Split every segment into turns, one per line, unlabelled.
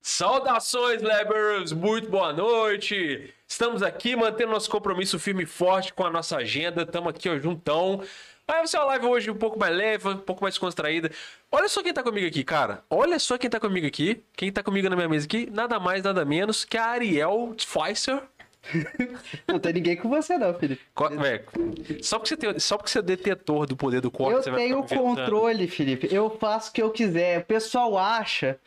Saudações, Lebers! Muito boa noite! Estamos aqui mantendo nosso compromisso firme e forte com a nossa agenda. Estamos aqui, ó, juntão. Vai ser uma live hoje um pouco mais leve, um pouco mais contraída. Olha só quem tá comigo aqui, cara. Olha só quem tá comigo aqui. Quem tá comigo na minha mesa aqui, nada mais, nada menos que a Ariel Pfizer.
Não tem ninguém com você, não, Felipe.
Co- Véi, Só porque você tem, só porque você é detetor do poder do corte,
Eu
você
tenho
vai ficar me né? inventando.
controle, Felipe. Eu faço o que eu quiser. O pessoal acha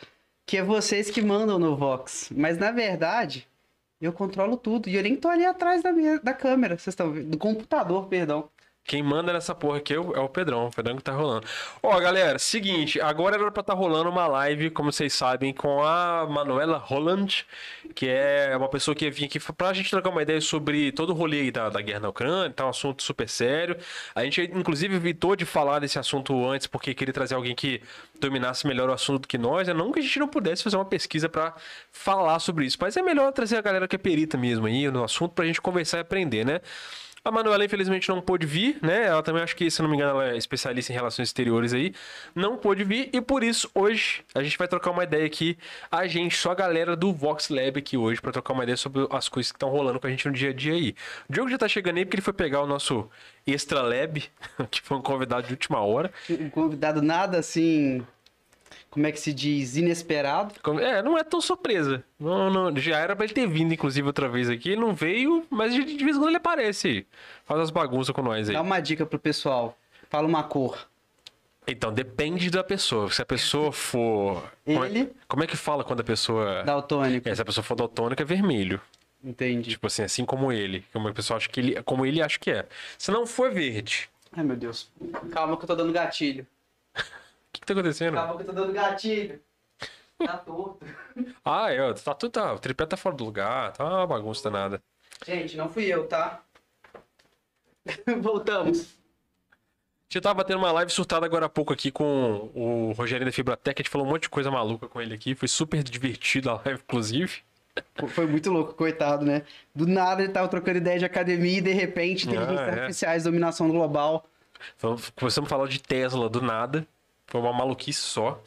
que é vocês que mandam no Vox. Mas na verdade, eu controlo tudo. E eu nem tô ali atrás da, minha- da câmera. Vocês estão vendo? Do computador, perdão.
Quem manda nessa porra aqui é o, é o Pedrão. O Pedrão que tá rolando. Ó, galera, seguinte. Agora era pra estar rolando uma live, como vocês sabem, com a Manuela Holland, que é uma pessoa que ia vir aqui pra gente trocar uma ideia sobre todo o rolê aí da, da guerra na Ucrânia, tá um assunto super sério. A gente, inclusive, evitou de falar desse assunto antes, porque queria trazer alguém que dominasse melhor o assunto do que nós. É não que a gente não pudesse fazer uma pesquisa pra falar sobre isso, mas é melhor trazer a galera que é perita mesmo aí no assunto pra gente conversar e aprender, né? A Manuela, infelizmente, não pôde vir, né? Ela também, acho que, se não me engano, ela é especialista em relações exteriores aí. Não pôde vir e, por isso, hoje a gente vai trocar uma ideia aqui. A gente, só a galera do Vox Lab aqui hoje, pra trocar uma ideia sobre as coisas que estão rolando com a gente no dia a dia aí. O Diogo já tá chegando aí porque ele foi pegar o nosso Extra Lab, que foi um convidado de última hora.
Um convidado nada assim. Como é que se diz? Inesperado.
Como- É, não é tão surpresa. Não, não, já era pra ele ter vindo, inclusive, outra vez aqui. Ele não veio, mas de de vez em quando ele aparece aí. Faz as bagunças com nós aí.
Dá uma dica pro pessoal. Fala uma cor.
Então, depende da pessoa. Se a pessoa for. Como é,
Ele?
como é que fala quando a pessoa.
Daltônico.
É, se a pessoa for daltônica, é vermelho.
Entendi.
Tipo assim, assim como ele. Como a pessoa acha que ele. Como ele acha que é. Se não for verde.
Ai, meu Deus. Calma que eu tô dando gatilho.
O que, que tá acontecendo?
Calma que eu tô dando gatilho. Tá torto.
Ah, é, ó, tá tudo. Tá, o tripé tá fora do lugar, tá uma bagunça danada.
Gente, não fui eu, tá? Voltamos.
A gente tava batendo uma live surtada agora há pouco aqui com o Rogério da Fibra Tech. A gente falou um monte de coisa maluca com ele aqui. Foi super divertido a live, inclusive.
Foi muito louco, coitado, né? Do nada ele tava trocando ideia de academia e de repente inteligência
Ah, é.
artificiais, dominação global.
Então, Começamos a falar de Tesla do nada. Foi uma maluquice só.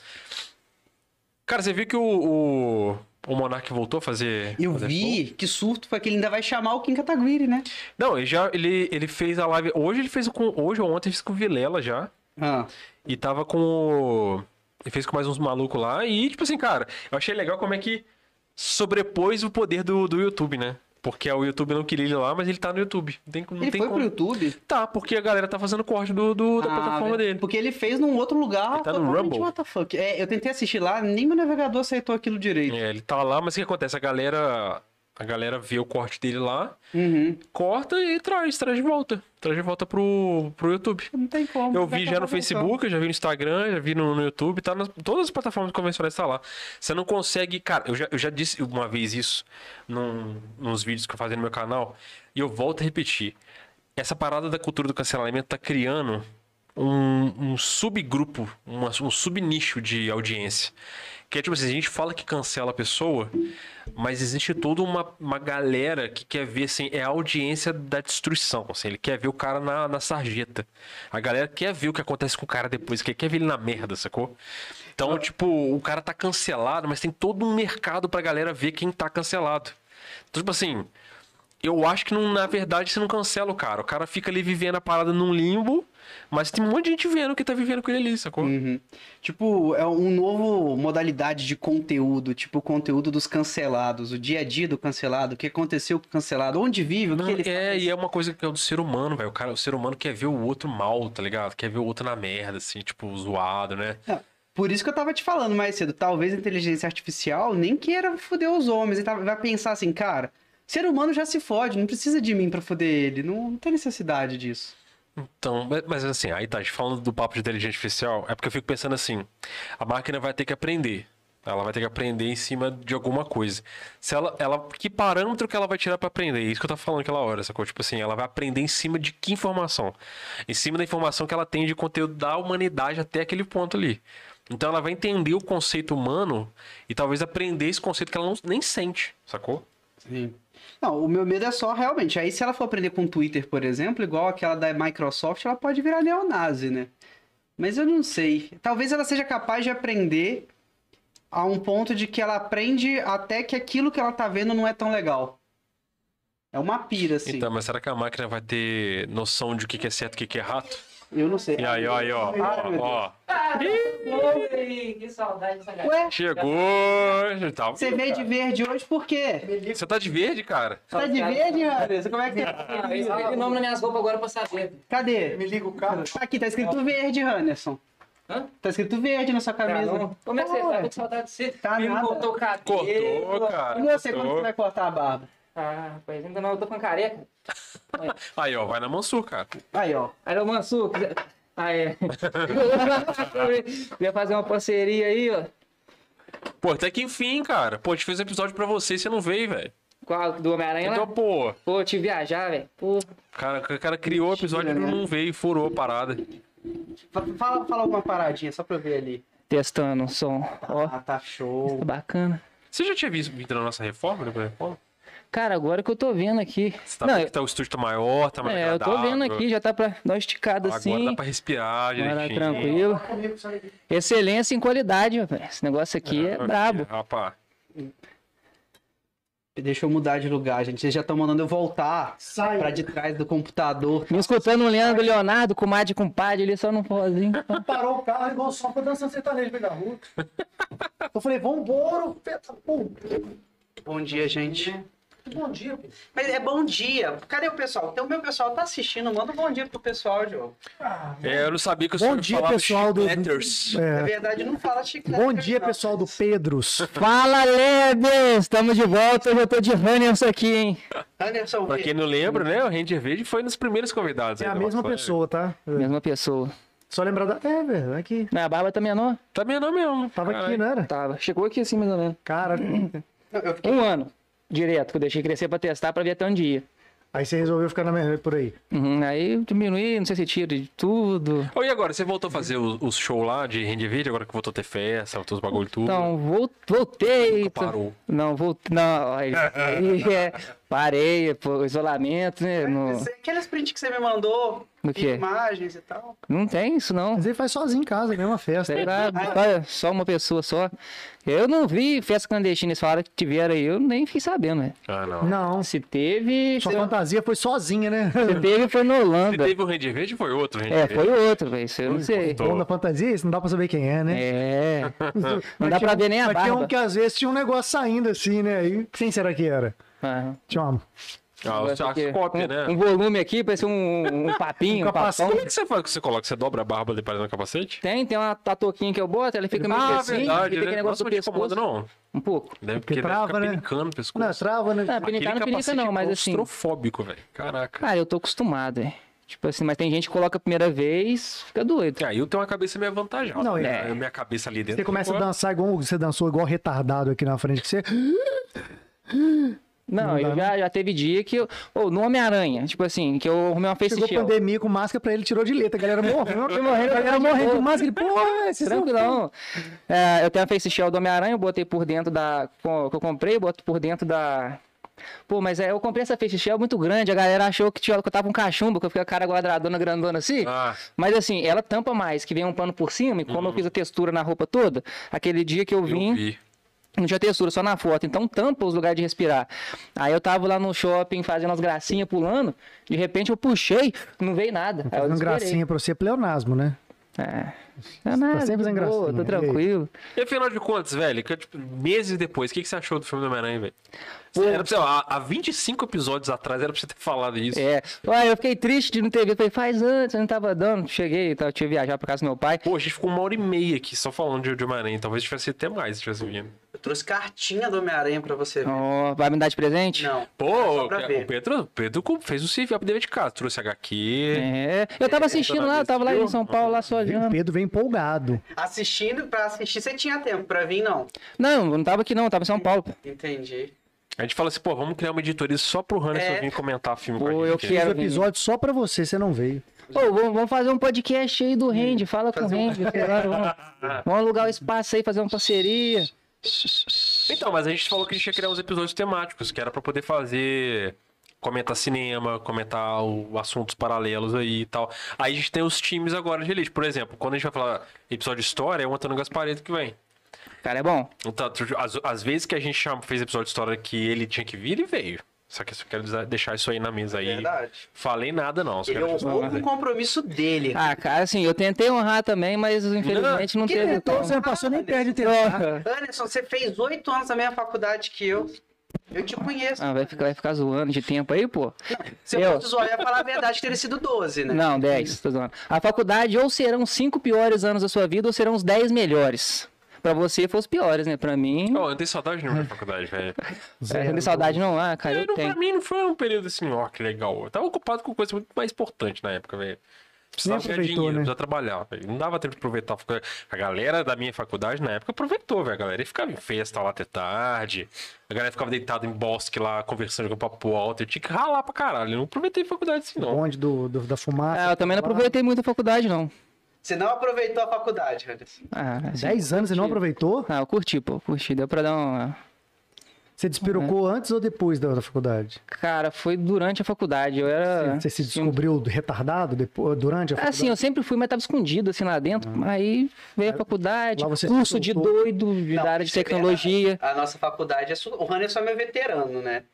Cara, você viu que o, o, o Monark voltou a fazer.
Eu
fazer
vi que surto foi que ele ainda vai chamar o Kim Kataguiri, né?
show? Não, ele já ele, ele fez a live. Hoje ele fez com. Hoje ou ontem ele fez com o Vilela já.
Ah,
E tava com o. Ele fez com mais uns malucos lá. E, tipo assim, cara, eu achei legal como é que sobrepôs o poder do, do YouTube, né? Porque o YouTube não queria ele lá, mas ele tá no YouTube. Não tem, não
ele
tem
foi
como.
pro YouTube?
Tá, porque a galera tá fazendo corte do, do- da
Ah,
plataforma
velho,
dele.
Porque ele fez num outro lugar.
Ele tá no
totalmente
Rumble.
what the fuck. É, eu tentei assistir lá, nem meu navegador aceitou aquilo direito.
É, ele tá lá, mas o que acontece? A galera. A galera vê o corte dele lá,
Uhum.
corta e traz, traz de volta. Traz de volta pro, pro YouTube.
Não tem como.
Eu
vai
vi já
acabar
no
voltando.
Facebook, eu já vi no Instagram, já vi no, no YouTube, tá nas todas as plataformas convencionais tá lá. Você não consegue, cara, eu já, eu já disse uma vez isso num, nos vídeos que eu fazia no meu canal, e eu volto a repetir. Essa parada da cultura do cancelamento tá criando um, um subgrupo, uma- um subnicho de audiência. Que é tipo assim, a gente fala que cancela a pessoa, mas existe toda uma, uma galera que quer ver, assim, é a audiência da destruição. Assim, ele quer ver o cara na, na sarjeta. A galera quer ver o que acontece com o cara depois, que quer ver ele na merda, sacou? Então, tipo, o cara tá cancelado, mas tem todo um mercado pra galera ver quem tá cancelado. Então, tipo assim, eu acho que não- na verdade você não cancela o cara. O cara fica ali vivendo a parada num limbo, mas tem um monte de gente vendo que tá vivendo com ele ali, sacou?
Uhum. Tipo, é um novo modalidade de conteúdo, tipo o conteúdo dos cancelados, o dia a dia do cancelado, o que aconteceu com o cancelado, onde vive, o que
Não,
ele
é,
faz.
e é uma coisa que é do ser humano, velho. O cara, o ser humano quer ver o outro mal, tá ligado? Quer ver o outro na merda, assim, tipo, zoado, né?
Por isso que eu tava te falando mais cedo, talvez a inteligência artificial nem queira foder os homens, ele tá- vai pensar assim, cara, ser humano já se fode, não precisa de mim pra foder ele, não, não tem necessidade disso.
Então, mas- mas assim, aí tá, falando do papo de inteligência artificial, é porque eu fico pensando assim, a máquina vai ter que aprender. Ela vai ter que aprender em cima de alguma coisa. Se ela, ela, que parâmetro que ela vai tirar pra aprender? É Isso que eu tava falando aquela hora, sacou? Tipo assim, ela vai aprender em cima de que informação? Em cima da informação que ela tem de conteúdo da humanidade até aquele ponto ali. Então ela vai entender o conceito humano e talvez aprender esse conceito que ela não, nem sente, sacou?
Sim. Não, o meu medo é só realmente, aí se ela for aprender com o Twitter, por exemplo, igual aquela da Microsoft, ela pode virar neonazi, né? Mas eu não sei. Talvez ela seja capaz de aprender a um ponto de que ela aprende até que aquilo que ela tá vendo não é tão legal. É uma pira, assim.
Então, mas será que a máquina vai ter noção de o que que é certo e o que que é errado?
Eu não sei.
E aí, ó, aí, ó,
Ai, meu
ó,
Ah, que que saudade dessa galera.
Ué,
ó. Chegou! Tá,
você veio de verde hoje por quê?
Você tá de verde, cara?
Você tá de verde, Anderson? Como é que
Ah, eu escrevi o nome nas minhas roupas agora pra saber.
Cadê?
Me liga o carro.
Tá Aqui, tá escrito verde, Anderson.
Hã?
Tá escrito verde na sua
Tá,
camisa.
não? Como é que você
Pô,
tá? Tô com saudade de você.
Tá
Ele
nada.
cortou o cabelo.
Cortou, cara.
E você, quando
cortou.
você vai cortar a barba?
Ah, rapaz, ainda não, eu tô com careca.
Aí, ó, vai na Mansur, cara.
Aí, ó.
Aí, ô Mansur, quiser- ah, é. Queria fazer uma parceria aí, ó.
Pô, até que enfim, cara. Pô, a gente fez um episódio pra você e você não veio, velho.
Qual? Do Homem-Aranha
Então,
lá?
pô,
Pô, eu te viajar, velho. Pô,
cara, o cara criou o episódio e
Mentira, né?
não veio, furou a parada.
Fa- Fala, fala alguma paradinha, só pra eu ver ali.
testando o som. Ó,
Ah, tá show.
tá bacana.
Você já tinha visto vindo na nossa reforma, né? pra reforma?
Cara, agora que eu tô vendo aqui.
Você tá
não,
vendo
eu,
que tá, o estúdio tá maior, tá mais
é, eu tô
agradável.
vendo aqui, já tá pra dar uma esticada
Agora
assim.
dá pra respirar
Agora
direitinho.
tranquilo. Excelência em qualidade, ó, velho. Esse negócio aqui é,
Aqui,
brabo.
Rapaz.
Deixa eu mudar de lugar, gente. Vocês já estão mandando eu voltar
Sai.
pra de trás do computador.
Me escutando um Leandro Leonardo, com Mad e com Pad, ele só num forrozinho.
Parou o carro igual só pra dançar sertanejo meio da rua. Eu falei, vambora, feta, pô.
Bom dia, gente.
Bom dia, pô.
Mas é bom dia. Cadê o pessoal? Então, o meu pessoal tá assistindo. Manda um bom dia pro pessoal, Diogo.
Ah,
É, eu não sabia que o
Bom
senhor
dia,
falava
pessoal do-
chicleters.
Na
É.
verdade, não fala chiclete.
Bom dia, pessoal do Pedros.
Fala, Lebes! Estamos de volta, hoje eu tô de Runners aqui, hein?
Anderson,
Pra quem
vê.
não lembra, né? O Ranger Verde foi um dos primeiros convidados.
É
aí
a
do
mesma
nosso-
pessoa, tá? É.
Mesma pessoa.
Só lembrar da. É, velho, é que
Minha barba tá menor?
Tá menor mesmo.
tava
Caralho.
aqui, né? não era?
Tava. Chegou aqui assim, mais ou menos.
Cara.
Não, eu fiquei-
Um ano. Direto, que eu deixei crescer pra testar pra ver até um dia.
Aí você resolveu ficar na minha por aí.
Uhum, aí eu diminui, não sei se tira de tudo.
Ô, e agora, você voltou a fazer os, os shows lá de Rende Verde, agora que voltou a ter festa, voltou os bagulho e tudo?
Então, vol- voltei. tô-
parou.
Não, voltei. Não, olha, é, parei, pô, isolamento, né? no-
Aquelas prints que você me mandou,
No quê?
imagens e tal.
não tem isso, não.
Mas ele faz sozinho em casa, mesma festa.
Sei lá, olha, só uma pessoa só. Eu não vi festa clandestina, eles falaram que tiveram aí, eu nem fiquei sabendo, né?
Ah, não.
Não,
Se teve.
sua
se-
fantasia foi sozinha, né?
se teve foi na
Se
Holanda.
teve o Rende Verde, foi outro Rende
É,
Verde.
foi outro, velho. Isso eu não sei.
Tô.
Bom da fantasia, isso não dá pra saber quem é, né?
É. Não
Mas
dá
tinha
pra
um-
ver nem a
mas Tinha um
barba.
que às vezes tinha um negócio saindo assim, né? E quem será que era?
Ah,
Tinha uma...
Ah, o
negócio aqui.
a cópia,
um,
né?
um volume aqui, parece um, um papinho,
Um
um papão.
Como é que você faz que você coloca? Você dobra a barba ali parecendo um capacete?
Tem, tem uma tatuquinha que eu boto, ela fica meio
ah,
assim,
verdade.
fica
Né?
aquele
Nossa,
negócio
não
do
te incomoda,
pescoço.
não.
Um pouco.
Deve,
Porque
porque
trava,
deve ficar
né?
pinicando o pescoço.
Não, trava, né?
Ah, pinicar não pinica
capacete
não,
é
mas assim...
claustrofóbico, velho. Caraca.
Cara, eu tô acostumado, hein? Tipo assim, mas tem gente que coloca a primeira vez, fica doido.
Aí eu tenho uma cabeça meio avantajada.
Não,
né?
é.
Minha cabeça ali dentro.
Você começa a
ficou-
dançar igual um, você dançou igual retardado aqui na frente que você.
Não,
Não dá,
eu já, já teve dia que eu. Ou no Homem-Aranha, tipo assim, que eu arrumei uma face
Chegou
shield.
pandemia com máscara pra ele, tirou de letra. A galera morreu.
Eu morrendo,
a galera
eu morrendo.
morrendo com máscara. Ele, porra, esses são-
Tranquilão. É, eu tenho a face shield do Homem-Aranha, eu botei por dentro da. co- Que eu comprei, eu boto por dentro da. Pô, mas é, eu comprei essa face shield muito grande, a galera achou que, tinha, que eu tava um cachumbo, que eu fiquei com a cara quadradona, grandona assim.
Ah,
Mas assim, ela tampa mais, que vem um pano por cima, e como eu fiz a textura na roupa toda, aquele dia que eu um vim.
eu vi.
Não tinha textura, só na foto. Então tampa os lugares de respirar. Aí eu tava lá no shopping fazendo as gracinhas, pulando. De repente eu puxei, não veio nada. Aí eu
Tá Fazendo
desesperei.
gracinha pra você é pleonasmo, né?
É. Não, não,
sempre fazendo
de boa, Tô
gracinha.
tranquilo.
E afinal de contas, velho, que, tipo, meses depois, o que, que você achou do filme do Homem-Aranha, velho? Era pra você, ó, há há 25 episódios atrás era pra você ter falado isso.
É. Ué, eu fiquei triste de não ter visto. Falei, faz antes, eu não tava dando. Cheguei, tava, tinha que viajar pra casa do meu pai.
Pô, a gente ficou uma hora e meia aqui só falando de, de Homem-Aranha. Talvez tivesse até mais se tivesse vindo.
Eu trouxe cartinha do Homem-Aranha pra você ver.
Ó, vai me dar de presente?
Não.
Pô,
Só
o
pra ver.
Pedro, o Pedro com- fez o civil pro dever de casa. Trouxe HQ.
É. Eu tava assistindo lá, eu tava lá em São Paulo, lá só
E o
olhando.
Pedro vem empolgado.
Assistindo, pra assistir, você tinha tempo. Pra vir, não.
Não, eu não tava aqui não, eu tava em São Paulo.
Entendi.
A gente fala assim, pô, vamos criar uma editoria só pro Hannes
É.
vir comentar filme
Pô,
com a gente.
eu
aqui.
quero.
Esse
Quero vir.
episódio só pra você, você não veio.
Ô, vamos, vamos fazer um podcast aí do Randy, fala com o Randy, sei lá, vamos, vamos alugar o espaço aí, fazer uma parceria.
Então, mas a gente falou que a gente ia criar uns episódios temáticos, que era pra poder fazer. Comentar cinema, comentar o- assuntos paralelos aí e tal. Aí a gente tem os times agora de elite. Por exemplo, quando a gente vai falar episódio de história, é o Antônio Gaspareto que vem.
Cara, é bom.
Então, tu- as, as vezes que a gente chama- fez episódio de história que ele tinha que vir, ele veio. Só que eu só quero desa- deixar isso aí na mesa aí.
Verdade.
Falei nada, não. Só
Ele é um
quero deixar isso
honrou
na
com o
mesa.
compromisso dele.
Ah, cara, assim, eu tentei honrar também, mas infelizmente não,
que
teve.
tentou,
Então,
como.
você
Você não passou nem perto de ter.
né?
Ah,
Anderson, você fez oito anos na mesma faculdade que eu. Eu te conheço.
ah, vai, ficar, vai ficar zoando de tempo aí, pô.
Se eu
eu-
fosse olhar falar a verdade, teria sido 12, né?
Não, 10, tô zoando. A faculdade ou serão cinco piores anos da sua vida ou serão os 10 melhores. Pra você foram os piores, né? Pra mim.
Ó, eu tenho saudade de minha faculdade, velho.
é, não tem saudade não, ah, cara,
É,
eu
não, pra
tenho.
mim não foi um período assim, ó, que legal. Eu tava ocupado com coisa muito mais importante na época, velho. Precisava
Nem
ganhar
aproveitou,
dinheiro,
né?
precisava trabalhar. velho. Não dava tempo de aproveitar. a faculdade. A galera da minha faculdade na época aproveitou, velho. A galera ficava em festa lá até tarde. A galera ficava deitada em bosque lá, conversando com o papo alto. Eu tinha que ralar pra caralho. Eu não aproveitei a faculdade assim, não.
Onde do, do- da fumaça.
Ah, eu também não aproveitei muito a faculdade, não.
Você não aproveitou a faculdade, Anderson.
Ah, assim,
10 anos e não aproveitou?
ah, eu curti, pô, curti. Deu pra dar uma.
Você
Uhum.
despirocou antes ou depois da, da faculdade?
Cara, foi durante a faculdade. Eu era.
Você se descobriu retardado depois, durante a faculdade? Ah.
Assim, eu sempre fui, mas tava escondido assim lá dentro. Aí veio a faculdade,
Lá você
curso de
soltou.
doido, de-
Não,
da área de
isso é
tecnologia.
A nossa faculdade é. su- O Anderson é meu veterano, né?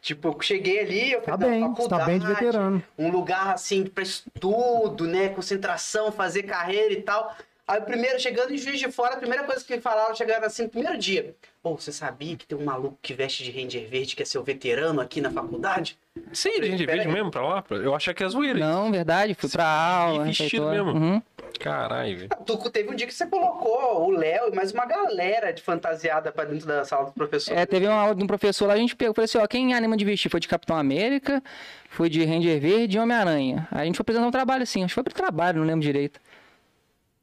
Tipo, eu cheguei ali, eu
Tá
"Não,
bem, você tá bem de veterano.
um lugar assim pra estudo, né? Concentração, fazer carreira e tal. Aí, primeiro, chegando em Juiz de Fora, a primeira coisa que falaram, chegaram assim, primeiro dia. Pô, você sabia que tem um maluco que veste de Ranger Verde, que é seu veterano aqui na faculdade?
Sim, a gente
Pera
veio
aí.
mesmo pra lá? pra- Eu achei que era zoeira.
Não, verdade, fui
é
pra aula.
vestido
refeitório.
mesmo.
Uhum.
Caralho, velho.
Tu, teve um dia que você colocou o Léo e mais uma galera de fantasiada pra dentro da sala do professor.
É, teve uma aula de um professor lá, a gente pegou, falei assim, ó, quem anima de vestir? Foi de Capitão América, foi de Ranger Verde e Homem-Aranha. Aí a gente foi apresentar um trabalho assim, acho que foi pro trabalho, não lembro direito.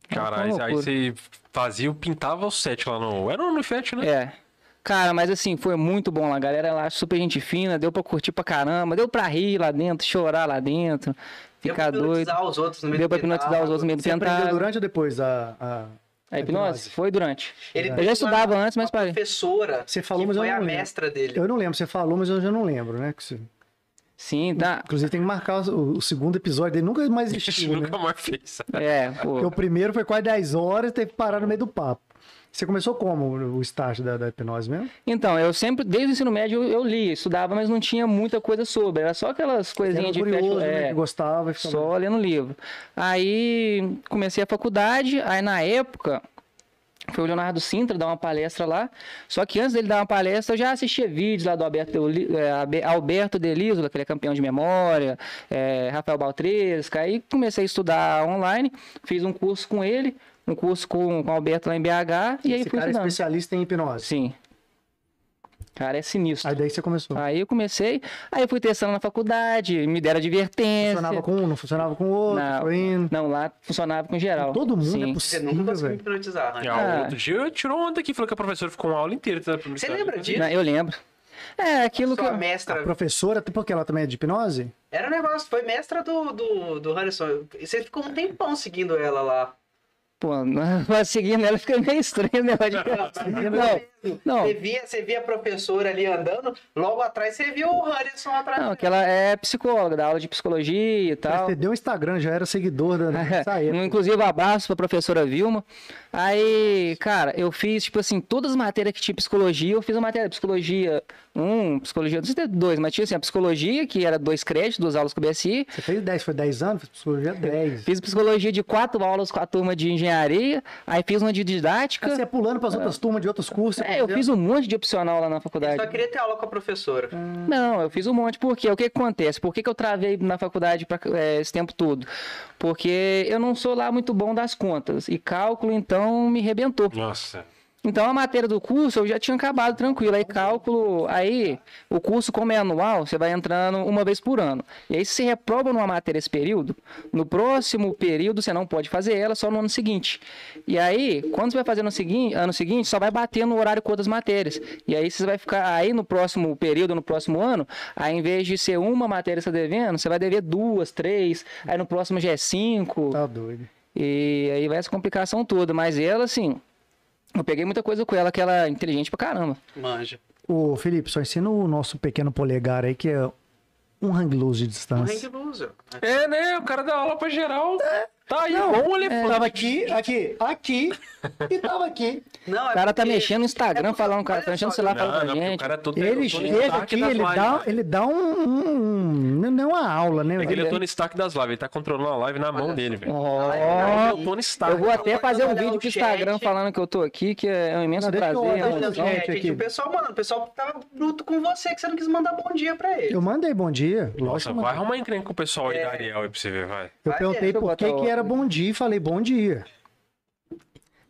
Caralho,
foi uma
aí
tá loucura.
você fazia, pintava o set lá no. Era no Unifet, né?
É. Cara, mas assim, foi muito bom lá, a galera lá, super gente fina, deu pra curtir pra caramba, deu pra rir lá dentro, chorar lá dentro,
Deu pra
ficar doido.
hipnotizar os outros no meio
Deu
do
pra hipnotizar os
pentágono.
outros no meio do
Você aprendeu
pentágono.
durante ou depois a... a-
A hipnose? Foi durante.
Ele
É. Eu
teve
já
uma-
estudava antes, mas
uma
parei.
professora
Você falou,
que
mas eu
foi
não
a
lembro.
mestra dele.
Eu não lembro, você falou, mas eu já não lembro, né? Que você-
Sim, tá.
Inclusive tem que marcar o, o segundo episódio dele, nunca mais
A gente
existiu, né?
nunca mais fez.
É,
Porque
pô.
o primeiro foi quase 10 horas e teve que parar no meio do papo. Você começou como o estágio da, da hipnose mesmo?
Então, eu sempre, desde o ensino médio, eu, eu li, estudava, mas não tinha muita coisa sobre. Era só aquelas
Você
coisinhas
era
de
curioso,
fast-
né?
é,
Que gostava e ficava...
só lendo livro. Aí comecei a faculdade, aí na época foi o Leonardo Sintra dar uma palestra lá. Só que antes dele dar uma palestra, eu já assistia vídeos lá do Alberto, Deoli- é, Abe- Alberto Deliso, que ele é campeão de memória, é, Rafael Baltresca. Aí comecei a estudar online, fiz um curso com ele, um curso com, com o Alberto lá em BH, e aí
Esse
fui
cara é
estudando.
especialista em hipnose.
Sim. Cara, é sinistro.
Aí daí você começou.
Aí eu comecei, aí eu fui testando na faculdade, me deram advertência.
funcionava com um, não funcionava com o outro,
Não.
foi indo.
Não, lá funcionava com geral.
Todo mundo é
Sim.
Você
possível,
nunca conseguiu
velho.
hipnotizar, né?
E, ah, outro dia eu tirou onda aqui, falou que a professora ficou uma aula inteira tentando
Você
publicidade.
lembra disso?
Não, eu lembro. É, aquilo que.
Sua
eu-
A
mestra.
professora, até porque ela também é de hipnose?
Era um negócio, foi mestra do, do, do Harrison. E Você ficou um tempão seguindo ela lá.
Pô, não- mas seguindo ela fica meio estranho, né? Não, não.
Você, via, você via a professora ali andando, logo atrás você viu o Harrison atrás.
Não,
dela.
que ela é psicóloga, dá aula de psicologia e tal.
Você deu o Instagram, já era seguidor da... dessa época.
Inclusive, um abraço pra professora Vilma. Aí, cara, eu fiz, tipo assim, todas as matérias que tinha psicologia, eu fiz uma matéria de psicologia 1, psicologia, não sei se teve dois, mas tinha assim, a psicologia, que era dois créditos, duas aulas com o BSI,
Você fez 10, foi 10 anos? Fez psicologia 10.
fiz psicologia de quatro aulas com a turma de engenharia, aí fiz uma de didática.
Aí Você é pulando para as outras turmas de outros cursos.
É, eu fiz um monte de opcional lá na faculdade.
Eu só queria ter aula com a professora.
Não, eu fiz um monte. Por quê? O que, que acontece? Por que, que eu travei na faculdade pra, é, esse tempo todo? Porque eu não sou lá muito bom das contas. E cálculo, então, me rebentou.
Nossa.
Então a matéria do curso eu já tinha acabado tranquilo. Aí cálculo, aí o curso como é anual, você vai entrando uma vez por ano. E aí se você reprova numa matéria esse período, no próximo período você não pode fazer ela, só no ano seguinte. E aí, quando você vai fazer no seguinte, ano seguinte, só vai bater no horário com outras matérias. E aí você vai ficar aí no próximo período, no próximo ano, aí em vez de ser uma matéria que você tá devendo, você vai dever duas, três, aí no próximo já é cinco.
Tá doido.
E aí vai essa complicação toda. Mas ela, assim, eu peguei muita coisa com ela, que ela é inteligente pra caramba.
Hum. Manja.
Ô, Felipe, só ensina o nosso pequeno polegar aí, que é um hang loose de
Um
distância.
hang loser.
É, né? O cara dá aula pra geral. Tá aí,
Não,
bom ele
Tava aqui, aqui, aqui e tava aqui.
Não,
O
é
cara tá
porque-
mexendo no Instagram,
é porque-
falando, cara,
olha
tá mexendo no
só,
celular,
Não,
falando
não,
pra
porque o
gente.
cara é todo
Ele
todo
chega
destaque
aqui,
das
ele
lives,
dá,
né?
ele dá um, um- um- Não é uma aula, né?
É que ele é
velho?
Tony Stark das lives, ele tá controlando a live na mão dele, velho.
Ó,
Ele é o Tony
Tá,
Stark.
eu vou
então
até
Olha,
fazer um
olha
vídeo
o
pro
chat.
Instagram falando que eu tô aqui, que é um imenso
Não, deixa eu
prazer.
olhar
é uma
o
Não,
honra.
chat.
gente,
aqui.
O pessoal, mano, o pessoal tá bruto com você, que você não quis mandar bom dia pra ele.
Eu mandei bom dia.
Nossa,
Lógico,
vai
mano.
arrumar encrenca com o pessoal aí da Ariel aí pra você ver, vai.
Eu
Vai,
perguntei
deixa eu
por que,
botar o-
que era bom dia e falei bom dia.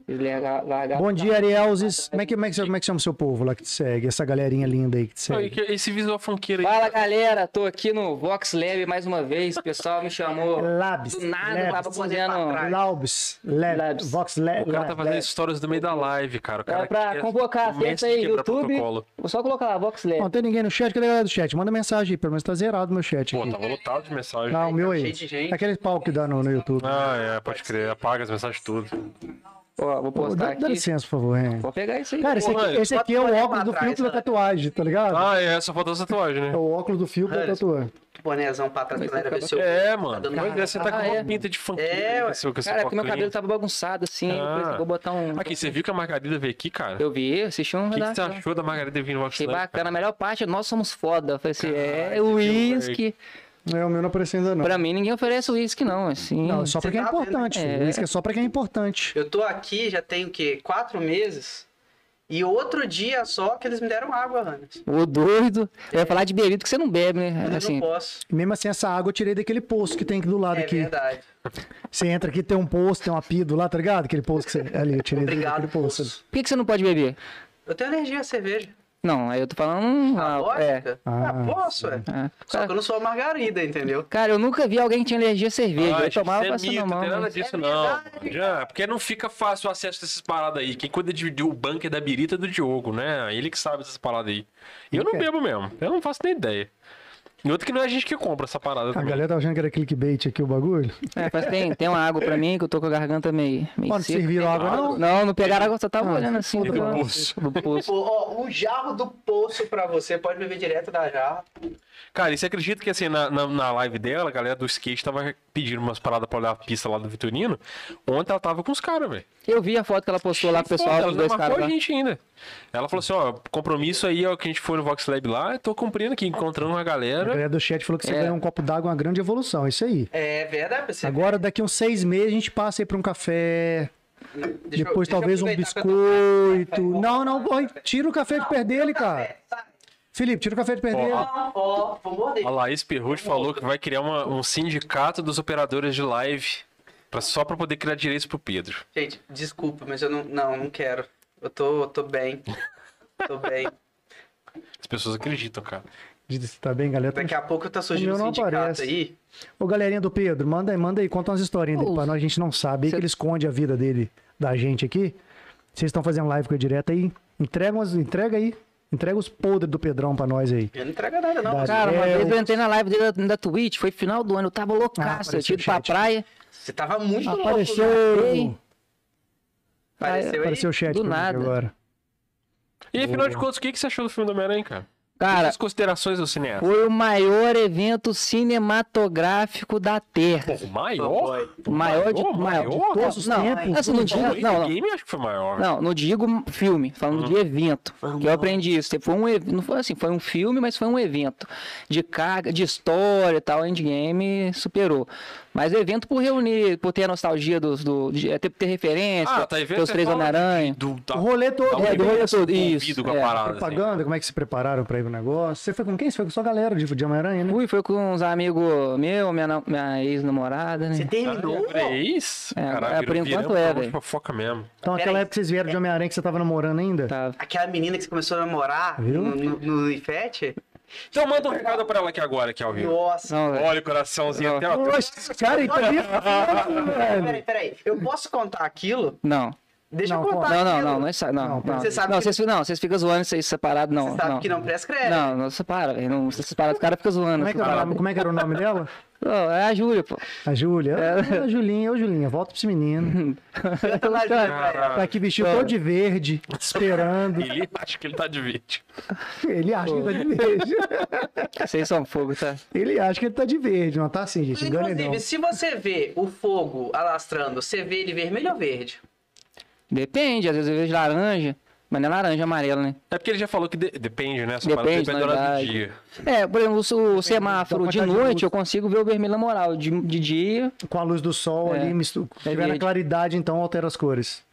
Ele é ga- largado.
Bom dia, Arielzes. Como é que, como, é que, você- como é que chama o seu povo lá que te segue? Essa galerinha linda aí que te
Não,
segue.
e que- Esse visual funkeiro aí.
Fala galera, tô aqui no Vox Lab mais uma vez. O pessoal me chamou
Labs.
do nada, tava
Labs.
fazendo.
Laubs. Lab-
Labs.
Vox Lab.
O cara tá fazendo histórias no meio da live, cara. O cara
É pra
quer-
convocar,
mestre de
acessa aí,
quebrar
YouTube.
protocolo.
Vou só colocar lá, Vox Lab.
Não tem ninguém no chat. Cadê a galera do chat? Manda mensagem aí. Pelo menos tá zerado meu chat
Pô,
aqui.
tava lotado de mensagem.
Tá, o meu aí.
Cheio de gente.
Aquele pau que dá no, no YouTube.
Ah, é, pode crer. Apaga as mensagens tudo.
Ó, vou
Pô, dá,
postar
dá
aqui.
licença, por favor. hein?
Vou pegar isso aí.
Cara, esse
Ô,
aqui,
Rani,
esse aqui é
bota
o
pra
óculos do
trás,
filtro da
Rani.
tatuagem, tá ligado?
Ah, é, só faltou a tatuagem,
É
né?
o óculos do filtro da
Rani,
tatuagem.
Bonézão pra trás, pra galera ver seu.
É, mano.
dando
Pois é, você tá com
Ah,
uma
é.
pinta de funkeiro.
É,
com
ué.
seu- com seu
Cara, é que meu
óculos.
cabelo tava bagunçado assim.
Ah.
eu falei, Vou botar um.
Aqui, você viu que a Margarida veio aqui, cara?
Eu vi, assisti um
O que, que você
redação.
achou da Margarida vindo no Vox
Achei
Lab? cara?
bacana. A melhor parte é nós somos foda. Eu falei assim, é
Caralho,
uísque.
É, o meu não apareceu ainda não.
Pra mim, ninguém oferece uísque, não. Assim.
Não, é só
Você
pra quem é
tá vendo, né?
importante.
É.
filho. Isso que é só pra quem é importante.
Eu tô aqui já tem o quê? Quatro meses. E outro dia só que eles me deram água, Hannes.
Ô, doido. Eu ia
É.
falar de bebido que você não bebe,
Eu
né? Assim,
não posso.
E Mesmo assim, essa água eu tirei daquele poço que tem aqui do lado
É
aqui.
verdade.
Você entra aqui, tem um poço, tem uma pia do lado, tá ligado? Aquele poço que você. Ali, eu tirei
Obrigado,
daquele poço.
poço.
por que, que você não pode beber?
Eu tenho alergia à cerveja.
Não, aí eu tô falando.
Ah,
Ah, é.
vodka? Ah,
Ah,
posso, é.
Ah,
Só que eu não sou a Margarida, entendeu?
Cara, eu nunca vi alguém que tinha alergia à cerveja.
Ah,
eu tomava
isso é
passando
mito,
a
não
mão. né?
tem nada
mas-
disso,
É
não.
verdade,
Já, porque não fica fácil o acesso dessas paradas aí. Quem cuida de, do bunker da birita é do Diogo, né? Ele que sabe dessas paradas aí. E eu não
Ok.
bebo mesmo. Eu não faço nem ideia. E outro que não é a gente que compra essa parada
Tá
A
também.
galera tava achando que era clickbait aqui o bagulho.
É, mas tem, tem uma água pra mim que eu tô com a garganta meio, meio
Mano,
seca.
é
serviram água, não? Ah,
Não, não pegaram água, só tava olhando assim.
E do
pra-
poço.
Do poço.
Pô, ó, um jarro do poço pra você. Pode beber direto da jarra.
Cara, e você acredita que assim, na, na, na live dela, a galera do skate tava pedindo umas paradas pra olhar a pista lá do Vitorino. Ontem ela tava com os caras, velho.
Eu vi a foto que ela postou lá com o pessoal,
Foda,
com
ela é
os
não
dois
marcou
caras
a
lá.
gente ainda. Ela falou assim, ó, compromisso aí, ó, que a gente foi no Vox Lab lá, eu tô cumprindo aqui, encontrando uma
A
galera.
galera do chat falou que você
É.
ganhou um copo d'água, uma grande evolução. É isso aí.
É verdade. Você...
Agora, daqui uns seis meses, a gente passa aí pra um café.
Hum, Deixa eu-
depois,
deixa eu
talvez, um
aproveitar que eu tô-
biscoito. Não, não, boy, tira o café de perder ele, cara.
É, sabe?
Felipe, tira o café de perder ele.
Ó, ó, vou morder.
A Laís Perrucci falou que vai criar uma- um sindicato dos operadores de live pra, só pra poder criar direitos pro Pedro.
Gente, desculpa, mas eu não. Não, não quero. Eu tô, eu tô bem. Tô bem.
As pessoas acreditam, cara.
Você tá bem, galera?
Daqui a pouco tá surgindo
O
um
meu não
sindicato
aparece.
aí.
Ô, galerinha do Pedro, manda aí, manda aí, conta umas historinhas dele
Ô,
pra nós, a gente não sabe, aí
cê-
que ele esconde a vida dele, da gente aqui. Vocês estão fazendo live com ele direto aí, entrega, umas, entrega aí, entrega os podres do Pedrão pra nós aí.
Eu não entrega nada, não.
Dá-
Cara, uma
É,
vez
o-
eu entrei na live dele da, da Twitch, foi final do ano, eu tava loucaço, eu
apareceu
tinha
o
ido pra
chat.
praia,
Você tava muito
Apareceu,
louco.
Ei.
Apareceu,
apareceu o chat
Do
pra mim
nada.
agora.
E afinal de contas, o que que você achou do filme do Homem-Aranha, cara?
Cara,
As considerações do cineasta.
foi o maior evento cinematográfico da Terra.
O maior? O
Maior de, maior de todos os
Não,
tempos. Assim,
não
não,
O
digo, não, não,
game acho que foi maior.
não, não digo filme, falando de evento. Que eu aprendi isso. Foi um, ev- não foi assim, foi um filme, mas foi um evento. De carga, de história e tal, endgame superou. Mas o evento por reunir, por ter a nostalgia dos. Do, de, é, ter, ter referência,
Ah, tá evento.
ter os
você
três
fala
Homem-Aranha.
do- da-
O rolê todo,
um
da
é, do rolê
universo
todo,
envolvido
isso,
Com a
é.
parada, assim.
Propaganda, como é que se prepararam pra ir pro negócio? Você foi com quem? Você foi com sua galera de, de Homem-Aranha, né?
Fui, foi com uns amigos meu, minha, na- minha ex-namorada,
Você
né?
terminou?
Caralho, é isso?
É,
Caralho,
é,
virou-
por
viramos
enquanto é,
um monte de
velho.
fofoca mesmo.
Então,
Peraí.
aquela época que vocês vieram de Homem-Aranha que você tava namorando ainda?
Tá.
Aquela menina que você começou a namorar
Viu?
no, no, no Ifete?
Então manda um recado pra ela aqui agora, que é ao vivo.
Nossa.
Não, velho.
Olha o coraçãozinho até ó.
Nossa, cara, então é foda, velho.
Peraí, peraí. Eu posso contar aquilo?
Não.
Deixa
Não,
eu contar.
conta.
Não, não,
aquilo.
não, não, é sa- não,
Não,
não.
você sabe
não,
que-
vocês, não, vocês ficam zoando isso aí separado, não.
Você sabe
não.
que não é? prescreve.
Não, não separa, velho. Não se separa, o cara fica zoando.
Como é, que era o
separado.
nome, como é que era o nome dela?
Ô, é a Júlia, pô.
A Júlia.
É.
Ah, A Julinha, ô Julinha, volta pra esse menino.
Canta lá, Júlia, pra ela.
Tá aqui vestido
Ah.
todo de verde, esperando.
Ele acha que ele tá de vídeo.
Ele acha que ele tá de verde.
Vocês são fogo, tá?
Ele acha que ele tá de verde, não tá assim, gente. Engana ele não.
Inclusive, se você vê o fogo alastrando, você vê ele vermelho ou verde?
Depende, às vezes eu vejo laranja, mas não é laranja, é amarelo, né?
É porque ele já falou que de- depende, né? Essa parada
Depende,
depende da hora do
verdade.
dia.
É, por exemplo, o su- o semáforo
da
de
quantidade de
noite
luz.
eu consigo ver o vermelho na moral. De, de dia,
Com a luz do sol
É.
ali, mistu...
É
se tiver na
verde.
claridade, então altera as cores.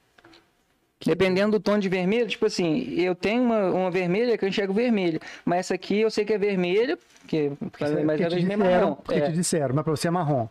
dependendo do tom de vermelho, tipo assim, eu tenho uma, uma vermelha que eu enxergo vermelha, mas essa aqui eu sei que é vermelha, porque, porque
Isso é
mas
porque
ela
te
é vermelha
disseram-
marrom.
porque te
É.
disseram, mas pra você é marrom.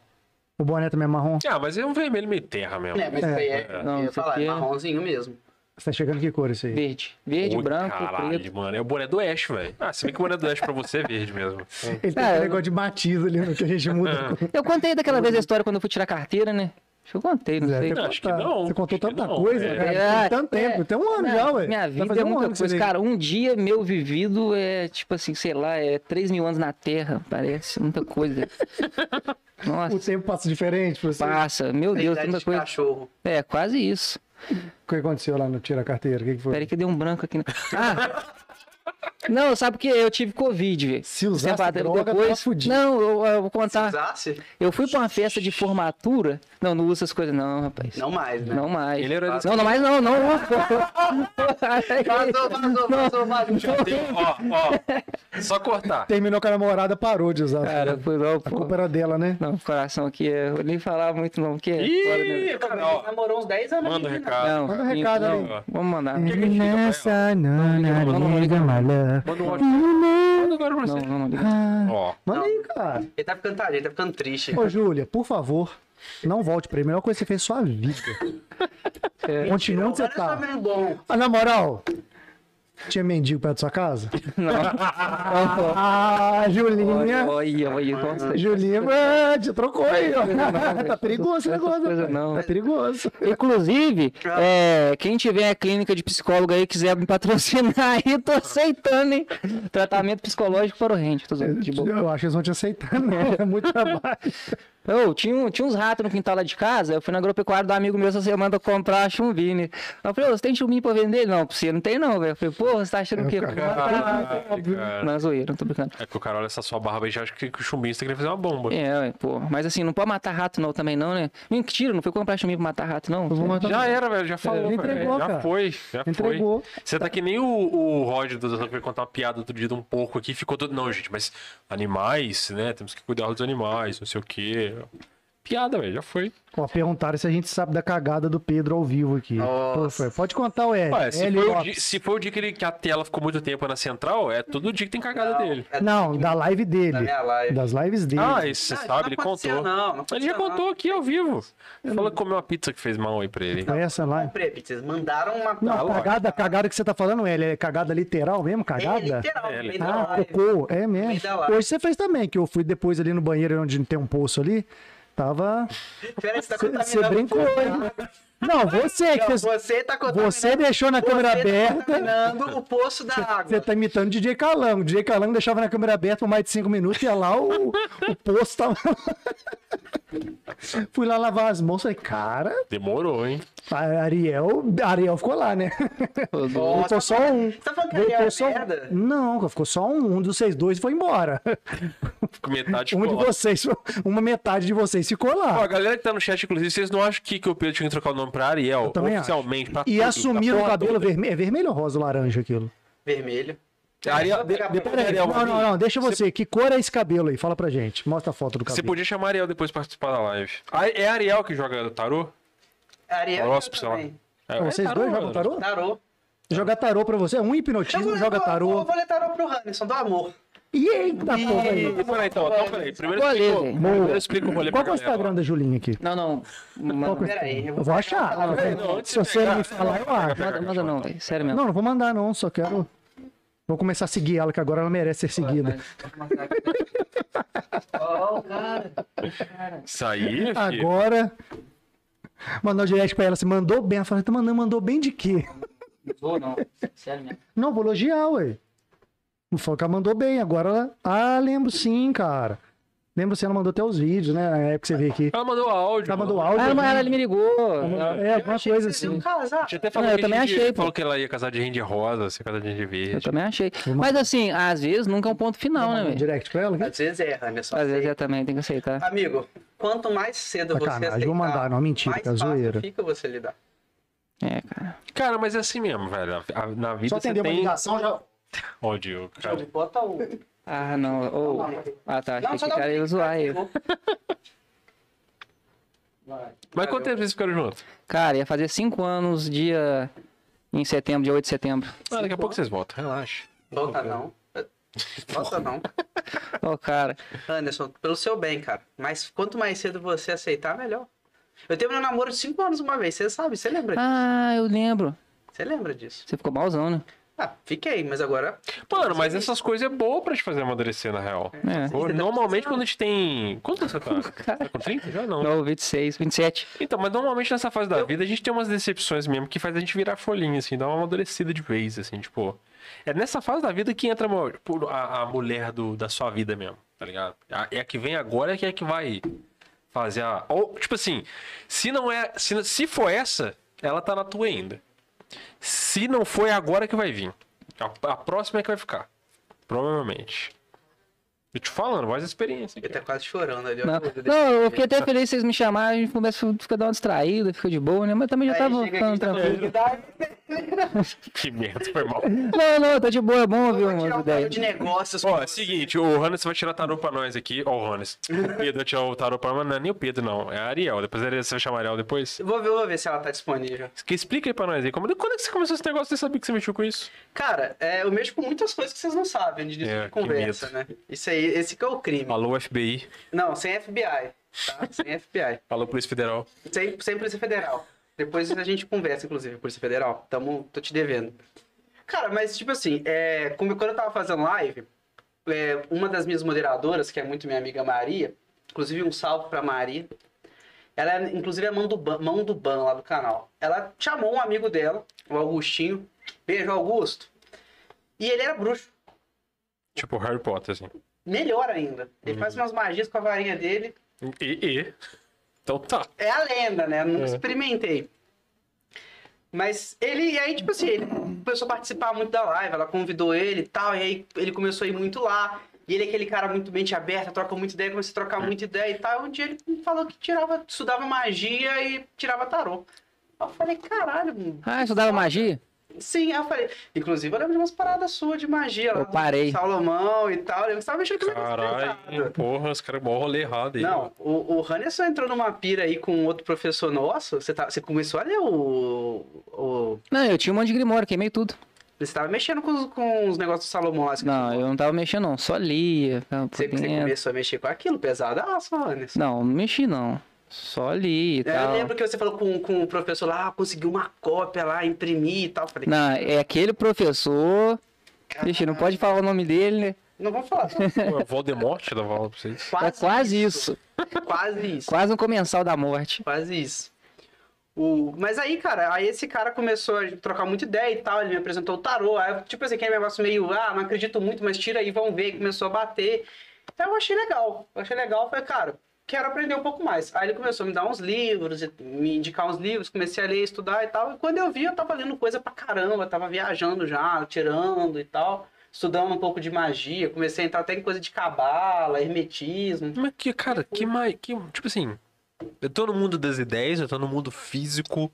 O boné também é marrom.
Ah, mas é um vermelho meio terra mesmo.
É, mas
É.
isso aí é,
Não,
eu ia
isso
falar,
aqui
é
é-
marronzinho mesmo.
Você tá chegando que cor isso aí?
Verde. Verde,
Ui,
branco,
Caralho,
preto.
mano. É o boné do Oeste, velho. Ah, se bem que o boné do Oeste pra você é verde mesmo.
Ele tem
É,
um
eu-
negócio de matiz ali, no que a gente muda. a cor.
Eu contei daquela vez a história quando eu fui tirar carteira, né? Acho que eu contei, não
Zé,
sei.
tem
Acho que
contar.
não,
Você contou
acho que
tanta
não,
coisa,
é.
cara.
É,
Tem tanto tempo,
é,
tem um ano
minha-
já, ué.
Minha
Vai
vida
fazer
é
um
muita
ano que
coisa.
você veio.
Cara, um dia meu vivido é tipo assim, sei lá, é 3 mil anos na Terra, parece. Muita coisa. Nossa,
O tempo passa diferente pra você.
passa. Meu Deus,
Idade
tanta
de
coisa.
cachorro.
É, quase isso.
O que aconteceu lá no Tira Carteira? O que, que foi?
Peraí que deu um branco aqui. né? Ah! Não, sabe porque eu tive Covid, velho.
Se usasse
Tempo atrás,
droga, tava fudido.
Não, eu, eu vou contar.
Usasse?
Eu fui pra uma festa de formatura. Não, não usa essas coisas, não, rapaz.
Não mais, né?
Não mais.
Ele era desse-
Não, não mais não, não. não.
Vazou, vazou, vazou, vazou.
Tem- ó, ó. Só cortar.
Terminou com a namorada, parou de usar.
Cara, foi não,
a
pô.
culpa era dela, né?
Não, coração aqui, eu nem falar muito não, porque... fora, né?
Ih, cara, ó.
Namorou uns 10 anos.
Manda um
menina.
recado.
Não,
Manda um recado
não,
aí.
não, vamos mandar.
que que a gente fica pra
Nessa
liga, não, não liga.
malã.
Manda um áudio. Manda agora pra
Não,
você.
vamos ligar.
Ah,
Ó.
Manda aí, cara.
Ele tá ficando tadinho, ele tá ficando triste.
Ô, Júlia, por favor, não volte pra ele. Melhor coisa que você fez na sua vida.
É.
Continua onde você
Olha só,
tá.
menino bom.
Ah, na moral, tinha mendigo perto da sua casa?
Não,
Ah, Julinha.
olha, olha, olha, nossa.
Julinha, ah, te trocou aí, ó.
Não, não,
Tá perigoso esse
essa
negócio.
coisa
rapaz.
não.
Tá perigoso.
Inclusive, é, quem tiver a clínica de psicólogo aí, quiser me patrocinar aí, tô aceitando, hein? Tratamento psicológico para o rente, tô zoando, de boa.
Eu acho que eles vão te aceitar, não. É muito trabalho.
Ô, tinha, um- tinha uns ratos no quintal lá de casa, eu fui na agropecuária do amigo meu essa semana comprar chumbinho, né? Eu falei, ô, você tem chumbinho pra vender? Ele, Não, pra você não tem não, velho. Eu falei, porra, você tá achando o quê?
Caralho, cara.
Não, zoeira, não tô brincando.
É que o cara olha essa sua barba e já acha que que o chumbinho tá querendo fazer uma bomba.
É, ué, pô. Mas assim, não pode matar rato não também não, né? Mentira, não foi comprar chumbinho pra matar rato não.
Eu vou matar-
Já era, velho. Já falou,
É, ele
velho.
entregou,
Já
cara.
foi. Já
Entregou.
foi. Você tá que nem o, o Roger do que foi contar uma piada outro dia de um porco aqui e ficou todo. Não, gente, mas animais, né? Temos que cuidar dos animais, não sei o quê. Piada, velho. Já foi.
Ó, perguntaram se a gente sabe da cagada do Pedro ao vivo aqui.
Nossa.
Pô, foi. Pode contar o L.
Ué, se,
L
foi o
Lopes.
dia, se foi o dia que, ele- que a tela ficou muito tempo na central, é todo dia que tem cagada dele.
É-
Não, da live dele.
Da minha live.
Das lives dele.
Ah, isso você
Ah, isso
sabe,
não
ele
aconteceu,
contou.
não, não
ele já
aconteceu,
contou aqui ao vivo. Falou que comeu uma pizza que fez mal aí pra ele.
Foi essa live.
Comprei, porque vocês mandaram uma
Não,
lógico.
cagada, cagada que você tá falando, L, é cagada literal mesmo?
É
Cagada?
literal, no meio
tá,
da
Ah,
live.
cocô, é
meio
mesmo.
da live.
Hoje você fez também, que eu fui depois ali no banheiro onde tem um poço ali. Tava.
Pera, você tá
Você
contaminando né?
brincou,
o
hein? Não, você que
Não,
você,
você tá contaminando.
você deixou na câmera
você Tá
aberta.
contaminando o poço da água.
Você tá imitando o DJ Calango. O DJ Calango deixava na câmera aberta por mais de cinco minutos e ia lá o, o poço tava. Fui lá lavar as mãos, falei, cara,
Demorou, hein?
a Ariel, a Ariel ficou lá, né?
Nossa,
Voltou só um.
Você tá falando que ele é
Voltou
uma
só um.
merda?
Não, ficou só um. Um dos seis dois foi embora.
Ficou metade
um de
ficou lá.
vocês, uma metade de vocês ficou
Ó, a
lá.
galera que tá no chat, inclusive, vocês não acham que, que o Pedro tinha que trocar o nome pra Ariel
também acho.
oficialmente? Pra tá
E
tudo, então.
assumiram
pra
o
porra
cabelo
toda?
vermelho. É vermelho ou rosa ou laranja aquilo?
Vermelho.
Ariel, de- de-
Peraí,
É, Ariel,
Não, não, não, deixa você. Que cor é esse cabelo aí? Fala pra gente. Mostra a foto do
Você
cabelo.
podia chamar Ariel depois pra participar da live. A- É Ariel que joga tarô?
Ariel
Horóscopo, sei lá.
também.
É,
Não,
é
Vocês dois jogam tarô?
Tarô.
Jogar tarô pra você. Um
Eu
hipnotismo,
vou-
joga
vou-
tarô.
Eu vou ler tarô pro Hanson, do amor.
E eita, porra aí.
Então, peraí, então, então, peraí. Primeiro
Vou
explica,
ler,
o-
velho.
primeiro explica o rolê
é Qual que
pra
é o
galera.
Instagram da Julinha aqui?
Não, não. Manda,
Qual que é o
Pera aí, eu
Instagram?
vou
Eu vou achar.
não, antes
Se
de
você
pegar-
me falar, eu acho.
manda, manda não, velho. Sério mesmo.
Não, não vou mandar não, só quero... Vou começar a seguir ela, que agora ela merece ser seguida.
Ó, cara.
Isso aí, filho.
Agora... Mandar um direct pra ela, se mandou bem. Ela falou, tá mandando, mandou bem de quê?
Não vou, não. Sério mesmo.
Não, vou elogiar, ué. Não falou que ela mandou bem. Agora ela. Ah, lembro sim, cara. Lembro sim, ela mandou até os vídeos, né? Na época que você veio aqui.
Ela mandou áudio.
Ela mandou
mano.
áudio.
Ah, mas ela me ligou.
É, alguma coisa assim.
Ah.
A gente até falou
Não, eu
que
também
a gente
achei, pô.
falou que ela ia casar de rende rosa, você casar de rende verde.
Eu também achei. Mas assim, às vezes nunca é um ponto final, né,
Um
velho?
direct pra ela?
Às vezes erra, né? Só
Às vezes
sei.
eu também tenho que aceitar.
Amigo, quanto mais cedo você
Sacanagem,
aceitar,
vou mandar, não, mentira,
mais
que é
fácil
zoeira.
fica você lidar.
É, cara.
Cara, mas é assim mesmo, velho. A- a- Na vida
Só
você
atender uma
tem
ligação já.
ódio, cara.
Bota
um.
o.
Ah, não. Ô. Ah, tá. Achei que o
dá um
cara ia
clique,
zoar
cara,
ele.
acabou.
Vai.
Mas quanto tempo vocês ficaram juntos?
Cara, ia fazer cinco anos dia. Em setembro, dia 8 de setembro.
Ah, daqui a pouco vocês voltam, relaxa.
Volta não. Volta não.
Ô, cara.
Anderson, pelo seu bem, cara. Mas quanto mais cedo você aceitar, melhor. Eu teve um namoro de 5 anos uma vez, você sabe, você lembra disso?
Ah, eu lembro.
Você lembra disso?
Você ficou malzão, né?
Ah, fiquei, mas agora.
Mano, mas essas coisas é boa pra te fazer amadurecer, na real.
É.
Ou, Normalmente quando a gente tem. Quanto você tá? Você tá com 30? Já não.
Não, 26, 27.
Então, mas normalmente nessa fase da vida a gente tem umas decepções mesmo que faz a gente virar folhinha, assim, dar uma amadurecida de vez, assim, tipo. É nessa fase da vida que entra a, mo- por- a- a mulher do, da sua vida mesmo, tá ligado? A- É a que vem agora, é que é que vai fazer a. Ou, tipo assim, se não é. Se, não- se for essa, ela tá na tua ainda. Se não foi agora é que vai vir. A, a próxima é que vai ficar. Provavelmente. Eu te falando, mais experiência.
Ele tá quase chorando ali. ó.
Não,
Meu Deus.
não, eu fiquei até feliz que vocês me chamaram, a gente começa a ficar dar uma distraída, fica de boa, né? Mas também já
Aí
tava
chega aqui,
ficando
tá
tranquilo.
Que merda, foi mal.
Não, não, tá de boa, é bom, viu,
Vou tirar
mano?
um papo de negócios.
Ó, é o seguinte, o Hannes vai tirar tarô pra nós aqui. Ó, o Hannes. O Pedro vai tirar o tarô pra nós. Não é nem o Pedro, não. É a Ariel. Depois a Ariel- você vai chamar a Ariel depois.
Vou ver, vou ver se ela tá disponível.
Que explica aí pra nós aí. Como, quando é que você começou esse negócio? Você sabia que você mexeu com isso?
Cara, é, eu mexo com muitas coisas que vocês não sabem de
É,
é,
que
conversa, né? Isso aí, esse que é o crime.
Alô, FBI.
Não, sem FBI. Tá? Sem FBI.
Alô, Polícia Federal.
Sem, sem Polícia Federal. Depois a gente conversa, inclusive, Polícia Federal. Tamo, tô te devendo. Cara, mas tipo assim, é, como- quando eu tava fazendo live, é, uma das minhas moderadoras, que é muito minha amiga Maria, inclusive um salve pra Maria. Ela é, inclusive, é mão do, ban, mão do ban lá do canal. Ela chamou um amigo dela, o Augustinho. Beijo, Augusto. E ele era bruxo.
Tipo Harry Potter, assim.
Melhor ainda. Ele faz umas magias com a varinha dele.
E, e. Então tá.
É a lenda, né? Eu Nunca
É.
experimentei. Mas ele, e aí, tipo assim, ele começou a participar muito da live, ela convidou ele e tal, e aí ele começou a ir muito lá. E ele é aquele cara muito mente aberta, troca muita ideia, começou a trocar muita ideia e tal. E um dia ele falou que tirava, estudava magia e tirava tarô. Aí Eu falei, caralho, mano.
Ah, estudava magia?
sim, aí eu falei. Inclusive, eu lembro de umas paradas suas de magia lá.
Eu
do
parei.
Salomão e tal. Eu estava mexendo com esse negócio pesado.
Caralho, porra, os caras mó rolê errado aí.
Não, o, o Hannes só entrou numa pira aí com outro professor nosso. Você, tá, você começou a ler o, o-
Não, eu tinha um monte de grimório, queimei tudo.
Você tava mexendo com os, com os negócios do Salomão lá. Você,
Não, eu não tava mexendo, não. Só lia, ficava por
você, você
dentro.
começou a mexer com aquilo, pesadaço, Hannes.
Não, não mexi, não. Só li e
É, Eu
tal.
lembro que você falou com, com o professor lá, ah, conseguiu uma cópia lá, imprimir e tal. Eu Falei, não,
Não, é aquele professor. Vixe, não pode falar o nome dele, né?
vamos falar.
Pô, é Voldemort da vala pra vocês.
É quase isso.
Quase isso.
Quase um comensal da morte.
Quase isso. O... Mas aí, cara, aí esse cara começou a trocar muita ideia e tal, ele me apresentou o tarô, aí, eu, tipo assim, aquele negócio meio, ah, não acredito muito, mas tira aí, vão ver, e começou a bater. Então eu achei legal, eu achei legal, eu falei, cara, quero aprender um pouco mais. Aí ele começou a me dar uns livros, e me indicar uns livros, comecei a ler, estudar e tal, e quando eu vi, eu tava lendo coisa pra caramba, eu tava viajando já, tirando e tal, estudando um pouco de magia, comecei a entrar até em coisa de cabala, hermetismo.
Mas que, cara, que mais. Que, tipo assim, eu tô no mundo das ideias, eu tô no mundo físico,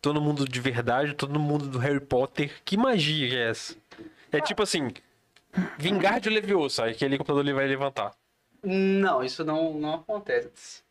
tô no mundo de verdade, eu tô no mundo do Harry Potter. Que magia que é essa? É tipo assim. Vingar de Leviosa, aí aquele computador ele vai levantar.
Não, isso não, não acontece.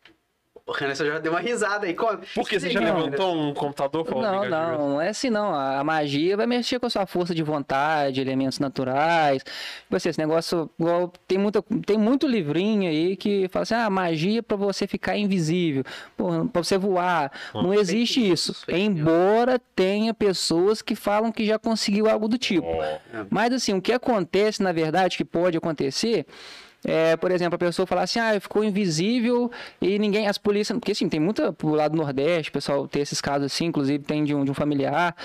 O Renan só já deu uma risada aí. Como?
Por quê? Você já
Não,
levantou um computador falando
Não,
vingar de Leviosa?
não, não é assim não. A a magia vai mexer com a sua força de vontade, elementos naturais. Tipo assim, esse negócio. igual, tem, muita, tem muito livrinho aí que fala assim: ah, magia pra você ficar invisível, pô, pra você voar. Não existe isso.
fake news.
Embora tenha pessoas que falam que já conseguiu algo do tipo. Mas assim, o que acontece, na verdade, que pode acontecer, É, por exemplo, a pessoa falar assim, ah, ficou invisível e ninguém, as polícias, porque assim, tem muita, pro lado do Nordeste, o pessoal tem esses casos assim, inclusive tem de um, de um familiar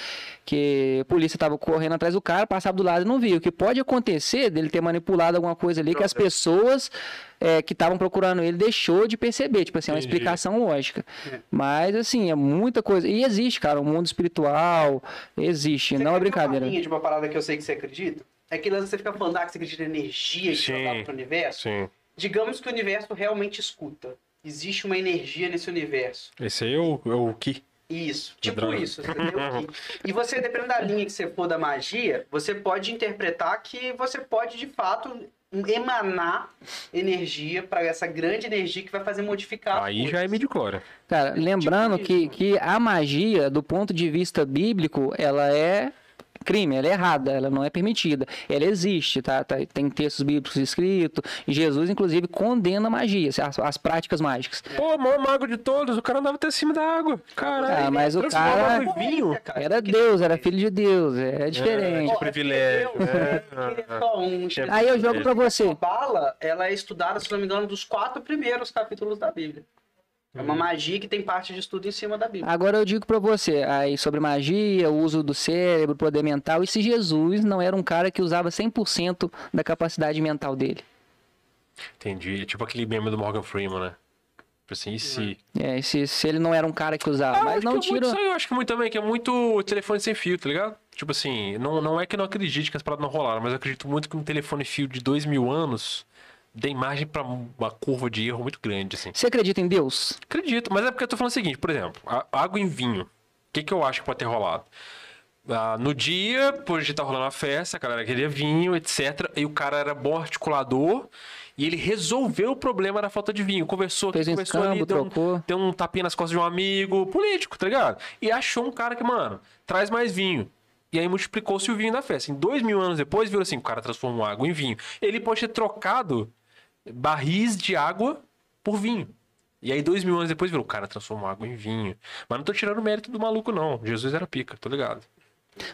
que a polícia tava correndo atrás do cara, passava do lado e não via. O que pode acontecer dele ter manipulado alguma coisa ali que as pessoas é, que estavam procurando ele deixou de perceber, tipo assim, é uma
Entendi.
explicação lógica. Mas assim, é muita coisa, e existe, cara, o mundo espiritual existe,
Você
não
quer ver
é brincadeira.
Uma linha de uma parada que eu sei que você acredita? É que lance que você fica falando ah, que você acredita em energia e que
Sim.
para pro universo.
Sim.
Digamos que o universo realmente escuta. Existe uma energia nesse universo.
Esse aí é o, é o que?
Isso, tipo
Droga.
isso, entendeu? Que- E você, dependendo da linha que você for da magia, você pode interpretar que você pode, de fato, emanar energia para essa grande energia que vai fazer modificar. as
Aí já é
coisas.
midichlorian.
Cara, lembrando
tipo
que,
isso.
que a magia, do ponto de vista bíblico, ela é crime, ela é errada, ela não é permitida. Ela existe, tá? Tá- Tem textos bíblicos escritos. e Jesus, inclusive, condena a magia, as, as práticas mágicas.
Pô, o maior mago de todos, o cara andava até cima da água. Caralho,
Ah, mas o
transformava
cara-
em vinho.
Cara,
Era Deus, era filho de Deus, é diferente.
de privilégio,
Deus,
né?
ele é só um.
É.
Aí eu jogo pra você.
Bala, ela é estudada, se não me engano, dos quatro primeiros capítulos da Bíblia. É
Hum.
uma magia que tem parte de estudo em cima da Bíblia.
Agora eu digo pra você, aí sobre magia, o uso do cérebro, poder mental, e se Jesus não era um cara que usava 100% da capacidade mental dele?
Entendi. É tipo aquele meme do Morgan Freeman, né? Tipo assim, e se.
É, e se, se ele não era um cara que usava,
Ah,
mas
acho
não
que é muito-
tira...
sabe, eu acho que muito também, que é muito telefone sem fio, tá ligado? Tipo assim, não, não é que eu não acredite que as paradas não rolaram, mas eu acredito muito que um telefone fio de dois mil anos dê margem pra uma curva de erro muito grande, assim.
Você acredita em Deus?
Acredito, mas é porque eu tô falando o seguinte, por exemplo, a- água em vinho. O que, que eu acho que pode ter rolado? Ah, no dia, por a gente tá rolando a festa, a galera queria vinho, etc. E o cara era bom articulador e ele resolveu o problema da falta de vinho. Conversou,
Fez um
conversou
escambo,
deu um,
trocou.
deu um tapinha nas costas de um amigo político, tá ligado? E achou um cara que, mano, traz mais vinho. E aí multiplicou-se o vinho da festa. Em dois mil anos depois, viu assim, o cara transformou água em vinho. Ele pode ter trocado barris de água por vinho. E aí, dois mil anos depois, virou, o cara transformou água em vinho. Mas não tô tirando o mérito do maluco, não. Jesus era pica, tô ligado.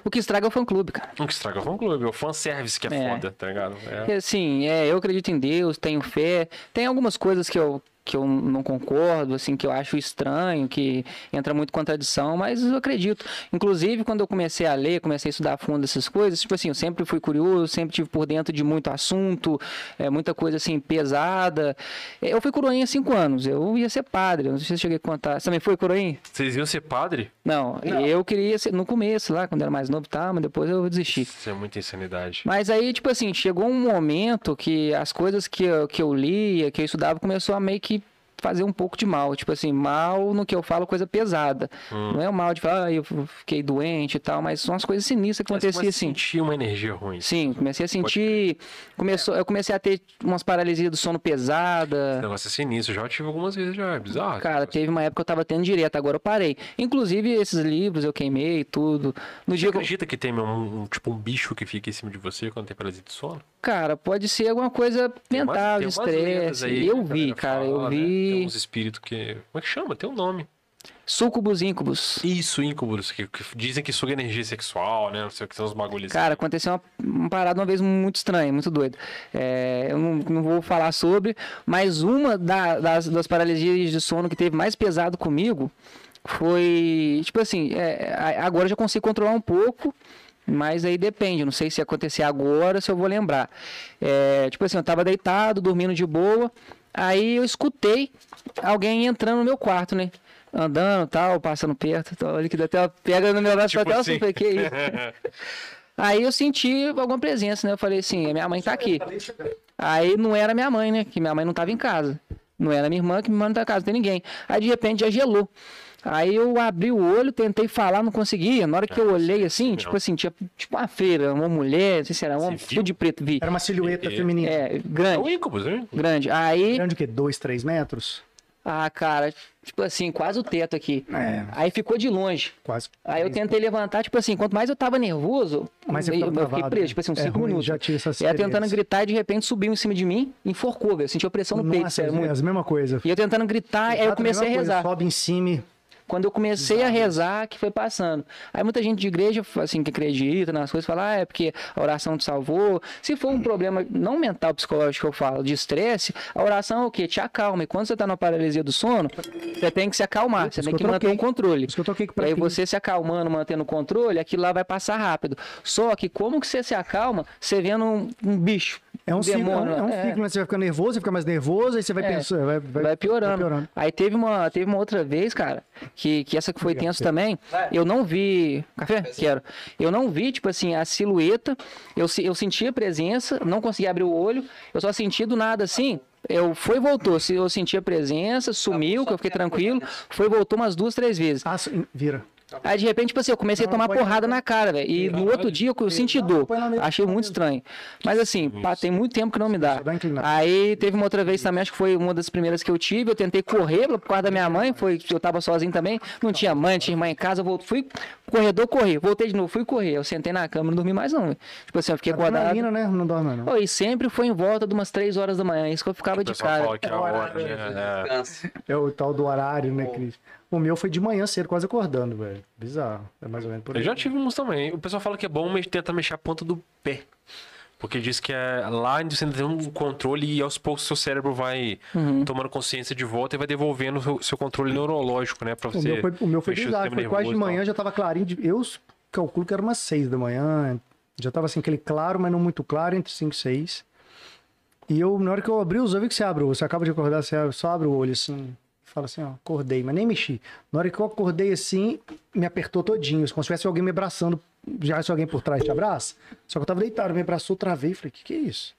O que estraga é o fã-clube, cara.
Não que estraga o fã-clube, é o fanservice que é,
É.
foda, tá ligado? É.
Porque, assim, é, eu acredito em Deus, tenho fé. Tem algumas coisas que eu, que eu não concordo, assim, que eu acho estranho, que entra muito em contradição, mas eu acredito. Inclusive, quando eu comecei a ler, comecei a estudar a fundo essas coisas, tipo assim, eu sempre fui curioso, sempre tive por dentro de muito assunto, é, muita coisa, assim, pesada. É, Eu fui coroinha há cinco anos, eu ia ser padre, eu não sei se eu cheguei a contar. Você também foi coroinha?
Vocês iam ser padre?
Não, eu queria ser, no começo lá, quando era mais novo, tá, mas depois eu desisti.
Isso é muita insanidade.
Mas aí, tipo assim, chegou um momento que as coisas que eu, que eu lia, que eu estudava, começou a meio que fazer um pouco de mal. Tipo assim, mal no que eu falo, coisa pesada.
Hum.
Não é o mal de falar, ah, eu fiquei doente e tal, mas são as coisas sinistras que
Mas
aconteciam assim.
sentia uma energia ruim.
Sim, comecei a sentir. Começou, eu comecei a ter umas paralisias do sono
Esse
pesada.
negócio é sinistro, eu já tive algumas vezes já, é bizarro.
Cara, teve uma época que eu tava tendo direto, agora eu parei. Inclusive, esses livros eu queimei tudo. No
Você
dia que eu-
acredita que tem um, um- tipo um bicho que fica em cima de você quando tem paralisia de sono?
Cara, pode ser alguma coisa
Tem umas-
mental,
tem
de
umas lendas
estresse.
aí que a
Eu vi,
galera
cara,
fala,
eu
né?
vi.
Tem uns espíritos que... Como é que chama? Tem um nome.
Sucubus e íncubus.
Isso, íncubos, que, que dizem que suga energia sexual, né? Não sei o que são os bagulhos.
Cara, aconteceu uma, uma parada uma vez muito estranha, muito doida. É, eu não, não vou falar sobre, mas uma da- das, das paralisias de sono que teve mais pesado comigo foi. Tipo assim, é, a- agora eu já consigo controlar um pouco. Mas aí depende, não sei se acontecer agora, se eu vou lembrar. É, tipo assim, eu tava deitado, dormindo de boa, aí eu escutei alguém entrando no meu quarto, né? Andando tal, passando perto, tal, olha que dá até uma pega no meu braço,
Tipo
dá até
assim.
assim, que isso? Aí eu senti alguma presença, né? Eu falei assim, minha mãe tá aqui. Aí não era minha mãe, né? Que minha mãe não tava em casa. Não era minha irmã, que minha irmã não tá em casa, não tem ninguém. Aí de repente já gelou. Aí eu abri o olho, tentei falar, não conseguia. Na hora
Ah,
que eu olhei assim,
não.
tipo assim, tinha tipo uma feira, uma mulher, não sei se era um homem,
viu?
tudo de preto, vi.
Era uma silhueta
É.
feminina.
É,
É o
grande,
íncubus, né?
grande. Aí,
Grande o quê? 2, 3 metros?
ah, cara, tipo assim, quase o teto aqui.
É,
Aí ficou de longe.
quase.
Aí eu tentei levantar, tipo assim, quanto mais eu tava nervoso,
Mas você
eu,
ficava
eu fiquei
travado,
preso,
né?
tipo assim, uns
É
5
ruim,
minutos.
já tive essas
Ela tentando
experiências.
gritar e de repente subiu em cima de mim, enforcou, velho. Eu senti a pressão no peito,
Nossa,
sério,
as
muito. Ah, é
mesma coisa.
E eu tentando gritar, aí eu
Exato,
comecei a
mesma coisa,
rezar.
Sobe em cima. e-
Quando eu comecei a rezar, que foi passando. Aí muita gente de igreja, assim, que acredita nas coisas, fala, ah, é porque a oração te salvou. Se
Uhum.
for um problema, não mental, psicológico, eu falo, de estresse, a oração é o quê? Te acalma. E quando você tá na paralisia do sono, você tem que se acalmar, você
Isso
tem
que
que
eu
manter um
troquei.
controle.
Por isso que eu toquei com
E aí
pratinho.
você se acalmando, mantendo o controle, aquilo lá vai passar rápido. Só que como que você se acalma? Você vendo um, um bicho,
É um ciclo, é um- é um
é.
ciclo, né? Você vai ficando nervoso, você fica mais nervoso, aí você vai
É,
pensando. Vai,
vai, piorando. Aí teve uma, teve uma outra vez, cara, que, que essa que foi tenso também.
né?
Eu não vi. Café? Quero. Eu não vi, tipo assim, a silhueta. Eu, se- eu senti a presença, não conseguia abrir o olho. Eu só senti do nada assim. Eu foi e voltou. se- Eu senti a presença, sumiu, que eu fiquei tranquilo. Foi e voltou umas duas, três vezes.
Ah, sim, vira.
Aí de repente, tipo assim, eu comecei a tomar porrada na cara, velho. E no outro dia eu senti dor. Achei muito estranho. Mas assim, pá, tem muito tempo que não me dá.
dá uma inclinada.
Aí teve uma outra vez também, acho que foi uma das primeiras que eu tive. Eu tentei correr por causa da minha mãe, foi que eu tava sozinho também. Não tinha mãe, tinha irmã em casa. Eu vol- fui pro corredor, corri. Voltei de novo, fui correr. Eu sentei na cama, não dormi mais não, velho. Tipo assim, eu fiquei acordado.
Adrenalina, né? Não dorme, não.
Pô, e sempre foi em volta de umas três horas da manhã, isso que eu ficava
O
de
pessoal
cara.
fala que é a hora, né?
Descanso.
É o tal do horário, né, Cris? O meu foi de manhã cedo, quase acordando, velho. Bizarro. É mais ou menos por
Eu
aí.
já tive uns também. O pessoal fala que é bom, mas tenta mexer a ponta do pé. Porque diz que é lá onde você tem um controle e aos poucos seu cérebro vai
Uhum.
tomando consciência de volta e vai devolvendo o seu, seu controle neurológico, né? Pra
O
você.
meu foi, o meu foi
mexer o
bizarro.
sistema
Foi quase
nervoso
de
e tal.
manhã, já tava clarinho. de- Eu s- calculo que era umas seis da manhã. Já tava assim, aquele claro, mas não muito claro, entre cinco e seis. E eu, na hora que eu abri os olhos, eu vi que você abre o olho. Você acaba de acordar, você abre- só abre o olho assim. Fala assim, ó, acordei, mas nem mexi. Na hora que eu acordei assim, me apertou todinho. Como se tivesse alguém me abraçando. Já se alguém por trás te abraça. Só que eu tava deitado, me abraçou, travei. Falei, o que, que é isso?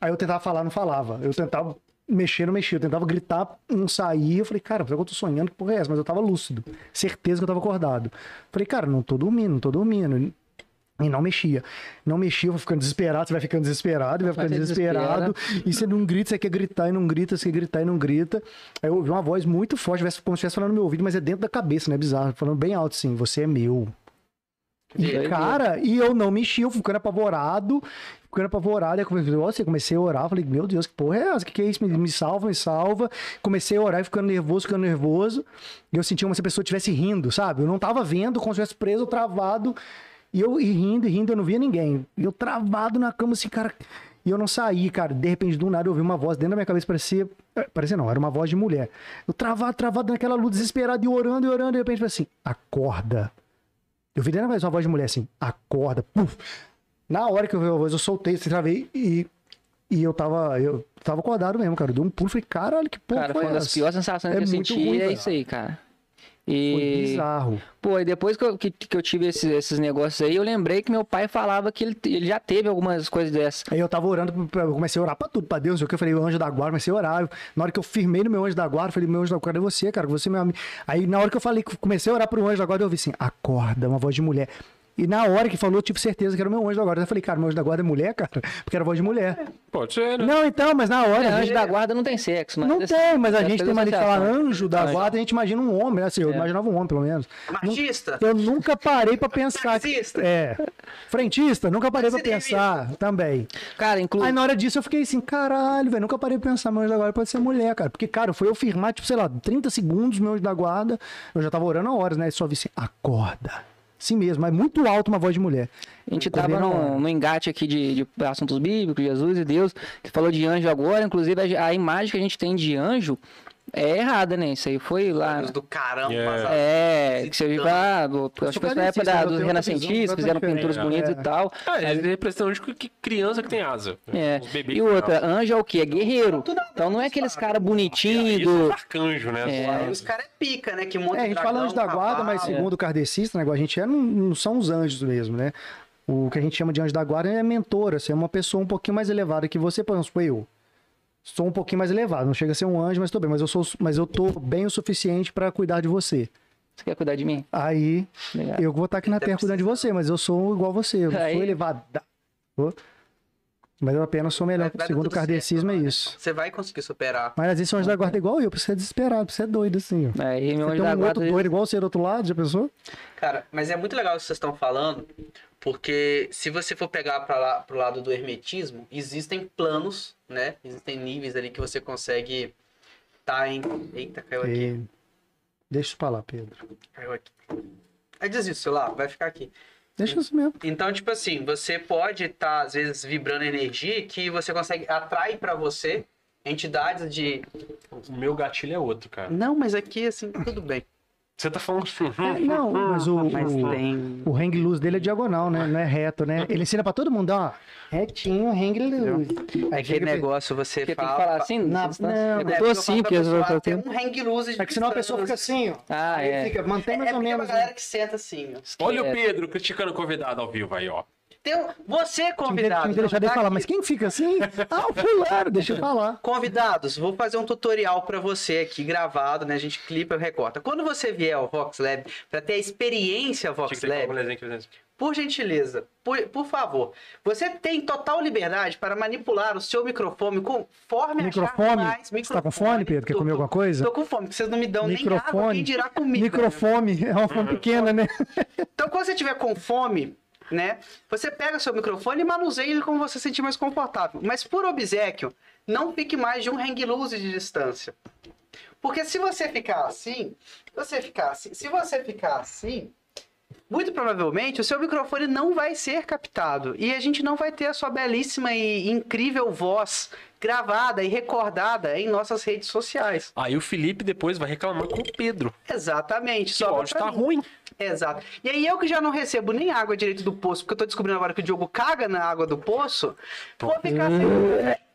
Aí eu tentava falar, não falava. Eu tentava mexer, não mexia. Eu tentava gritar, não saía. Eu falei, cara, será que eu tô sonhando? Que porra é essa? Mas eu tava lúcido. Certeza que eu tava acordado. Falei, cara, não tô dormindo, não tô dormindo. E não mexia. Não mexia, eu vou ficando desesperado, você vai ficando desesperado, vai
Vai
ficando
ter
desesperado. E você não grita, você quer gritar e não grita, você quer gritar e não grita. Aí eu ouvi uma voz muito forte, tivesse- como se estivesse falando no meu ouvido, mas é dentro da cabeça, né? Bizarro. Falando bem alto assim, você é meu. E,
doideira.
cara, e eu não mexi, eu fui ficando apavorado, ficando apavorado. Aí eu comecei, nossa, eu comecei a orar, falei, meu Deus, que porra é essa? Que que é isso? Me, me salva, me salva. Comecei a orar e ficando nervoso, ficando nervoso. E eu sentia como se a pessoa estivesse rindo, sabe? Eu não tava vendo, como se estivesse preso, travado. E eu e rindo, e rindo, eu não via ninguém. E eu travado na cama, assim, cara. E eu não saí, cara. De repente, do nada, eu ouvi uma voz dentro da minha cabeça, parecia. eh, Parecia não, era uma voz de mulher. Eu travado, travado naquela luta, desesperado, e orando, e orando, e de repente, assim, acorda. Eu vi dentro da voz uma voz de mulher assim, acorda, puf. Na hora que eu vi a voz, eu soltei, se travei e, e eu tava. Eu tava acordado mesmo, cara. Eu dei um pulo e falei, caralho, que porra
Cara,
foi,
foi uma das
essa?
piores sensações
É
que eu
muito
senti.
ruim,
é
cara.
isso aí, cara.
Foi
E.
bizarro.
Pô, e depois que eu, que, que eu tive esses, esses negócios aí, eu lembrei que meu pai falava que ele, ele já teve algumas coisas dessas.
Aí eu tava orando, pra- eu comecei a orar pra tudo, pra Deus, não sei o que eu falei, o anjo da guarda, comecei a orar. Na hora que eu firmei no meu anjo da guarda, eu falei, meu anjo da guarda é você, cara, você é meu amigo. Aí na hora que eu falei, que comecei a orar pro anjo da guarda, eu ouvi assim, acorda, uma voz de mulher. E na hora que falou, eu tive certeza que era o meu anjo da guarda. Eu falei, cara, meu anjo da guarda é mulher, cara, porque era voz de mulher.
Pode ser, né?
Não, então, mas na hora.
É,
a
anjo
gente-
da guarda não tem sexo, mas.
Não
assim,
tem, mas a
as
gente tem
coisas
mania de falar
associadas.
anjo da
Anjo.
guarda, a gente imagina um homem, né? assim, eu imaginava um homem, pelo menos.
Machista.
Eu nunca parei pra pensar. que-
Taxista.
É. Frentista, nunca parei pra pensar também.
Cara, inclusive.
Aí na hora disso eu fiquei assim, caralho, velho, nunca parei pra pensar, meu anjo da guarda pode ser mulher, cara. Porque, cara, foi eu firmar, tipo, sei lá, 30 segundos, meu anjo da guarda. Eu já tava orando há horas, né? E só vi assim, acorda. Assim mesmo, mas muito alto uma voz de mulher.
A gente
Tá
tava
vendo,
num,
mano?
num engate aqui de, de assuntos bíblicos, Jesus e Deus, que falou de anjo agora, inclusive a ge- a, imagem que a gente tem de anjo é errada, né? Isso aí foi lá.
Olhos do caramba.
Yeah.
azar.
É, que você viu lá, acho que foi na época
kardecista,
da- dos
eu tenho uma visão
renascentistas, fizeram
completamente
pinturas
diferente,
bonitas
é.
e tal.
É, ele representa de que criança que tem asa. Um
É.
Os bebês
E
que tem
outra,
asa.
anjo é o quê? É
Tá
guerreiro. Então não é aqueles caras
Isso
bonitinhos
é
do.
arcanjo, né?
Aí os caras é pica, né? Que monta
É, a gente fala anjo da guarda, mas segundo o kardecista, né, igual a gente é, não, não são os anjos mesmo, né? O que a gente chama de anjo da guarda é mentora, você é uma pessoa um pouquinho mais elevada que você, por exemplo, eu. Sou um pouquinho mais elevado, não chega a ser um anjo, mas tô bem, mas eu sou, mas eu tô bem o suficiente pra cuidar de você.
Você quer cuidar de mim?
Aí
Obrigado.
eu vou estar aqui na terra cuidando de você, mas eu sou igual a você, eu
Aí-
sou elevado. Mas eu apenas sou melhor,
Vai- vai dar
segundo o
tudo certo,
kardecismo é
mano.
isso.
Você vai conseguir superar.
Mas às vezes o anjo da guarda é igual eu, pra você é desesperado, pra você é doido assim. ó.
Aí meu
Você
anjo
tem
da
um outro
guarda.
doido igual você do outro lado, já pensou?
Cara, mas é muito legal o que vocês estão falando, porque se você for pegar para lá pro lado do hermetismo, existem planos, né? Existem níveis ali que você consegue tá em. Eita, caiu aqui.
E- É, Deixa isso pra lá, Pedro.
Aí diz isso lá, vai ficar aqui.
Deixa isso mesmo.
Então, tipo assim, você pode estar, às vezes, vibrando energia que você consegue atrai pra você entidades de.
O meu gatilho é outro, cara.
Não, mas aqui, assim, tudo bem. Uhum.
Você tá falando assim.
É, não, mas o,
Mas
o,
Hum, tem. Hum.
o hang loose dele é diagonal, né? Não é reto, né? Ele ensina pra todo mundo, ó. Retinho, hang loose. Aí assim,
Aquele
chega-
É negócio você
Porque tem que
fala.
falar assim?
Na-
distância?
não,
eu
É,
tô assim,
porque eu falo pra
simples, eu
pessoa,
tô
"Ah, tem
tendo.
um hang loose de
É que senão a pessoa fica
distância."
assim, ó.
Ah,
Aí
é.
fica, mantém mais
É
ou
porque tem uma
menos. né?
galera que senta assim, ó.
Olha o
É.
Pedro criticando o convidado ao vivo aí, ó.
Tem um- Você,
Tinha que- tinha
convidado.
que deixar
não
ele
tá
um, falar,
aqui.
mas quem fica assim? Ah, o fulano, deixa eu falar.
Convidados, vou fazer um tutorial pra você aqui gravado, né? A gente clipa e recorta. Quando você vier ao Vox Lab pra ter a experiência
Tinha que
Vox
ter uma
Lab,
mulherzinha que fizesse.
por gentileza, por, por favor, você tem total liberdade para manipular o seu microfone conforme
Microfone?
achar mais.
Você tá com fone, Pedro? Quer
Tô-
comer
tô- né?
alguma coisa?
Tô com fome, porque vocês não me dão nem água,
Microfone.
quem dirá comida.
Microfone, é uma
Uhum.
fome pequena, né?
Então, quando você tiver com fome, né? Você pega seu microfone e manuseia ele como você se sentir mais confortável. Mas por obsequio, não fique mais de um hang loose de distância. Porque se você ficar assim, se você ficar assim, se você ficar assim, muito provavelmente o seu microfone não vai ser captado e a gente não vai ter a sua belíssima e incrível voz gravada e recordada em nossas redes sociais.
Aí o Felipe depois vai reclamar com o Pedro.
Exatamente.
Que o
sobra
áudio
pra
tá
mim.
ruim.
Exato. E aí eu que já não recebo nem água direito do poço, porque eu tô descobrindo agora que o Diogo caga na água do poço, vou ficar sem.
O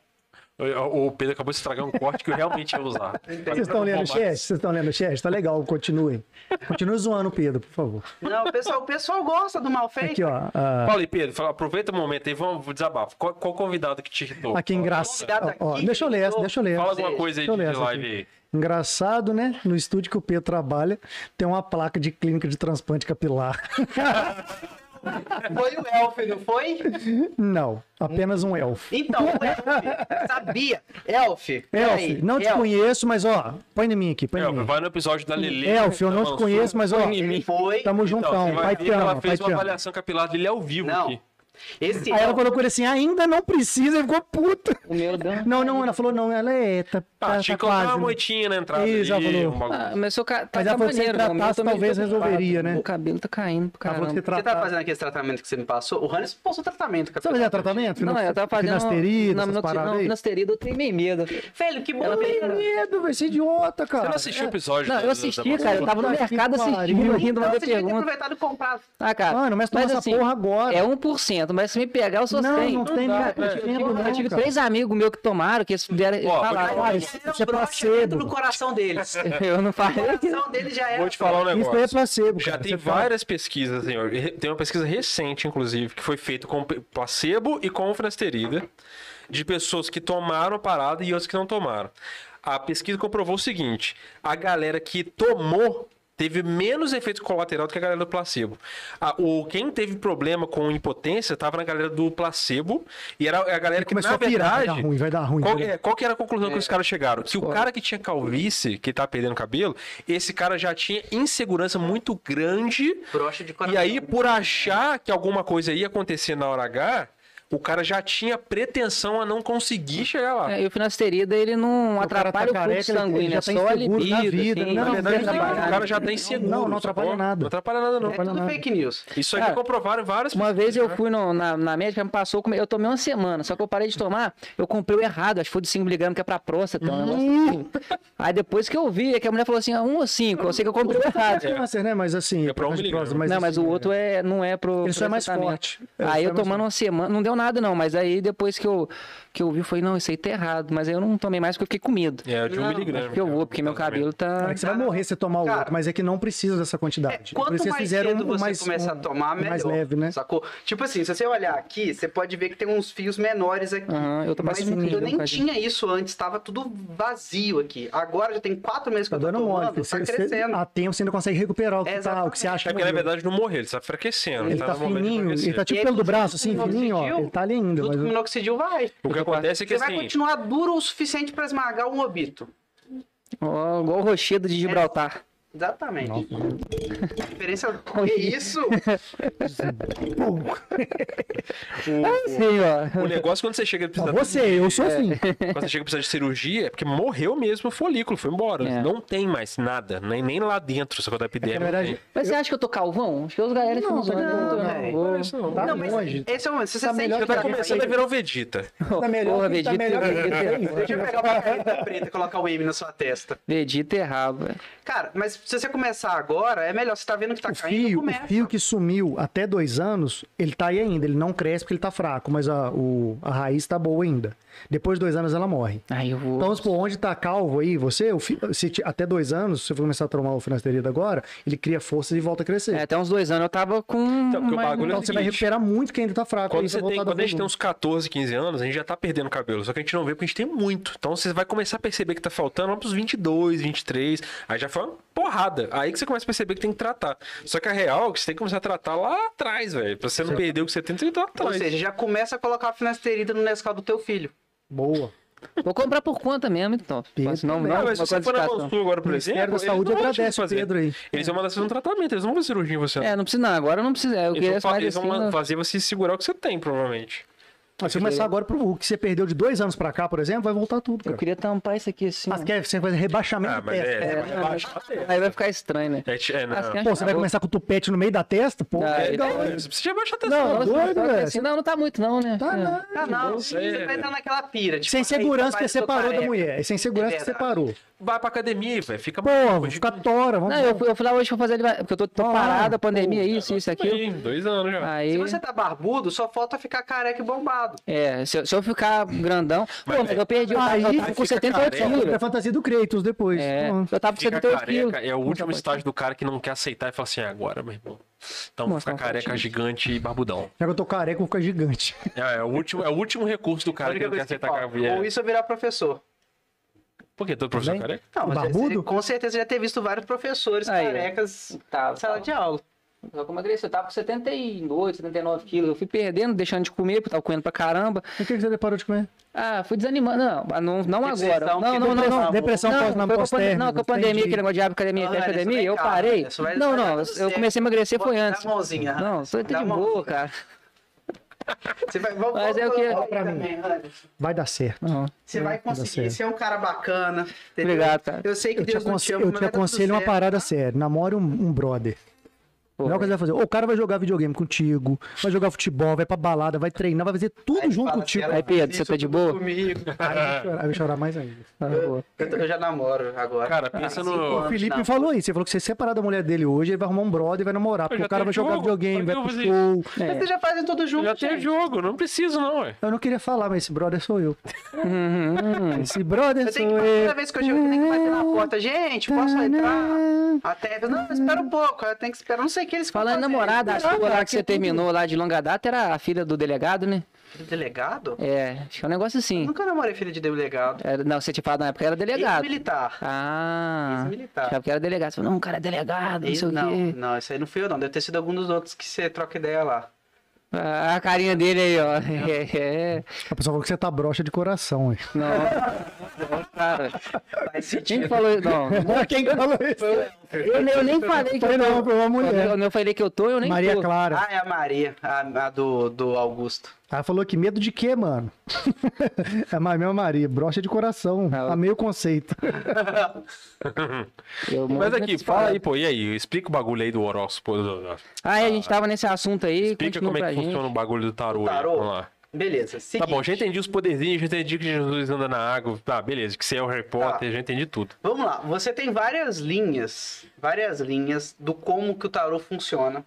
o Pedro acabou de estragar um corte que eu realmente ia usar.
Vocês estão lendo o chat? Vocês estão lendo o chat? Tá legal, continuem. Continue zoando o Pedro, por favor.
Não, o pessoal, o pessoal gosta do mal feito.
Aqui, ó. ah,
Paulo e Pedro, fala, aproveita o momento aí, vamos desabafo. Qual, qual convidado que te irritou?
aqui, engraçado. Ah, Ó,
aqui,
deixa eu ler essa, deixa eu ler.
Fala
essa.
alguma coisa aí
Deixa eu
de
ler
de
essa
live
aqui.
aí.
Engraçado, né? No estúdio que o Pedro trabalha, tem uma placa de clínica de transplante capilar.
Foi o Elf, não foi?
Não, apenas um elfo.
Então, o Elf, sabia. Elf, peraí,
Elf, não te
Elf. conheço.
conheço, mas ó, põe em mim aqui, põe
É,
em mim.
vai no episódio da tá Lili.
Elf, eu
que
não
lançou.
te conheço, mas ó,
Foi.
tamo
Então,
juntão,
você vai
vai
ver
te
que ela
ama, vai Tá,
fez uma
te ama.
avaliação capilar dele ao vivo
Não.
aqui.
Esse
Aí ela
Elf,
falou com ele assim, ainda não precisa, e ficou puta.
O meu deu. um-
Não, não, ela falou, não, ela é eta.
Ah,
tá,
tinha
tá
que colocar uma
quase.
moitinha na entrada.
Ih, já
ali,
falou.
um bagulho.
Ah, mas seu ca... tá,
Mas ela
tá
falou que se
maneiro, não. O meu
tratasse,
também
talvez
tá ocupado.
resolveria, né?
O cabelo tá caindo pro
Ela falou
caramba.
que você
você tá
tratava-
fazendo aquele tratamento que você me passou? O Hannes passou tratamento,
Você
cara.
fazia tratamento?
Não, eu tava fazendo. um-
um
Finasterida,
não,
essas
não,
paradas
não,
aí?
finasterida eu treinei medo.
Velho, que
Ela fez-
bonito.
medo, vai ser idiota, cara.
Você não assistiu o episódio?
Ah, Não,
da- tá
eu
da-
assisti,
da-
cara. Eu tava no
Puta que
mercado
pariu.
assistindo,
Então,
rindo da
você
minha
devia ter
pergunta.
aproveitado e comprado.
Ah, cara.
Mano, mas toma essa porra agora.
É 1%, mas se me pegar, eu sou
não,
100.
não tem
dá,
nada.
velho.
Eu,
Eu tive
cara.
três amigos meus que tomaram, que eles deram. eles
Ó,
falaram.
vou te
Já era
isso é
um broche
placebo.
dentro do coração deles.
Eu não
O
falei.
coração dele já era.
Vou
tá
te falar um negócio.
Isso aí é placebo,
Já
cara.
tem
Você fala-
várias pesquisas, senhor. Re- Tem uma pesquisa recente, inclusive, que foi feita com pe- placebo e com finasterida, de pessoas que tomaram a parada e outras que não tomaram. A pesquisa comprovou o seguinte: a galera que tomou teve menos efeito colateral do que a galera do placebo. A- o, quem teve problema com impotência estava na galera do placebo e era a galera
Ele
que,
começou
na
a pirar,
verdade,
vai dar ruim, vai dar ruim.
qual,
entendeu?
é, qual que era a conclusão que os caras chegaram? Que o cara que tinha calvície, que tá perdendo cabelo, esse cara já tinha insegurança muito grande.
Broche de coração.
E aí, por achar que alguma coisa ia acontecer na hora H, o cara já tinha pretensão a não conseguir chegar lá.
É, e o finasterida, ele não
O Tá. cara tá
atrapalha o
careca,
fluxo
ele- ele
sanguíneo,
já
é
tá
só a
inseguro
libido,
na vida,
assim,
né?
Na
não,
verdade,
não atrapalha
o cara já tá
nada.
inseguro.
Não, não atrapalha
sacou?
nada.
Não atrapalha nada, não.
É tudo
nada.
fake news.
Isso aqui
Cara,
comprovaram em várias
Uma vez eu fui no- na, na médica, me passou, come- eu tomei uma semana, só que eu parei de tomar, eu comprei o errado, acho que foi de 5mg que é pra próstata, um
Uhum.
negócio assim. Aí depois que eu vi, é que a mulher falou assim, ah, um ou cinco, eu sei que eu comprei o errado.
Câncer, né? Mas assim,
É pra um
mais
miligrama.
próximo,
não, mas
assim,
o outro é, não é pro.
Ele
pro
só é mais
tratamento.
forte. Ele só
Aí
é
eu
mais
tomando uma semana, não deu nada não, mas aí depois que eu, que eu vi, eu falei, não, isso aí tá errado, mas aí eu não tomei mais porque eu fiquei com medo.
É, o de um
Não,
miligrama.
Acho que eu vou, porque meu cabelo tá.
É que você vai morrer se tomar o
Cara,
outro, mas é que não precisa dessa
É,
quantidade. Por isso
quanto
que eles
mais
fizeram
cedo
um
você
mais-
começar a
um-
tomar,
um
melhor.
Mais leve, né?
Sacou? Tipo assim, se você olhar aqui, você pode ver que tem uns fios menores aqui.
Aham, eu tô
Mas
passando
eu
né,
incrível,
nem
cara.
tinha isso antes, tava tudo vazio aqui. Agora já tem quatro meses que
Tá
eu tô
dando mole.
tomando,
porque
tá
você- você-
crescendo.
A tempo você ainda consegue recuperar o que, tá,
Exatamente.
o que você
É
acha. que
porque na
morreu.
verdade não morreu, ele tá enfraquecendo.
Ele tá
no momento de
fininho, ele
enfraquecer.
tá tipo
E aí,
pelo do
tudo
braço,
que
assim,
minoxidil,
fininho, ó. Ele tá ali ainda,
Tudo
mas...
que o minoxidil vai.
O que acontece é que
Você vai
assim.
continuar duro o suficiente pra esmagar um obito.
Ó, igual o rochedo de Gibraltar.
Exatamente. A diferença. é
Oi.
Que isso?
Assim, ó.
O negócio quando você chega e
Pra
precisa,
você, eu sou assim.
quando você chega e precisa de cirurgia é porque morreu mesmo o folículo, foi embora.
É.
Não tem mais nada, nem, nem lá dentro, só é que da epidemia.
É Na verdade,
Mas você acha que eu tô calvão? Acho que os galera ficam
Não,
zoando.
não,
muito,
não.
não, tem. É
Ô,
Isso não.
tá
Não, mas
longe.
esse é o momento. Se você
Tá
sente
melhor
que
que
Tá
tá
começando a
vindo-
virar o Vegeta.
Tá
Porra,
melhor, que- tá
Vegeta,
melhor que-
Deixa eu pegar uma caneta preta e colocar o M na sua testa.
Vegeta é errava.
Cara, mas se você começar agora, é melhor. Você tá vendo que tá
O
caindo,
fio, o
começa.
fio que sumiu até dois anos, ele tá aí ainda. Ele não cresce porque ele tá fraco, mas a, o- a raiz tá boa ainda. Depois de dois anos ela morre.
Aí eu vou.
Então, vamos supor, onde tá calvo aí, você, o fio, se ti- até dois anos, se você for começar a tomar o finasterida agora, ele cria força e volta a crescer.
É, até uns dois anos eu tava com.
Então, porque o
mais-
bagulho é
então
o
você vai
seguinte,
recuperar muito quem ainda tá fraco.
Quando,
aí
você
vai
tem,
voltar
quando a gente tem um
volume.
uns 14, 15 anos, a gente já tá perdendo cabelo. Só que a gente não vê porque a gente tem muito. Então você vai começar a perceber que tá faltando lá pros 22, 23. Aí já foi uma porrada. Aí que você começa a perceber que tem que tratar. Só que a real é que você tem que começar a tratar lá atrás, velho. Pra você não perder o que você tem, tem que tratar
Ou
atrás.
seja, já começa a colocar a finasterida no Nescau do teu filho.
Boa.
Vou comprar por conta mesmo, então.
Pedro
Senão,
também.
não,
Ah, mas
uma
se você for na
quantificação.
Mansur agora, por
Ministério
exemplo,
da
eles
Saúde
não vão te
agradece o
fazer.
Pedro né? aí.
Eles vão mandar você fazer um tratamento, eles não vão fazer cirurgia em você.
É, não precisa, não. Agora não precisa. Eu
eles
queria
vão, fa-
mais
eles
assim.
vão
no-
fazer você segurar o que você tem, provavelmente.
Mas se você começar agora pro o que você perdeu de dois anos pra cá, por exemplo, vai voltar tudo,
Eu
cara.
queria tampar isso aqui assim.
Mas
ó.
quer, você vai fazer rebaixamento
Ah,
de
mas
testa.
é, vai
É, não,
rebaixar a testa.
Aí vai ficar estranho, né?
É, ti- é, não.
Assim, acho
Pô, você vai
acabou.
começar com o tupete no meio da testa? Pô,
Ah,
é,
ele-
então
Não, você precisa baixar a testa.
Não,
não.
doido,
Nossa,
velho.
assim, não, não tá muito, não, né?
tá,
É.
não.
Ah, não,
sei,
você tá
velho.
entrando naquela pira. Tipo,
Sem segurança
"Ai,
que
rapaz,
você
eu tô
parou da
careca".
mulher. Sem segurança que você
É verdade.
parou.
Vai pra academia, velho. Fica
Pô, fica tora, vamos
Não, eu fui, eu fui lá hoje pra fazer. ele vai- Porque eu tô, tô
Tá lá,
parada, pandemia,
pô,
isso, isso, aquilo. Ah,
Bem, dois anos já.
Se
Aí.
você tá barbudo, só falta ficar careca e bombado.
É, se eu, se eu ficar grandão. Pô, mas eu perdi. Eu tava,
Aí-
eu
aí
tava com
fica
78
careca.
Foi pra
quilos.
fantasia do Kratos depois.
É,
Pronto.
eu tava com
Fica
78 quilos.
careca. É o último
Não,
estágio do cara que não quer aceitar e fala assim, "É agora, meu irmão. Então
Nossa,
fica
não
careca,
faz
gigante e barbudão.
Já que eu tô careca, eu vou ficar gigante.
É, é o último, é o último recurso do
A
cara que
única
não quer
coisa que
aceitar
falta. Ou
careca.
isso é virar professor.
Por que todo professor é
Também?
careca?
Não,
O
mas você-
barbudo?
você com certeza já ter visto vários professores
Aí, ó.
carecas
Tá,
na sala de aula.
Só que tipo, eu emagreci, eu tava com 78, 79 quilos. Eu fui perdendo, deixando de comer, porque eu tava comendo pra caramba.
Por que que você parou de comer?
Ah, fui desanimando. Não, mas não, não
Depressão,
agora. Não, não, não, não.
depressão,
Não,
depressão
não,
pós- na
foi com a
pós-térmica,
pandemia- Não, com a pandemia,
entendi.
aquele negócio de hábito, academia,
Ah,
festa,
Anderson,
academia,
vem
eu
cá,
parei.
Anderson, vai-
Não,
vai
não,
dar
eu
tudo certo.
comecei a emagrecer foi
Dá a
antes.
mãozinha,
Não,
Anderson.
sou de
Dá a
boa,
mãozinha.
cara.
Você vai, vamos,
Mas é o
vamos
que-
colocar
Pra
aí
mim.
também, Anderson.
Vai dar certo.
Não.
Você vai
Vai dar
conseguir,
certo.
você é um cara bacana. entendeu?
Obrigado, cara.
Eu sei que
Eu te,
Deus não
aconse-
te ama,
eu
mas
te
vai dar tudo
aconselho uma
certo.
parada séria. Namore um, um brother.
Pô,
Não é o que você vai fazer. Ou o cara vai jogar videogame contigo, vai jogar futebol, vai pra balada, vai treinar, vai fazer tudo
Aí
junto
fala, assim,
contigo.
"Ela
Aí, Pedro,
fez
você
isso
tá de
tudo
boa?
comigo."
Aí
Ah,
vai
Ah,
chorar, aí vai chorar mais ainda.
tá boa.
Eu, tô- eu já namoro agora.
Cara, pensa
cinco
no...
anos.
O Felipe
Não.
falou isso. Ele falou que se separar da mulher dele hoje, ele vai arrumar um brother e vai namorar. Porque
já
o
tenho
cara vai jogar
jogo,
videogame,
pra
vai
que
pro
eu
show.
É.
Vocês já fazem tudo junto.
Já tem
gente.
jogo, não preciso não, ué.
Eu não queria falar, mas esse brother sou eu.
uhum.
esse brother
Eu tenho
sou
que,
eu.
toda vez que eu chego, eu tenho que bater na porta. Gente, posso entrar? Até, não, espera um pouco, eu tenho que esperar, não sei o que eles
Falando em
fazem.
namorada, a
Não,
sua
cara,
lá que
aqui é
você
tudo-
terminou lá de longa data era a filha do delegado, né?
Delegado?
É, acho que é um negócio assim.
Nunca namorei filho de delegado.
Era- não, você tinha falado na época era delegado.
Ex-militar.
Ah,
Ex-militar.
achava que era delegado. Você falou, não, o cara é delegado, não
Ex-
sei o
Não,
quê.
não, isso aí não fui eu não. Deve ter sido algum dos outros que você troca ideia lá.
Ah, A carinha dele aí, ó. É, é.
A pessoa falou que você tá broxa de coração. hein?
Não. Não, cara.
Faz
Quem que
sentido.
falou isso? Não.
um
Quem que falou isso?
Eu, nem- eu nem falei que
Foi
eu tô.
não, foi uma mulher.
Eu, eu falei que eu tô, eu nem
Maria
tô.
Clara.
Ah, é a Maria, a, a do, do Augusto.
Ela falou que medo de quê, mano? é a mesma Maria, brocha de coração.
Ah,
a meio conceito.
Eu morro
Mas
de
aqui,
medo de
fala
falar.
aí, pô, e aí? Explica o bagulho aí do horóscopo. do- do-
Ah, é, a gente tava nesse assunto aí.
Explica
continua
como é
pra
que
gente.
funciona o bagulho do tarô. aí,
Tarô?
Vamos lá.
Beleza,
Tá
seguinte,
bom, já entendi os poderzinhos, já entendi que Jesus anda na água. Tá, beleza, que você é o Harry
Tá.
Potter, já entendi tudo.
Vamos lá, você tem várias linhas, várias linhas do como que o tarô funciona.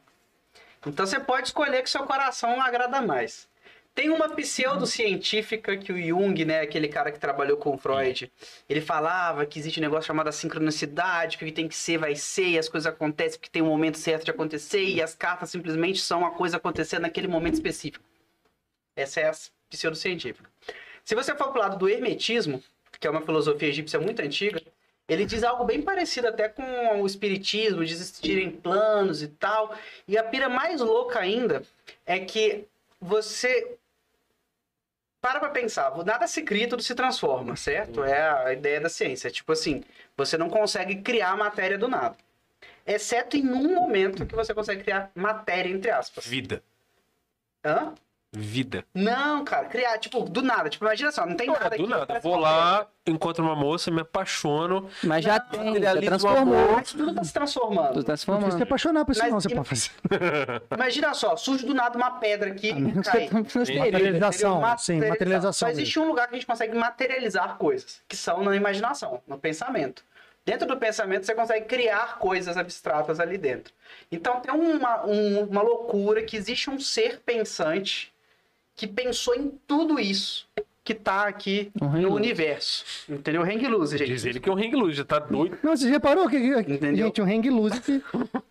Então você pode escolher que seu coração agrada mais. Tem uma pseudocientífica que o Jung, né, aquele cara que trabalhou com o Freud, ele falava que existe um negócio chamado sincronicidade, que o que tem que ser vai ser, e as coisas acontecem porque tem um momento certo de acontecer, e as cartas simplesmente são a coisa acontecendo naquele momento específico. Essa é a pseudocientífica. Se você for pro lado do hermetismo, que é uma filosofia egípcia muito antiga, ele diz algo bem parecido até com o espiritismo, de existirem planos e tal. E a pira mais louca ainda é que você para pra pensar, nada se cria, tudo se transforma, certo? É a ideia da ciência. Tipo assim, você não consegue criar a matéria do nada. Exceto em um momento que você consegue criar matéria, entre aspas.
Vida.
Hã?
Vida.
Não, cara, criar, tipo, do nada. Tipo, imagina só, não tem nada
Olha, do
aqui,
nada.
parece
Vou
uma
lá, encontro uma moça, me apaixono.
Mas já tem,
ele
já
ali
transformou.
com
Mas tudo tá se
Tu
transformando.
Não precisa se
transformando.
apaixonar por isso,
Mas
não, você
e-
pode fazer.
Imagina só, surge do nada uma pedra aqui e
tá
cai.
Materialização, sim,
Materialização.
materialização.
Só existe um lugar que a gente consegue materializar coisas, que são na imaginação, no pensamento. Dentro do pensamento, você consegue criar coisas abstratas ali dentro. Então, tem uma, um- uma loucura que existe um ser pensante que pensou em tudo isso que tá aqui
Um hang
no
loose.
universo. Entendeu? Hang loose, gente.
Diz ele que é um ring luz, já tá doido.
Não, você já parou que, que-
Entendeu?
gente, um hang loose que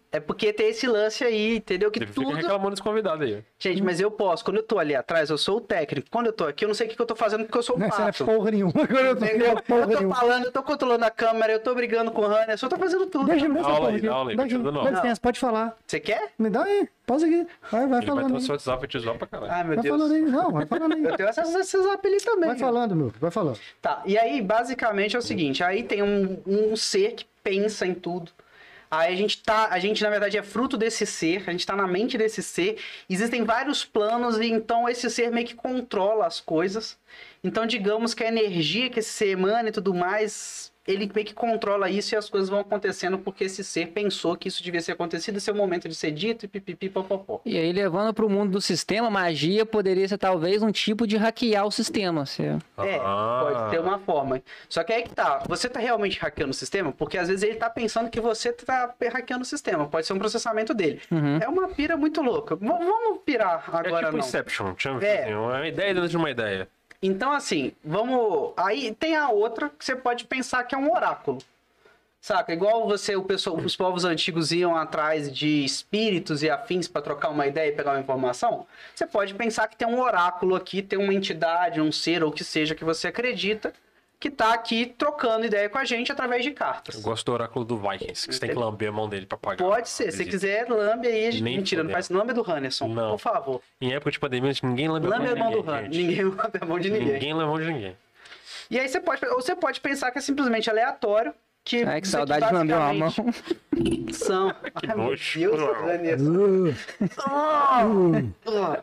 É porque tem esse lance aí, entendeu? Que
Ele
tudo...
fica reclamando dos convidados aí.
Gente, mas eu posso. Quando eu tô ali atrás, eu sou o técnico. Quando eu tô aqui, eu não sei o que, que eu tô fazendo porque eu sou o
não, você não é
pato.
porra nenhuma. Agora eu tô
Entendeu?
criando porra
Eu tô
nenhuma.
falando, eu tô controlando a câmera, eu tô brigando com o Hannes, eu só tô fazendo tudo.
Deixa, me dá essa
Aula
porra
aí,
aqui.
dá aula aí,
Dá,
tá dando
dá
aula.
licença, pode falar.
Você quer?
Me dá aí, pausa aqui. Vai, vai
Ele vai
falando.
ter o
aí.
seu WhatsApp, vai te usar pra caralho. É
Ai, Ah, meu
Vai
Deus.
Tá falando aí, não, vai falando aí.
Eu tenho acesso a esses zap ali também.
Vai falando, meu, vai falando.
Tá, e aí basicamente é o seguinte, aí tem um, um ser que pensa em tudo. Aí a gente tá, a gente na verdade é fruto desse ser, a gente tá na mente desse ser. Existem vários planos e então esse ser meio que controla as coisas. Então digamos que a energia que esse ser emana e tudo mais, ele meio que controla isso e as coisas vão acontecendo porque esse ser pensou que isso devia ser acontecido, esse é o momento de ser dito e pipipi popopó.
E aí, levando pro mundo do sistema, magia poderia ser talvez um tipo de hackear o sistema. se-
É,
Ah.
pode ter uma forma. Só que aí que tá. Você tá realmente hackeando o sistema? Porque às vezes ele tá pensando que você tá hackeando o sistema. Pode ser um processamento dele.
Uhum.
É uma pira muito louca. V- vamos pirar agora
é tipo
não.
Inception, chama
É.
assim, uma ideia dentro de uma ideia.
Então assim, vamos... Aí tem a outra que você pode pensar que é um oráculo. Saca? Igual você, o pessoal, os povos antigos iam atrás de espíritos e afins pra trocar uma ideia e pegar uma informação. Você pode pensar que tem um oráculo aqui, tem uma entidade, um ser ou o que seja que você acredita, que tá aqui trocando ideia com a gente através de
Eu
cartas.
gosto do oráculo do Vikings, que você tem que lamber a mão dele pra pagar.
Pode ser. Se
Visita.
quiser, lambe aí. a gente-
Nem
Mentira, não
fodendo.
faz lambe do Hannerson.
Não.
Por favor.
Em época de pandemia, ninguém lambe
Lambe a mão do
ninguém,
Hannerson.
gente.
Ninguém lambe a mão de ninguém.
Ninguém lambe a mão de ninguém.
E aí você pode, ou você pode pensar que é simplesmente aleatório. Que
Ai, que
isso
saudade de
aqui
lamber uma mão.
basicamente São. Que
nojo.
Ah, Meu Deus, Vanessa. Ah.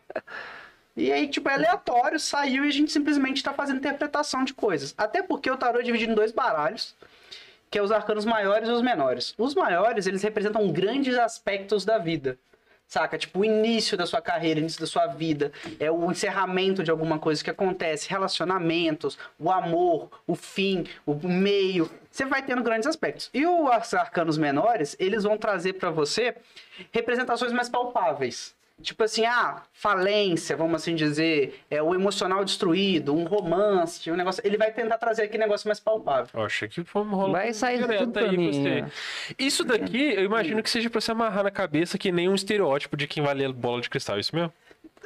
E aí, tipo, é aleatório, saiu e a gente simplesmente tá fazendo interpretação de coisas. Até porque o tarô é dividido em dois baralhos, que é os arcanos maiores e os menores. Os maiores, eles representam grandes aspectos da vida. Saca? Tipo, o início da sua carreira, o início da sua vida, é o encerramento de alguma coisa que acontece, relacionamentos, o amor, o fim, o meio. Você vai tendo grandes aspectos. E os arcanos menores, eles vão trazer pra você representações mais palpáveis. Tipo assim, ah, falência, vamos assim dizer, é o emocional destruído, um romance, um negócio. Ele vai tentar trazer aquele negócio mais palpável.
Eu achei que foi um rolar.
Vai sair tudo pra mim, né?
Isso daqui, eu imagino que seja pra se amarrar na cabeça que nem um estereótipo de quem vai ler bola de cristal, é isso mesmo?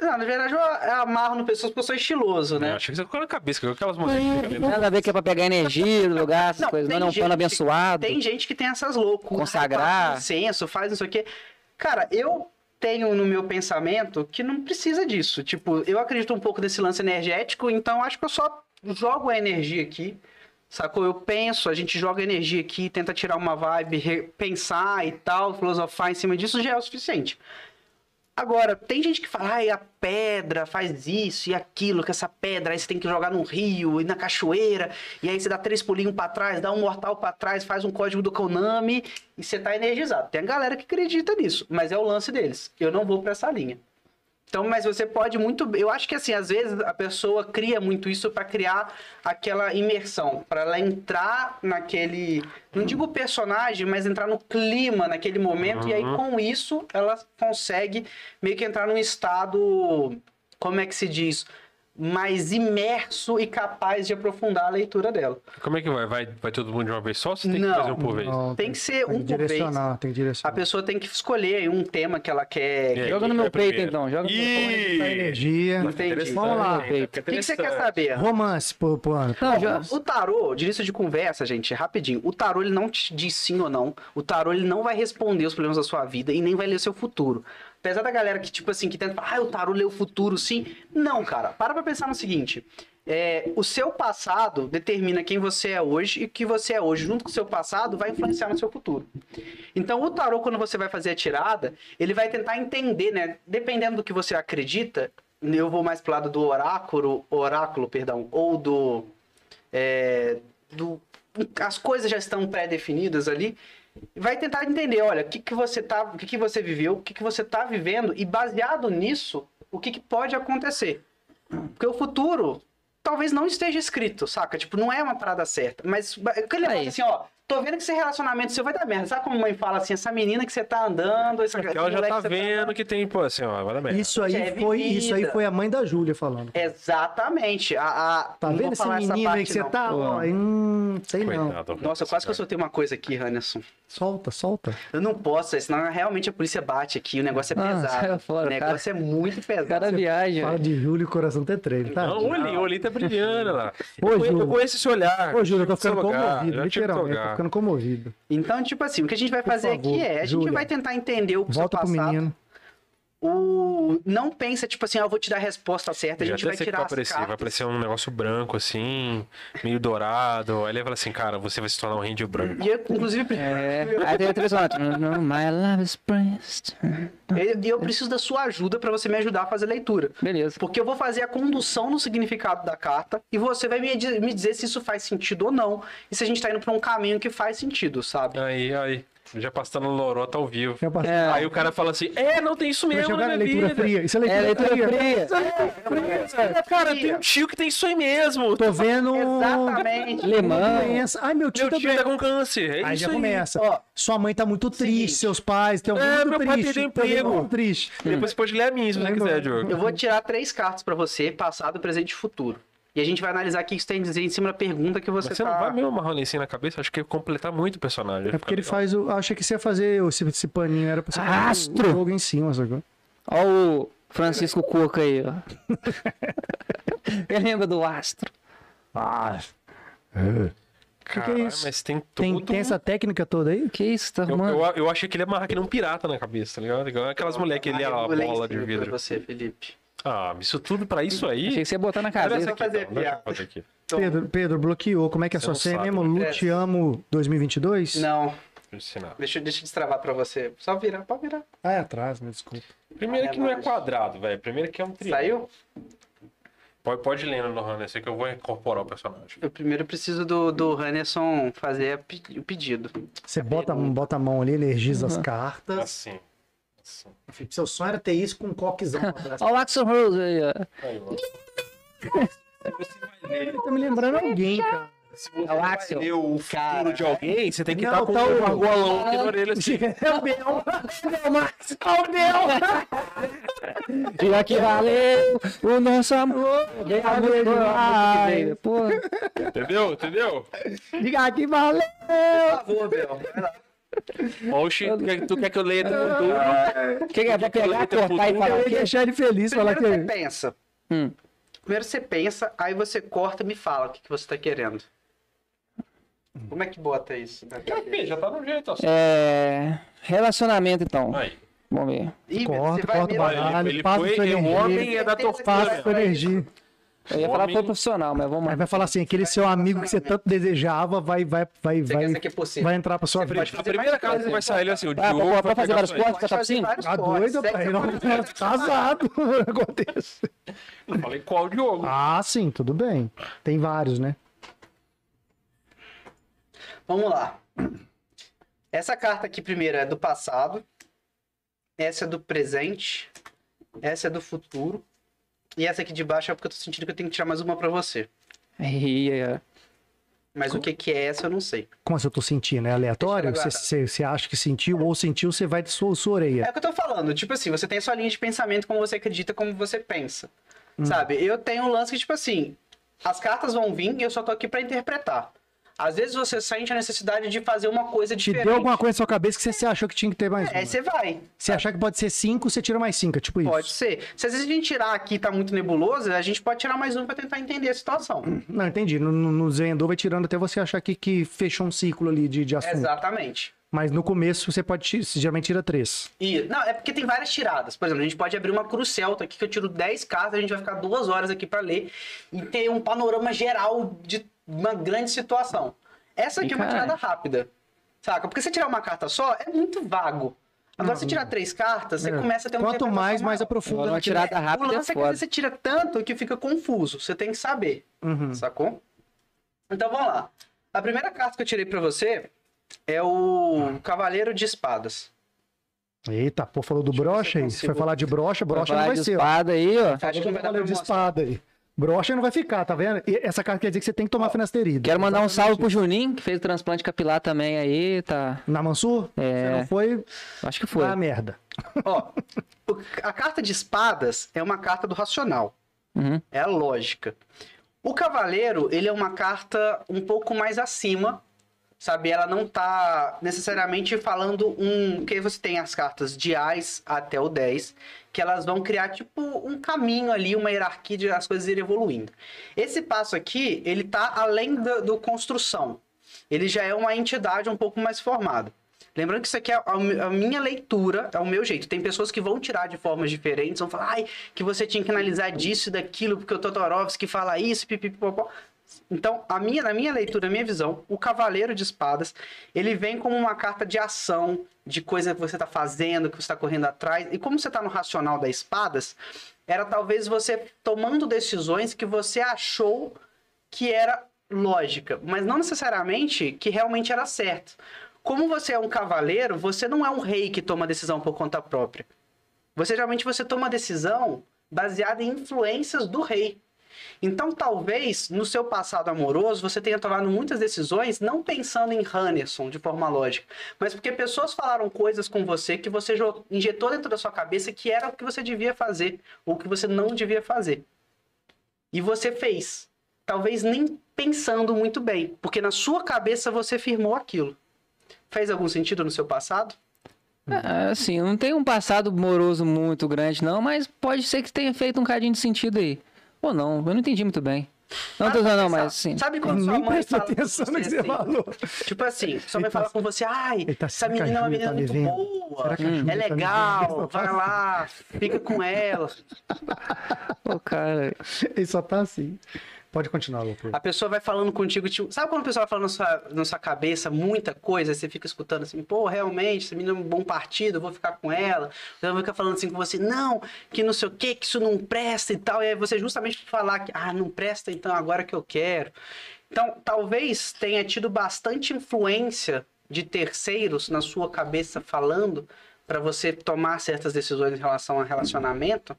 Não, Ah, na verdade, eu amarro no pessoas porque eu sou estiloso,
É, Eu
né?
achei que você colocou na cabeça, que aquelas mulheres que ficam lendo.
Nada a ver que é pra pegar energia do lugar, essas
Não,
coisas. Não,
tem
não, pano
gente-
abençoado.
Tem gente que tem essas loucuras.
Consagrar.
né, Faz incenso, faz não sei o quê. Cara, eu tenho no meu pensamento que não precisa disso. Tipo, eu acredito um pouco desse lance energético, então acho que eu só jogo a energia aqui. Sacou? Eu penso, a gente joga energia aqui, tenta tirar uma vibe, re- pensar e tal, filosofar em cima disso já é o suficiente. Agora, tem gente que fala, ai, a pedra faz isso e aquilo, que essa pedra aí você tem que jogar no rio e na cachoeira, e aí você dá três pulinhos pra trás, dá um mortal pra trás, faz um código do Konami e você tá energizado. Tem a galera que acredita nisso, mas é o lance deles. Eu não vou pra essa linha. Então, mas você pode muito. bem- Eu acho que assim, às vezes a pessoa cria muito isso pra criar aquela imersão, pra ela entrar naquele, não digo personagem, mas entrar no clima naquele momento e aí
Uhum.
com isso ela consegue meio que entrar num estado, como é que se diz, mais imerso e capaz de aprofundar a leitura dela.
Como é que vai? vai? Vai todo mundo de uma vez só? ou Você tem
Não.
que fazer um por vez.
Não,
Tem que ser
tem
um
que
por vez.
direcionar, tem que
A
direcionar.
pessoa tem que escolher aí um tema que ela quer.
E aí,
Joga
quem
no
vai
meu peito,
primeiro?
então, joga no meu
Da
Ih!
Entendi.
energia. Vamos lá.
Interessante, hein? Fica
O que, que você quer
interessante.
saber?
Romance, pô, pô. Ana.
Tá.
Não, já-
O tarô, de início de conversa, gente, rapidinho. O tarô ele não te diz sim ou não. O tarô ele não vai responder os problemas da sua vida e nem vai ler o seu futuro. Apesar da galera que tipo assim que tenta, ah, o tarô lê o futuro, sim. Não, cara. Para pra pensar no seguinte. é, o seu passado determina quem você é hoje e o que você é hoje, junto com o seu passado, vai influenciar no seu futuro. Então, o tarô, quando você vai fazer a tirada, ele vai tentar entender, né? Dependendo do que você acredita, eu vou mais pro lado do oráculo, oráculo, perdão, ou do, é, do as coisas já estão pré-definidas ali. Vai tentar entender, olha, o que, que você tá, o que, que você viveu, o que, que você tá vivendo e baseado nisso, o que, que pode acontecer. Porque o futuro talvez não esteja escrito, saca? Tipo, não é uma parada certa. Mas aquele
Aí.
negócio assim, ó, tô vendo que esse relacionamento seu vai dar merda. Sabe como a mãe fala assim, essa menina que você tá andando, esse,
Porque
esse
ela já
moleque
tá
que você
vendo que tem, pô, assim, ó, vai dar merda.
Isso
É
aí, foi,
bebida.
isso aí foi a mãe da Júlia falando.
Exatamente. A, a...
Tá
É, não vou
vendo esse
falar essa
menino aí
parte,
que você
não.
tá? Ó, hum, sei não.
Coitado.
Nossa, quase que eu soltei uma coisa aqui, Hanerson.
Solta, solta.
Eu não posso, é, senão realmente a polícia bate aqui. O negócio é
Ah,
pesado.
sai fora,
o negócio é muito
O cara
pesado.
viaja.
Fala
velho.
de Júlia e o coração até treme, tá?
Não, o Oli, o Oli tá brilhando lá.
Ô,
eu, conhe-
Júlio.
eu conheço esse olhar.
Ô, Júlia, eu tô
Já tive
ficando
esse lugar,
comovido,
já tive esse
literalmente. Tô
lugar.
ficando comovido.
Então, tipo assim, o que a gente vai fazer
favor,
aqui é, a gente
Júlia,
vai tentar entender o seu
Volta pro
passado.
menino.
O... Não pensa, tipo assim, ah, eu vou te dar a resposta certa. A
Já
gente
até
vai
sei o que
tirar
vai
as
aparecer. Vai
cartas.
aparecer um negócio branco, assim, meio dourado. Aí ele fala assim, cara, você vai se tornar um rende branco.
E eu, inclusive,
É. Aí tem outro episódio. No, no, my love is pressed.
eu, eu preciso da sua ajuda pra você me ajudar a fazer a leitura.
Beleza.
Porque eu vou fazer a condução no significado da carta e você vai me, di- me dizer se isso faz sentido ou não. E se a gente tá indo pra um caminho que faz sentido, sabe?
Aí, aí. Já passando lorota ao vivo.
Eu passo-
É.
Aí o cara fala assim, é, não tem isso
Vai
mesmo na minha
jogar leitura
vida. É,
fria. Isso é leitura,
É, leitura
fria.
fria.
Cara, tem um tio que tem isso aí mesmo.
Tô vendo
Exatamente.
Alemão.
doença. Ai, meu tio
Meu tio
também.
tá com câncer. É
Aí
isso
já
aí.
começa.
Ó,
Sua mãe tá muito
seguinte.
triste, seus pais estão
É,
muito
meu pai
tristes.
perdeu
tá muito
emprego.
triste.
Depois você pode ler a minha, se você quiser, Diogo.
Eu vou tirar três cartas pra você, passado, presente e futuro. E a gente vai analisar o que isso tem a dizer em cima da pergunta que você,
Você
tá...
não vai mesmo amarrar um lencinho na cabeça? Acho que ia completar muito o personagem.
É porque ele
Fica
faz o. Achei que você ia fazer esse, esse paninho, era pra você fazer
Astro!
o jogo em cima, sacou?
Olha o Francisco Cuca aí, ó. Eu lembro do astro.
Ah.
legal.
que é
Caralho,
isso?
mas tem tudo.
Tem, tem essa técnica toda aí?
Que isso, tá
Eu,
arrumando?
eu, eu achei que ele ia amarrar que nem um pirata na cabeça, tá ligado? Igual Aquelas mulheres que ele é
Ah,
a
eu vou ler
bola
em
de
cima pra
vidro.
você, Felipe.
Ah, isso tudo pra isso
Achei
aí?
que você ia botar na
Olha
cabeça.
essa
Vou
aqui,
fazer
então, deixa eu
piada.
fazer aqui.
Então,
Pedro, Pedro, bloqueou. Como é que é a
Você
sua
não
senha
sabe,
mesmo?
né?
Lu, te amo 2022?
Não,
Deixa eu ensinar.
deixa, eu- deixa eu destravar pra você. Só virar, pode virar.
Ah, é atrás, me desculpa.
Primeiro que não é quadrado, velho. Primeiro que é um triângulo.
Saiu?
Pode, pode ler no Ronan, esse que eu vou incorporar o personagem.
Eu primeiro preciso do, do Hanerson fazer a pe- o pedido.
É
Você bota, a mão- bota a mão ali, energiza as cartas.
Assim. assim.
Felipe, seu sonho era ter isso com um coquezão pra trás.
Olha o Axel Rose aí, ó.
Aí, ó. Você vai ler.
Tá me lembrando alguém, cara.
Se você
É o
vai
Axel.
ler o futuro
Cara.
de alguém, você tem que
Não,
estar com
tá
o
o-
argolão aqui na orelha assim.
É o Bel.
Já que valeu o nosso amor. Diga que
valeu demais.
valeu, pô.
Entendeu? Entendeu?
Diga que valeu.
Por favor, Bel. vai lá.
Oxi, tu quer- tu quer que eu leia teu
Ah.
futuro?
Quem é? Vai pegar,
Aproveita
cortar e
tudo.
falar
Eu
o
ia
quê?
deixar ele feliz, falar
Primeiro você
que.
pensa.
Hum.
Primeiro você pensa, aí você corta e me fala o que, que você tá querendo. Como é que bota isso na cabeça?
Já tá no jeito, ó.
É. Relacionamento, então.
Aí.
Vamos ver.
Ih,
Corta,
você vai
corta
mesmo.
o baralho.
Olha, ele, ele
passa
foi.
sua
O
energia.
homem é da
Passa
tortura.
sua energia.
Eu ia
Homem.
falar que foi profissional, mas vamos
Aí
lá.
vai falar assim, aquele seu amigo que você tanto desejava vai, vai, vai,
Você
vai,
quer é essa aqui por cima.
vai entrar pra sua vida.
assim? pode
A
fazer
primeira
mais
casa que
coisa.
vai sair ele é assim, o
Ah,
Diogo
pode-
vai
pode fazer
pegar
vários
sua
cortes,
Pode
catar
fazer
piscina?
vários
Tá
cortes,
doido,
sexo,
pai?
assim, você é
Não,
pode
não,
fazer-
casado. Acontece.
Eu falei qual o Diogo?
Ah, sim, tudo bem. Tem vários, né?
Vamos lá. Essa carta aqui primeiro é do passado. Essa é do presente. Essa é do futuro. E essa aqui de baixo é porque eu tô sentindo que eu tenho que tirar mais uma pra você.
Ih, é.
Mas o que que é essa eu não sei.
Como assim eu tô sentindo? É aleatório?
Deixa eu
Você- Você você acha que sentiu ou sentiu, você vai de sua, sua orelha.
É o que eu tô falando. Tipo assim, você tem a sua linha de pensamento, como você acredita, como você pensa.
Hum.
Sabe? Eu tenho um lance que, tipo assim, as cartas vão vir e eu só tô aqui pra interpretar. Às vezes você sente a necessidade de fazer uma coisa
Te
diferente.
deu alguma coisa na sua cabeça que você- você achou que tinha que ter mais
Aí
uma.
você vai.
Você achar que pode ser cinco, você tira mais cinco, é tipo
Pode
isso.
ser. Se às vezes a gente tirar aqui e tá muito nebuloso, a gente pode tirar mais um pra tentar entender a situação.
Hum, Não, entendi. No, no, no Zendô vai tirando até você achar que, que fechou um ciclo ali de, de assunto.
Exatamente.
Mas no começo você pode. ti- Você geralmente tira três.
E, não, é porque tem várias tiradas. Por exemplo, a gente pode abrir uma cruz celta aqui, que eu tiro 10 cartas, a gente vai ficar duas horas aqui pra ler e ter um panorama geral de uma grande situação. Essa aqui
Ih,
é uma
caralho.
tirada rápida, saca? Porque você tirar uma carta só é muito vago. Agora, se você tirar três cartas, você
É.
começa a ter um uma
Quanto
interpretação
mais, mais
maior.
aprofunda.
Agora, uma
naquilo.
tirada rápida
O
é
lance é que às
foda.
vezes você tira tanto que fica confuso. Você tem que saber,
Uhum.
sacou? Então vamos lá. A primeira carta que eu tirei pra você é o Cavaleiro de Espadas.
Eita, pô, falou do
Deixa eu ver se
brocha
eu
aí. Você
consigo.
vai falar de brocha, brocha não
Falar
vai
de
ser. ó.
espada aí, ó.
Acho que não vai dar pra
Falou de
mostrar.
espada aí. Brocha não vai ficar, tá vendo? E essa carta quer dizer que você tem que tomar finasterida.
Quero mandar um salve pro Juninho, que fez o transplante capilar também aí, tá?
Na Mansur? Você
É.
não foi?
Acho que foi.
Ah, merda.
Ó, o- a carta de espadas é uma carta do racional,
Uhum.
é a lógica. O cavaleiro, ele é uma carta um pouco mais acima, sabe? Ela não tá necessariamente falando um... Porque você tem as cartas de Ais até o 10, que elas vão criar, tipo, um caminho ali, uma hierarquia de as coisas irem evoluindo. Esse passo aqui, ele tá além da- do construção. Ele já é uma entidade um pouco mais formada. Lembrando que isso aqui é a mi- a minha leitura, é o meu jeito. Tem pessoas que vão tirar de formas diferentes, vão falar, ai, que você tinha que analisar disso e daquilo, porque o Totorovski fala isso, pipipipopó. Então, a minha, na minha leitura, na minha visão, o Cavaleiro de Espadas, ele vem como uma carta de ação, de coisa que você está fazendo, que você está correndo atrás. E como você está no racional das espadas, era talvez você tomando decisões que você achou que era lógica, mas não necessariamente que realmente era certo. Como você é um cavaleiro, você não é um rei que toma decisão por conta própria. Você geralmente você toma decisão baseada em influências do rei. Então, talvez no seu passado amoroso você tenha tomado muitas decisões não pensando em Hannerson de forma lógica, mas porque pessoas falaram coisas com você que você jo- injetou dentro da sua cabeça que era o que você devia fazer ou o que você não devia fazer. E você fez talvez nem pensando muito bem, porque na sua cabeça você firmou aquilo. Fez algum sentido no seu passado?
É, assim, eu não tem um passado moroso muito grande, não, mas pode ser que tenha feito um cadinho de sentido aí. Ou não, eu não entendi muito bem. Não, tô
Para pra
não,
pensar.
mas assim.
Sabe
Eu
quando sua
nem
mãe
prestei
fala com
atenção no que você
assim,
falou.
Tipo assim, sua mãe
Ele tá-
fala com você, ai,
ele tá
essa
sendo
menina é uma
caju,
menina
tá me
muito
vendo?
boa,
Será que a Júlia
é
tá me
legal,
vendo?
vai lá, fica com ela.
Pô, cara.
Ele só tá assim. Pode continuar, Lupo.
A pessoa vai falando contigo, tipo, sabe quando a pessoa vai falando na sua, na sua cabeça muita coisa, aí você fica escutando assim, pô, realmente, essa menina é um bom partido, eu vou ficar com ela. Ela fica falando assim com você, não, que não sei o que, que isso não presta e tal. E aí você justamente falar que, ah, não presta então, agora que eu quero. Então, talvez tenha tido bastante influência de terceiros na sua cabeça falando para você tomar certas decisões em relação a relacionamento,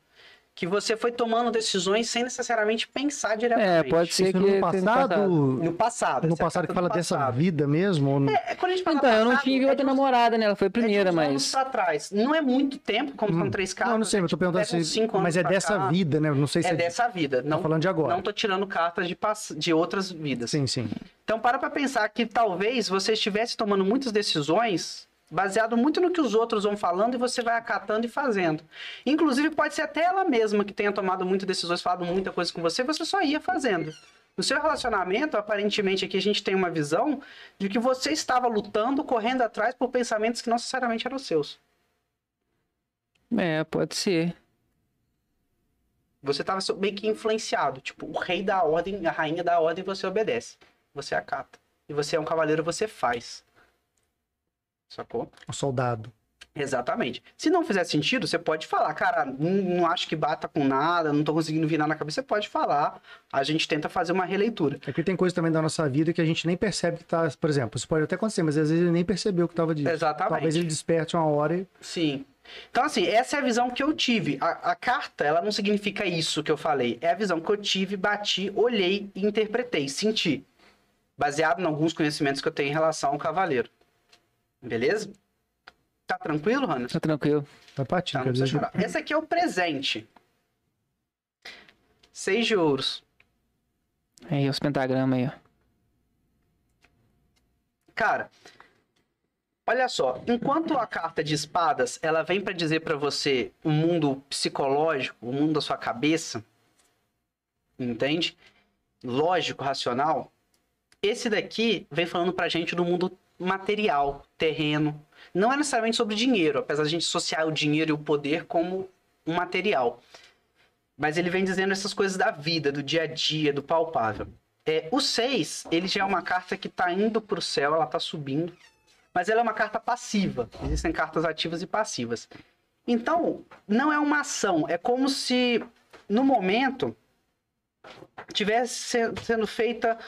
que você foi tomando decisões sem necessariamente pensar
É,
diretamente.
pode ser
Isso
que.
no
tenha
passado.
No passado.
No
essa
passado
carta
que
do
fala dessa
passado.
vida mesmo? ou não?
É, quando a gente fala
Então, eu não
passado,
tive
é
outra
de uns-
namorada, né? Ela foi
é
a
de uns
primeira,
anos
mas.
pra trás. Não é muito tempo, como são três cartas.
Hum. Não, não
é
sei, eu tô
tipo,
perguntando
pega uns
se.
cinco anos
Mas é
pra
dessa
cá.
vida, né? Não sei se
É dessa vida. Não,
Tá falando de agora.
não tô tirando cartas de, pass- de outras vidas.
Sim, sim.
Então, para pra pensar que talvez você estivesse tomando muitas decisões baseado muito no que os outros vão falando e você vai acatando e fazendo. Inclusive, pode ser até ela mesma que tenha tomado muitas decisões, falado muita coisa com você, você só ia fazendo. No seu relacionamento, aparentemente aqui a gente tem uma visão de que você estava lutando, correndo atrás por pensamentos que não necessariamente eram seus.
É, pode ser.
Você estava meio que influenciado. Tipo, o rei da ordem, a rainha da ordem, você obedece. Você acata. E você é um cavaleiro, você faz. Sacou?
O soldado.
Exatamente. Se não fizer sentido, você pode falar, cara, não, não acho que bata com nada, não tô conseguindo virar na cabeça, você pode falar. A gente tenta fazer uma releitura.
É que tem coisa também da nossa vida que a gente nem percebe que tá. Por exemplo, isso pode até acontecer, mas às vezes ele nem percebeu que tava de.
Exatamente.
Talvez ele desperte uma hora e.
Sim. Então, assim, essa é a visão que eu tive. A, a carta, ela não significa isso que eu falei. É a visão que eu tive, bati, olhei e interpretei, senti. Baseado em alguns conhecimentos que eu tenho em relação ao cavaleiro. Beleza? Tá tranquilo, Hannah?
Tá tranquilo.
Tá partindo,
Tá, não
quer
precisa
dizer.
chorar. Esse aqui é o presente. Seis de ouros.
Aí, os pentagramas aí, ó.
Cara, olha só, enquanto a carta de espadas, ela vem pra dizer pra você o mundo psicológico, o mundo da sua cabeça, entende? Lógico, racional. Esse daqui vem falando pra gente do mundo material, terreno. Não é necessariamente sobre dinheiro, apesar de a gente associar o dinheiro e o poder como um material. Mas ele vem dizendo essas coisas da vida, do dia a dia, do palpável. É, o 6, ele já é uma carta que está indo para o céu, ela está subindo. Mas ela é uma carta passiva. Existem cartas ativas e passivas. Então, não é uma ação. É como se, no momento, tivesse se- sendo feita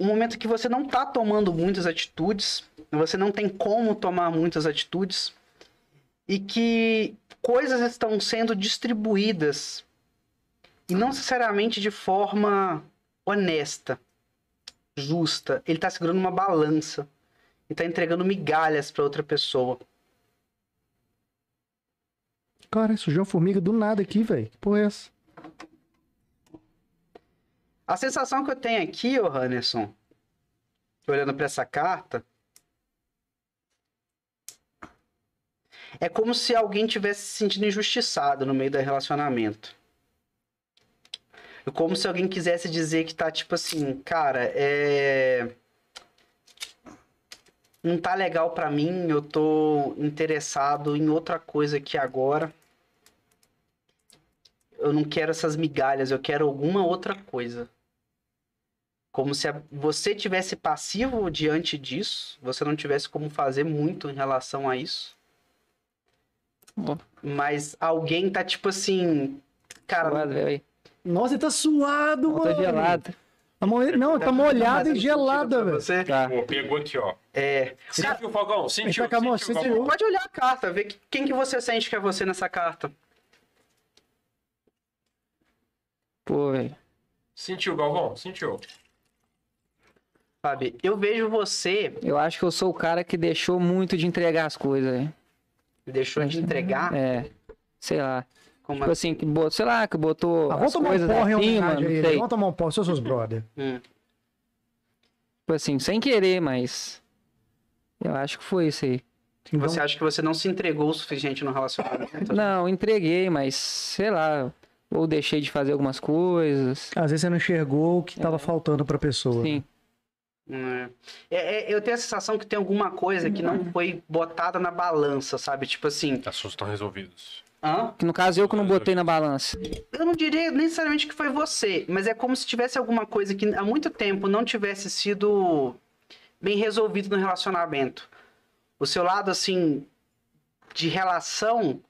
um momento que você não está tomando muitas atitudes, você não tem como tomar muitas atitudes, e que coisas estão sendo distribuídas e não necessariamente de forma honesta, justa. Ele está segurando uma balança e está entregando migalhas para outra pessoa.
Cara, surgiu uma formiga do nada aqui, velho. Que porra é essa?
A sensação que eu tenho aqui, ô Hannerson, olhando para essa carta, é como se alguém tivesse se sentindo injustiçado no meio do relacionamento. É Como se alguém quisesse dizer que tá tipo assim, cara, é. Não tá legal pra mim, eu tô interessado em outra coisa aqui agora eu não quero essas migalhas, eu quero alguma outra coisa. Como se a- você tivesse passivo diante disso, você não tivesse como fazer muito em relação a isso.
Bom.
Mas alguém tá tipo assim, cara,
Suado, velho, aí.
Nossa, ele tá suado,
Eu tô
mano.
gelado.
Tá mole- Não, tá molhada e gelada, velho.
é você
Tá.
Pô, Ah, pegou aqui, ó.
é, Cara,
Sentiu, Falcão? Sentiu,
Tá com a mão,
sentiu,
sentiu.
Falcão.
pode olhar a carta, ver que- quem que você sente que é você nessa carta.
Pô, velho.
Sentiu, Galvão? Sentiu.
Sabe? Eu vejo você
Eu acho que eu sou o cara que deixou muito de entregar as coisas, velho.
deixou de entregar
É. Sei lá.
como
Tipo assim, que botou, sei lá, que botou.
Ah,
as
vamos tomar um
coisas
porra em
assim,
homenagem
mano.
a
Não
ele.
sei.
Vamos tomar um porra, eu sou seus brother.
Hum.
Tipo assim, sem querer, mas. Eu acho que foi isso aí.
Então,
você acha que você não se entregou o suficiente no relacionamento?
Não, entreguei, mas sei lá. Ou deixei de fazer algumas coisas.
Às vezes você não enxergou o que tava faltando pra pessoa.
Sim.
É. É, é, eu tenho a sensação que tem alguma coisa que não foi botada na balança, sabe? Tipo assim,
Assuntos estão resolvidos.
hã?
Que no caso eu que não botei na balança.
eu não diria necessariamente que foi você, mas é como se tivesse alguma coisa que há muito tempo não tivesse sido bem resolvido no relacionamento. O seu lado, assim, de relação.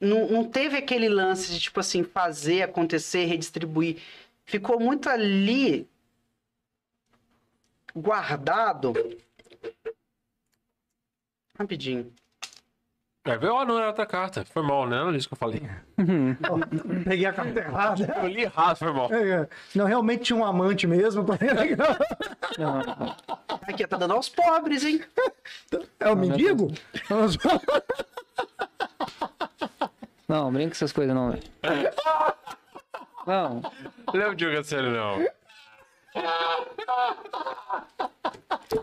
Não, não teve aquele lance de, tipo assim, fazer acontecer, redistribuir. Ficou muito ali. guardado. Rapidinho.
É, veio, ó, não era outra carta. Foi mal, né? Não é isso que eu falei.
Peguei a carta errada.
Eu li errado, foi mal.
É, é. Não, realmente tinha um amante mesmo. né?
Não, não.
Aqui, tá dando aos pobres, hein?
É o mendigo?
não brinca com essas coisas não, velho. Não,
Lembra de jogo sério, não.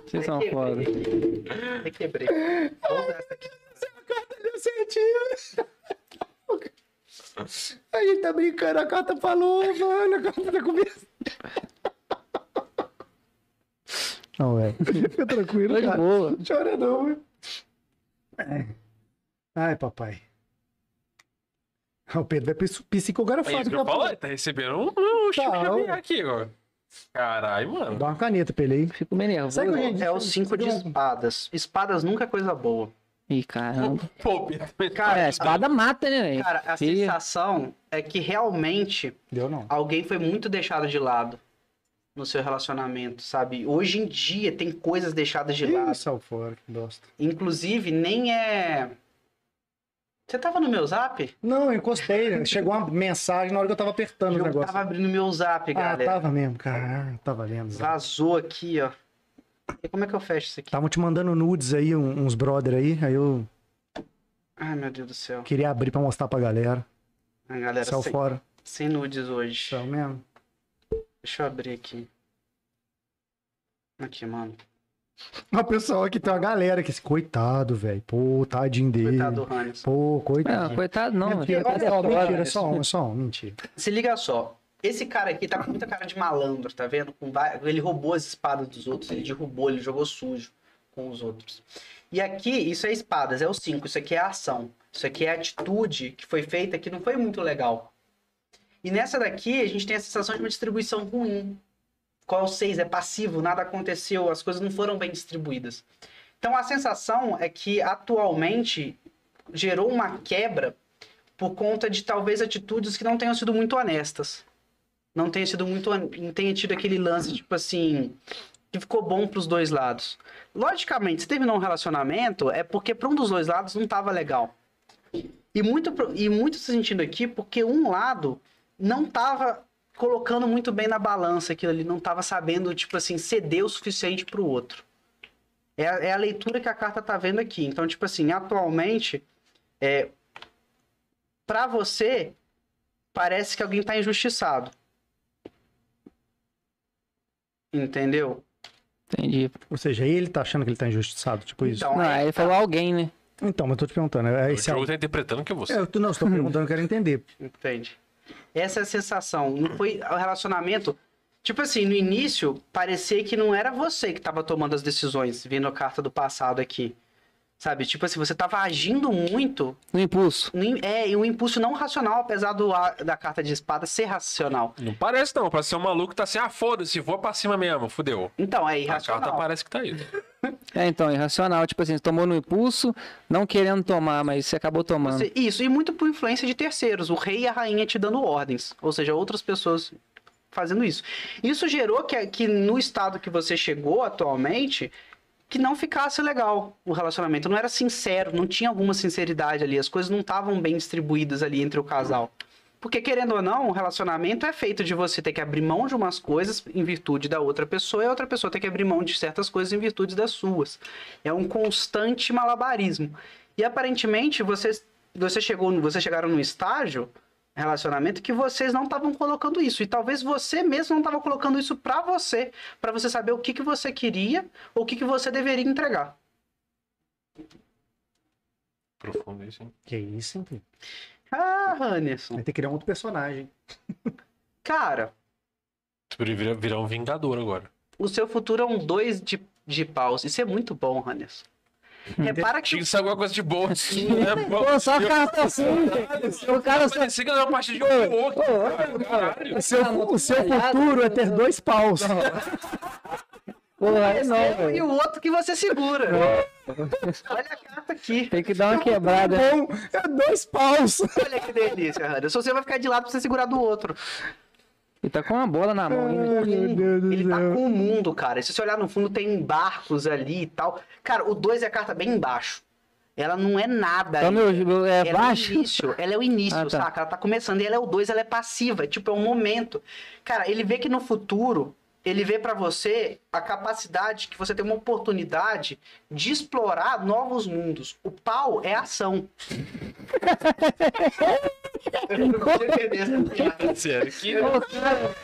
vocês são foda.
Eu quebrei. Vou usar essa aqui.
carta deu certinho. A gente tá brincando, a carta falou, mano, a carta tá começando. Não, é. Tá velho. Fica tranquilo,
Tô de
cara.
boa.
Não chora não, velho. É. Ai, papai. Ah, O Pedro vai pis-
É isso
psicografado.
que eu
papai.
falei, tá recebendo um, um chip
Tá,
de
ó.
aqui, ó. Caralho, mano.
Dá uma caneta pra ele aí.
Fico meio nervoso.
Sabe que a gente-
É o cinco de espadas. Espadas nunca é coisa boa.
Ih, caramba.
Pô, Pedro,
É, a
Cara,
espada mata, né, velho?
cara, a
Ih.
sensação é que realmente
Deu não.
alguém foi muito deixado de lado no seu relacionamento, sabe? Hoje em dia tem coisas deixadas de
Ih,
lado.
saiu fora, que bosta.
Inclusive, nem é. Você tava no meu zap?
Não, eu encostei. né? Chegou uma mensagem na hora que eu tava apertando o
Eu
negócio.
tava abrindo meu zap,
Ah,
galera.
tava mesmo, cara. Ah, Tava lendo. Zé.
Vazou aqui, ó. E como é que eu fecho isso aqui?
Estavam te mandando nudes aí, um- uns brother aí. Aí eu
Ai, meu Deus do céu.
queria abrir pra mostrar pra galera.
A galera
Saiu
sem,
fora.
sem nudes hoje.
Saiu mesmo.
Deixa eu abrir aqui. Aqui, mano.
Mas o pessoal aqui tem uma galera que... Coitado, velho. Pô, tadinho dele.
Coitado do Hannes.
Pô, coitado.
É, Não, coitado não, velho.
Mentira,
Coitado é
olha só,
foda.
mentira, é só um, é só um, mentira.
Se liga só. Esse cara aqui tá com muita cara de malandro, tá vendo? Com vai- Ele roubou as espadas dos outros, ele derrubou, ele jogou sujo com os outros. E aqui, isso é espadas, é o 5, isso aqui é a ação. Isso aqui é a atitude que foi feita que não foi muito legal. E nessa daqui, a gente tem a sensação de uma distribuição ruim. Qual é o 6? É passivo, nada aconteceu, as coisas não foram bem distribuídas. Então a sensação é que atualmente gerou uma quebra por conta de talvez atitudes que não tenham sido muito honestas. Não tenha sido muito. hon- Não tenha tido aquele lance, tipo assim. Que ficou bom pros dois lados. Logicamente, se terminou um relacionamento, é porque pra um dos dois lados não tava legal. E muito, pro- e muito se sentindo aqui porque um lado não tava colocando muito bem na balança aquilo ali, não tava sabendo, tipo assim, ceder o suficiente pro outro. É a, é a leitura que a carta tá vendo aqui. Então, tipo assim, atualmente, é, para você, parece que alguém tá injustiçado. Entendeu?
Entendi.
Ou seja, ele tá achando que ele tá injustiçado, tipo isso.
Então,
Não,
é-
aí ele falou alguém, né?
Então, mas eu tô te perguntando, é
O
esse é
jogo
o...
tá interpretando que é você.
É, eu tô, não, eu tô perguntando, eu quero entender.
Entende? Essa é a sensação. Não foi o relacionamento. Tipo assim, no início, parecia que não era você que tava tomando as decisões, vendo a carta do passado aqui. Sabe? Tipo assim, você tava agindo muito.
No impulso.
no im- É, e um impulso não racional, apesar do, a- da carta de espada ser racional.
É.
Não parece não, parece ser um maluco que tá assim, ah, foda-se, vou pra cima mesmo, fudeu.
Então, é
A carta
irracional.
parece que tá aí.
É, então, irracional. Tipo assim, tomou no impulso, não querendo tomar, mas você acabou tomando.
Você- isso, e muito por influência de terceiros, o rei e a rainha te dando ordens, ou seja, outras pessoas fazendo isso. Isso gerou que, que no estado que você chegou atualmente, que não ficasse legal o relacionamento, não era sincero, não tinha alguma sinceridade ali, as coisas não estavam bem distribuídas ali entre o casal. Porque, querendo ou não, o relacionamento é feito de você ter que abrir mão de umas coisas em virtude da outra pessoa e a outra pessoa ter que abrir mão de certas coisas em virtude das suas. É um constante malabarismo. E aparentemente vocês, você chegou, vocês chegaram num estágio relacionamento que vocês não estavam colocando isso e talvez você mesmo não estava colocando isso pra você, pra você saber o que, que você queria ou o que, que você deveria entregar.
Profundo isso, hein?
Que isso, hein?
Ah, Anderson,
Vai ter que criar um outro personagem.
cara,
Tu poderia virar, virar um vingador agora.
o seu futuro é um dois de, de paus. Isso é muito bom, Anderson. Repara que
Tinha que ser alguma coisa de boa. assim, né?
Pô, só ficar assim, O cara só.
Parecia que era uma partida de outro.
O seu, o seu futuro é ter dois paus.
Pô, aí
esse
não,
é um e
velho.
o outro que você segura. Olha a carta aqui.
Tem que dar uma quebrada.
Bom, é dois paus.
Olha que delícia, Anderson. Você vai ficar de lado pra você segurar do outro.
Ele tá com uma bola na mão ainda.
Meu Deus do
Ele tá
céu.
com o mundo, cara. Se você olhar no fundo, tem barcos ali e tal. Cara, o 2 é a carta bem embaixo. Ela não é nada.
Então, meu,
ainda.
meu é
ela
baixo?
É o início, ela é o início,
Ah, tá.
saca? Ela tá começando e ela é o 2, ela é passiva. Tipo, é um momento. Cara, ele vê que no futuro, ele vê pra você a capacidade que você tem uma oportunidade de explorar novos mundos. O pau é ação. Eu não podia perder essa piada.
Sério, que...
Pô, cara,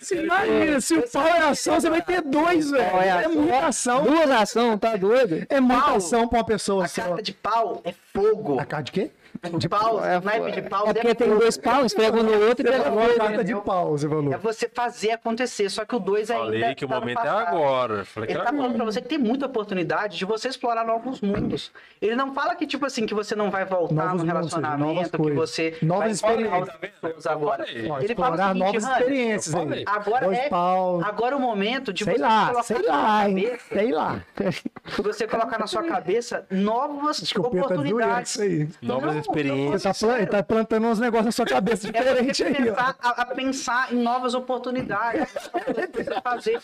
Se Imagina, se o pau é ação, você vai ter dois, velho.
é
É
ação.
muita ação.
Duas ações, tá doido?
É muita
Pau.
ação pra uma pessoa
A
só.
carta de pau é fogo.
A carta de quê?
De pau,
É,
naipe de pau,
é porque
é,
tem dois paus, pega um no outro e
Você
pega
falou a
fogo,
carta
né?
de pau, você falou.
é você fazer acontecer. Só que o 2 ainda.
Falei que o
tá no
momento é
passado.
agora. Falei que
Ele
era
tá falando
agora.
pra você que tem muita oportunidade de você explorar novos mundos. Ele não fala que, tipo assim, que você não vai voltar
Novos
no
mundos, ou seja, novas
relacionamento, que
coisas.
você.
Novas
vai explorar
experiências.
outras pessoas agora.
Falei.
Ó,
Ele fala o
explorar
seguinte,
novas
Rani,
experiências
eu
aí.
falei.
Agora
Dois
é.
paus.
Agora é o momento de
Sei
você
lá,
colocar
sei
na sua
lá, hein?
cabeça-
Sei lá.
Você colocar na sua cabeça novas
Acho que o Pedro tá doendo
oportunidades.
isso aí.
Novas
Não,
experiências.
Você tá, plan- tá plantando uns negócios na sua cabeça
É
diferente
você
aí, ó.
pensar, a, a pensar em novas oportunidades, novas coisas pra fazer.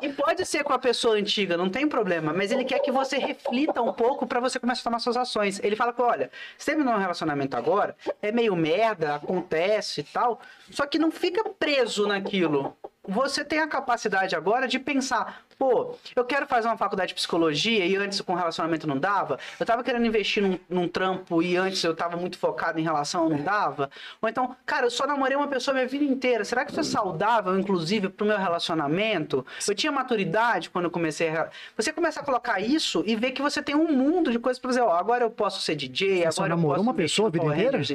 E pode ser com a pessoa antiga, não tem problema, mas ele quer que você reflita um pouco pra você começar a tomar suas ações. Ele fala que, olha, você terminou um relacionamento agora, é meio merda, acontece e tal, só que não fica preso naquilo. Você tem a capacidade agora de pensar pô, eu quero fazer uma faculdade de psicologia e antes com relacionamento não dava. Eu tava querendo investir num, num trampo e antes eu tava muito focado em relação não dava. Ou então, cara, eu só namorei uma pessoa minha vida inteira. Será que isso é saudável, inclusive, pro meu relacionamento? Eu tinha maturidade quando eu comecei a. Você começa a colocar isso e vê que você tem um mundo de coisas pra dizer, ó, agora eu posso ser DJ,
só
agora eu
namorou
posso
uma
investir
pessoa a
no
vida
Power
inteira?
Rangers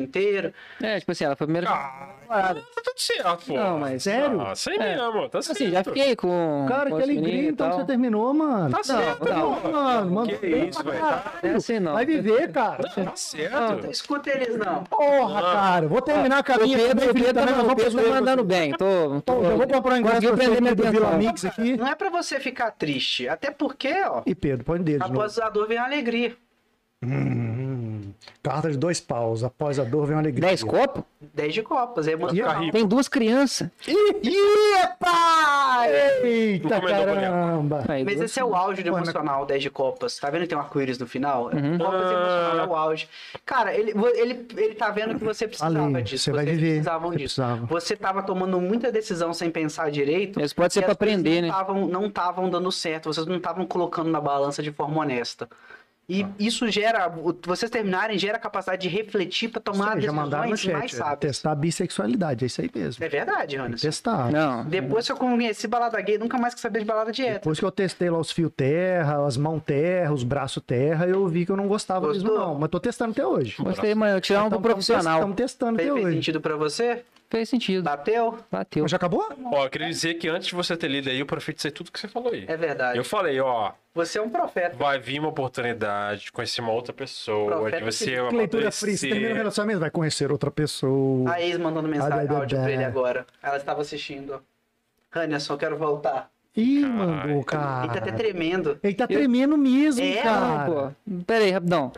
inteiro.
É, tipo assim, ela foi a primeira.
Ah,
parada.
tá tudo certo, pô.
Não, mas-
Sério?
Ah, sei mesmo, tá certo.
assim, já fiquei com.
Cara,
com
que
os meninos
alegria,
e
então que
tal.
você terminou, mano.
Tá certo,
não,
pô.
mano, mano.
Que
bem
isso,
pra
velho.
caralho.
Não é assim, não.
Vai viver, cara.
Tá certo.
Escuta eles, não.
Porra, cara. Vou terminar a
Ah,
O
caminha.
Pedro, o Pedro tá,
também, mas
mandando- o
vou
Pedro tá
perder
mandando
você.
bem. Tô, tô,
Então, já vou comprar um ingresso
Conseguiu
pra você
prender minha
aqui do Vila
atenção.
Mix aqui.
Não é pra você ficar triste. Até porque, ó,
E Pedro, põe dele de novo.
após a dor vem a alegria.
Hum, carta de dois paus. Após a dor vem uma alegria.
Dez copos?
10 de copas, é
Fica
emocional.
rico.
Tem duas crianças.
Epa! Eita,
Não comendou boneco.
caramba.
Aí,
Mas
duas-
esse é o auge do
Pô, mas-
emocional, 10 de copas. Tá vendo que tem um arco-íris no final?
Uhum.
Copas emocional é o auge. Cara, ele, vo- ele, ele tá vendo que você precisava
Ali,
disso.
você vai
vocês
viver,
precisavam
você
disso.
precisava.
Você tava tomando muita decisão sem pensar direito.
Isso pode ser
e
pra
as coisas
aprender,
não
né?
tavam- não estavam dando certo, vocês não estavam colocando na balança de forma honesta. E
Ah.
isso gera. o- Vocês terminarem gera a capacidade de refletir pra
Isso aí,
tomar
já mandaram no
decisões mais
chat. é,
sábias.
Testar a bissexualidade, é isso aí mesmo.
É verdade, Anderson.
Testar.
Não.
Depois que eu conheci balada gay, nunca mais quis saber de balada de hétero.
Depois que eu testei lá os fios terra, as mãos terra, os braços terra, eu vi que eu não gostava mesmo,
Gostou?
não. Mas tô testando até hoje.
Gostei, mano. Eu tirar
Então,
um pro profissional.
Estamos testando até
Fez, fez
hoje.
sentido pra você?
Fez sentido.
Bateu?
Bateu.
Mas Tá. já acabou?
Ó, eu queria dizer que antes de você ter lido aí, eu profetizei tudo que você falou aí.
É verdade.
Eu falei, ó,
Você é um profeta.
vai vir uma oportunidade de conhecer uma outra pessoa, de
Profeta
você
que-
Que leitura free, você
amadurecer.
termina o relacionamento, vai conhecer outra pessoa.
A ex mandando
Ai,
mensagem
ai,
áudio
ai,
pra
ai.
ele agora. Ela estava assistindo. Rania, só quero voltar.
Ih, mandou,
Ele tá até
cara.
tremendo.
Ele tá tremendo mesmo,
É,
cara.
Não, Ah, pô. Pera aí, rapidão.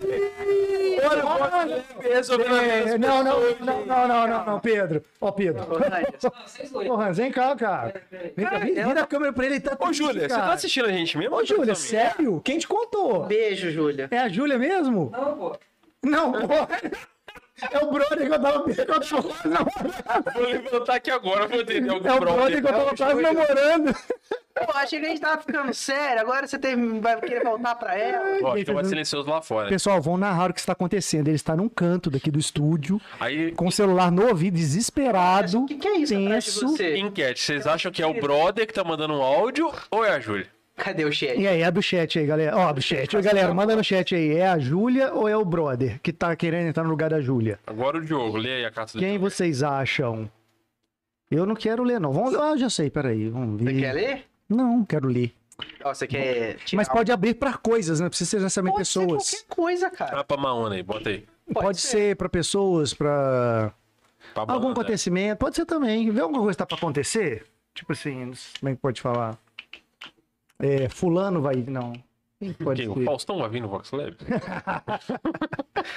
Olha, olha, resolveu a
É,
mesma
não, não,
pessoa,
não, não, não, não, não, Pedro. Ó, Pedro.
Ô, Rania,
Ô, Hans, vem cá, cara. Vem cá, vem- vira a câmera pra ele. ele Tá
Ô,
triste,
Júlia, você
cara.
tá assistindo a gente mesmo?
Ô, Júlia,
Samir?
sério? Quem te contou?
Beijo, Júlia.
É a Júlia mesmo?
Não, pô.
Não, pô. É o brother que eu tava, que eu tava quase namorando.
Vou levantar aqui agora, vou entender algum
É o brother
brother.
que eu tava quase namorando.
Pô, achei que a gente tava ficando sério. Agora você tem- vai querer voltar pra ela.
Ó, tem mais silencioso lá fora.
Pessoal, vão narrar o que está acontecendo. Ele está num canto daqui do estúdio,
Aí,
com o celular no ouvido, desesperado.
O que, que é isso atrás de
tenso.
você?
enquete, vocês acham que é o brother que tá mandando um áudio ou é a Júlia?
Cadê o
E
chat?
aí, abre o chat aí, galera. Ó, abre o chat. Ô, galera, manda no chat aí. É a Júlia ou é o brother que tá querendo entrar no lugar da Júlia?
Agora o Diogo, lê aí a carta do
Quem vocês acham? Eu não quero ler, não. Vamos... Ah, já sei, peraí. Vamos ver.
Você quer ler?
Não, quero ler.
Ó, você quer tirar
Mas pode abrir pra coisas, né? Não precisa ser necessariamente
Pode ser
pessoas.
qualquer coisa, cara.
Ah, pra Maona aí, bota aí.
Pode, ser, pra pessoas, pra
Pra
algum
banda.
acontecimento. Pode ser também. Vê alguma coisa que tá pra acontecer? Tipo assim, não sei como é que pode falar? É, fulano vai. Não. Quem que pode
Quem? O
ser?
Faustão vai vir no Vox Lab?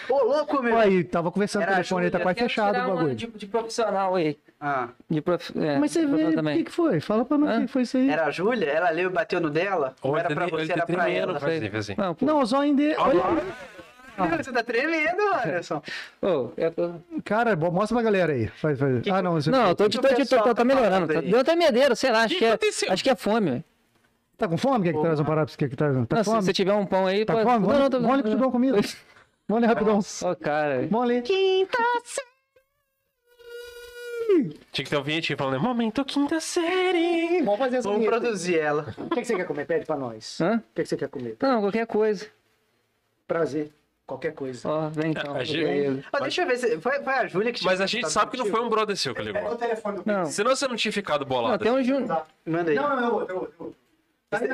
Ô, louco, meu.
Pô, aí, tava conversando
Era
com o
a
telefone, tá
Júlia,
quase fechado o bagulho.
um De, de profissional aí.
Ah,
De prof... é,
Mas você
profissional
vê, o
também.
que, que foi? Fala pra nós o
Hã?
que foi isso aí.
era a Júlia? Ela leu e bateu no dela? Ou era pra você, era pra ela?
Faz assim, faz assim.
Não, pô.
Não, só ainda. Olha,
Você tá tremendo, Anderson.
Ô, eu tô...
cara, bo- mostra pra galera aí. Faz, faz. ah, não, você
Não, eu tô,
que
tô,
o
tô, tô,
pessoal
tô,
tá
tá melhorando.
falando
Tá-
aí?
Deu até medeiro, sei lá, acho
que
que, é,
aconteceu?
acho que é fome. velho.
tá com fome? Quer que traz um parado pra você? Quer que traz um? Tá
Não,
com
se-
fome?
se tiver um pão aí,
Tá
pode-
com fome?
Não, não, tô...
Vamos ali que eu te um dou uma comida. Vamos ali rapidão.
Ô, cara. velho.
Vamos ali.
Quinta
Tinha que ter um vinhetinho falando, momento quinta série.
Vamos fazer essa
Vamos
vinheta.
produzir ela.
O que que você quer comer? Pede pra nós.
Hã?
O que que você quer comer?
Não, qualquer coisa.
Prazer. Qualquer coisa.
Ó, vem então.
A gente-
beleza.
Ó, deixa eu ver se. Foi, foi a Júlia que tinha
Mas a gente
conversado
sabe que não foi um brother seu que
Pega o
ligou.
telefone do
Não,
Senão você não tinha ficado
não,
bolado.
tem um Júnior.
contigo. Manda aí.
Não, não, é outro, é outro, é outro.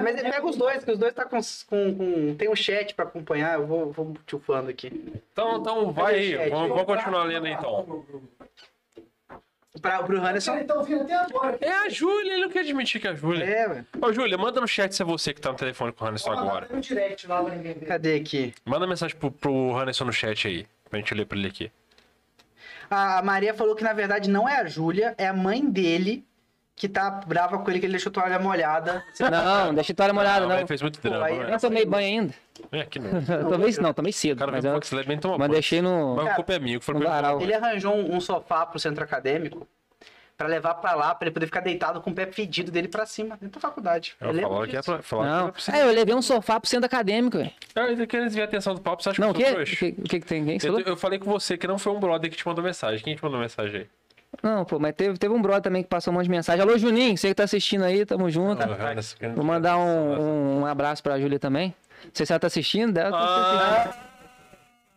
Mas pega os dois, que os dois tá com. com- com- tem um chat pra acompanhar. Eu vou, vou chufando aqui.
Então, então vai aí,
um Chat.
vamos, vamos continuar lendo aí, então.
Pra, pro Anderson.
Então, vindo até agora.
É a Júlia, ele não quer admitir que é a Júlia.
É, velho.
Ô, Júlia, manda no chat se é você que tá no telefone com o Hanson agora.
Manda no direct lá pra ninguém ver.
Cadê aqui?
Manda mensagem pro, pro Hanson no chat aí, pra gente ler pra ele aqui.
A Maria falou que na verdade não é a Júlia, é a mãe dele que tá brava com ele, que ele deixou a toalha molhada.
Não, deixa eu dar uma olhada, não.
ele fez muito drama,
aí-
né?
Eu tomei banho ainda.
É, que não. O
Talvez não, tomei cedo.
cara
mas
veio pro
eu-
Vox Lab e nem tomou
mas
banho.
deixei no.
Mas a culpa é minha, que foi
no
pra
varal.
Ele arranjou um, um sofá pro centro acadêmico pra levar pra lá, pra ele poder ficar deitado com o pé fedido dele pra cima, dentro da faculdade. Eu lembro
Falaram que é
disso.
pra. Falaram
Não.
que é pra
É, eu levei um sofá pro centro acadêmico, velho.
Ah, eu tô querendo desviar a atenção do papo, você acha
Não, o
que eu
quê?
sou
O
trouxa?
que, o que que tem? Quem que você
Eu,
falou?
te- eu falei com você que não foi um brother que te mandou mensagem. Quem te mandou mensagem aí?
Não, pô, mas teve, teve um brother também que passou um monte de mensagem. Alô, Juninho, você que tá assistindo aí, tamo junto.
Ah, cara, esse cara-
Vou mandar um, um abraço pra Júlia também. Não sei se ela tá assistindo, dela tá
Ah,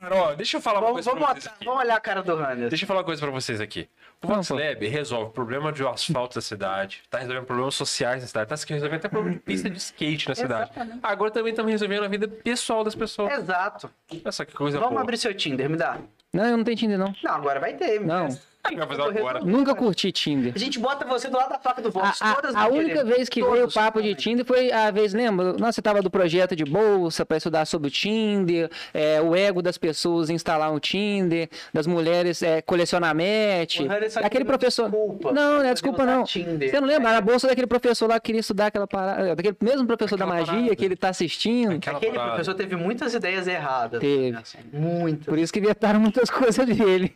cara, ó, deixa eu falar uma
Vamos,
coisa
vamos,
pra vocês
botar-
aqui.
vamos olhar a cara do Hannes.
Deixa eu falar uma coisa pra vocês aqui. O
Vamos, pô.
VoxLab resolve o problema de asfalto da cidade, tá resolvendo problemas sociais na cidade, tá se resolvendo até problema de pista de skate na cidade.
Exatamente.
Agora também estamos resolvendo a vida pessoal das pessoas.
Exato.
Olha só que coisa
Vamos
boa.
abrir seu Tinder, me dá.
Não, eu não tenho Tinder, não.
Não, agora vai ter. me
Não.
presta.
Ah, vai fazer agora.
Nunca curti Tinder.
A gente bota você do lado da placa do Vox.
A, a-
todas
a
vão
única
querer.
vez que
Todos,
veio o papo de
totalmente.
Tinder foi a vez, lembra? Nós você tava do projeto de bolsa para estudar sobre o Tinder, é, o ego das pessoas em instalar um Tinder, das mulheres é, colecionar match.
O Harry só
Aquele
queria
professor.
desculpa pra
não, não
poder
é desculpa,
usar
não.
Tinder.
Você não lembra? Era a bolsa daquele professor lá que queria estudar aquela parada. é, Daquele mesmo professor da
Aquela
magia
parada.
que ele tá assistindo.
Aquela
Aquele
parada.
professor teve muitas ideias erradas.
Teve.
Assim, Muitas.
Por isso que vetaram muitas coisas dele.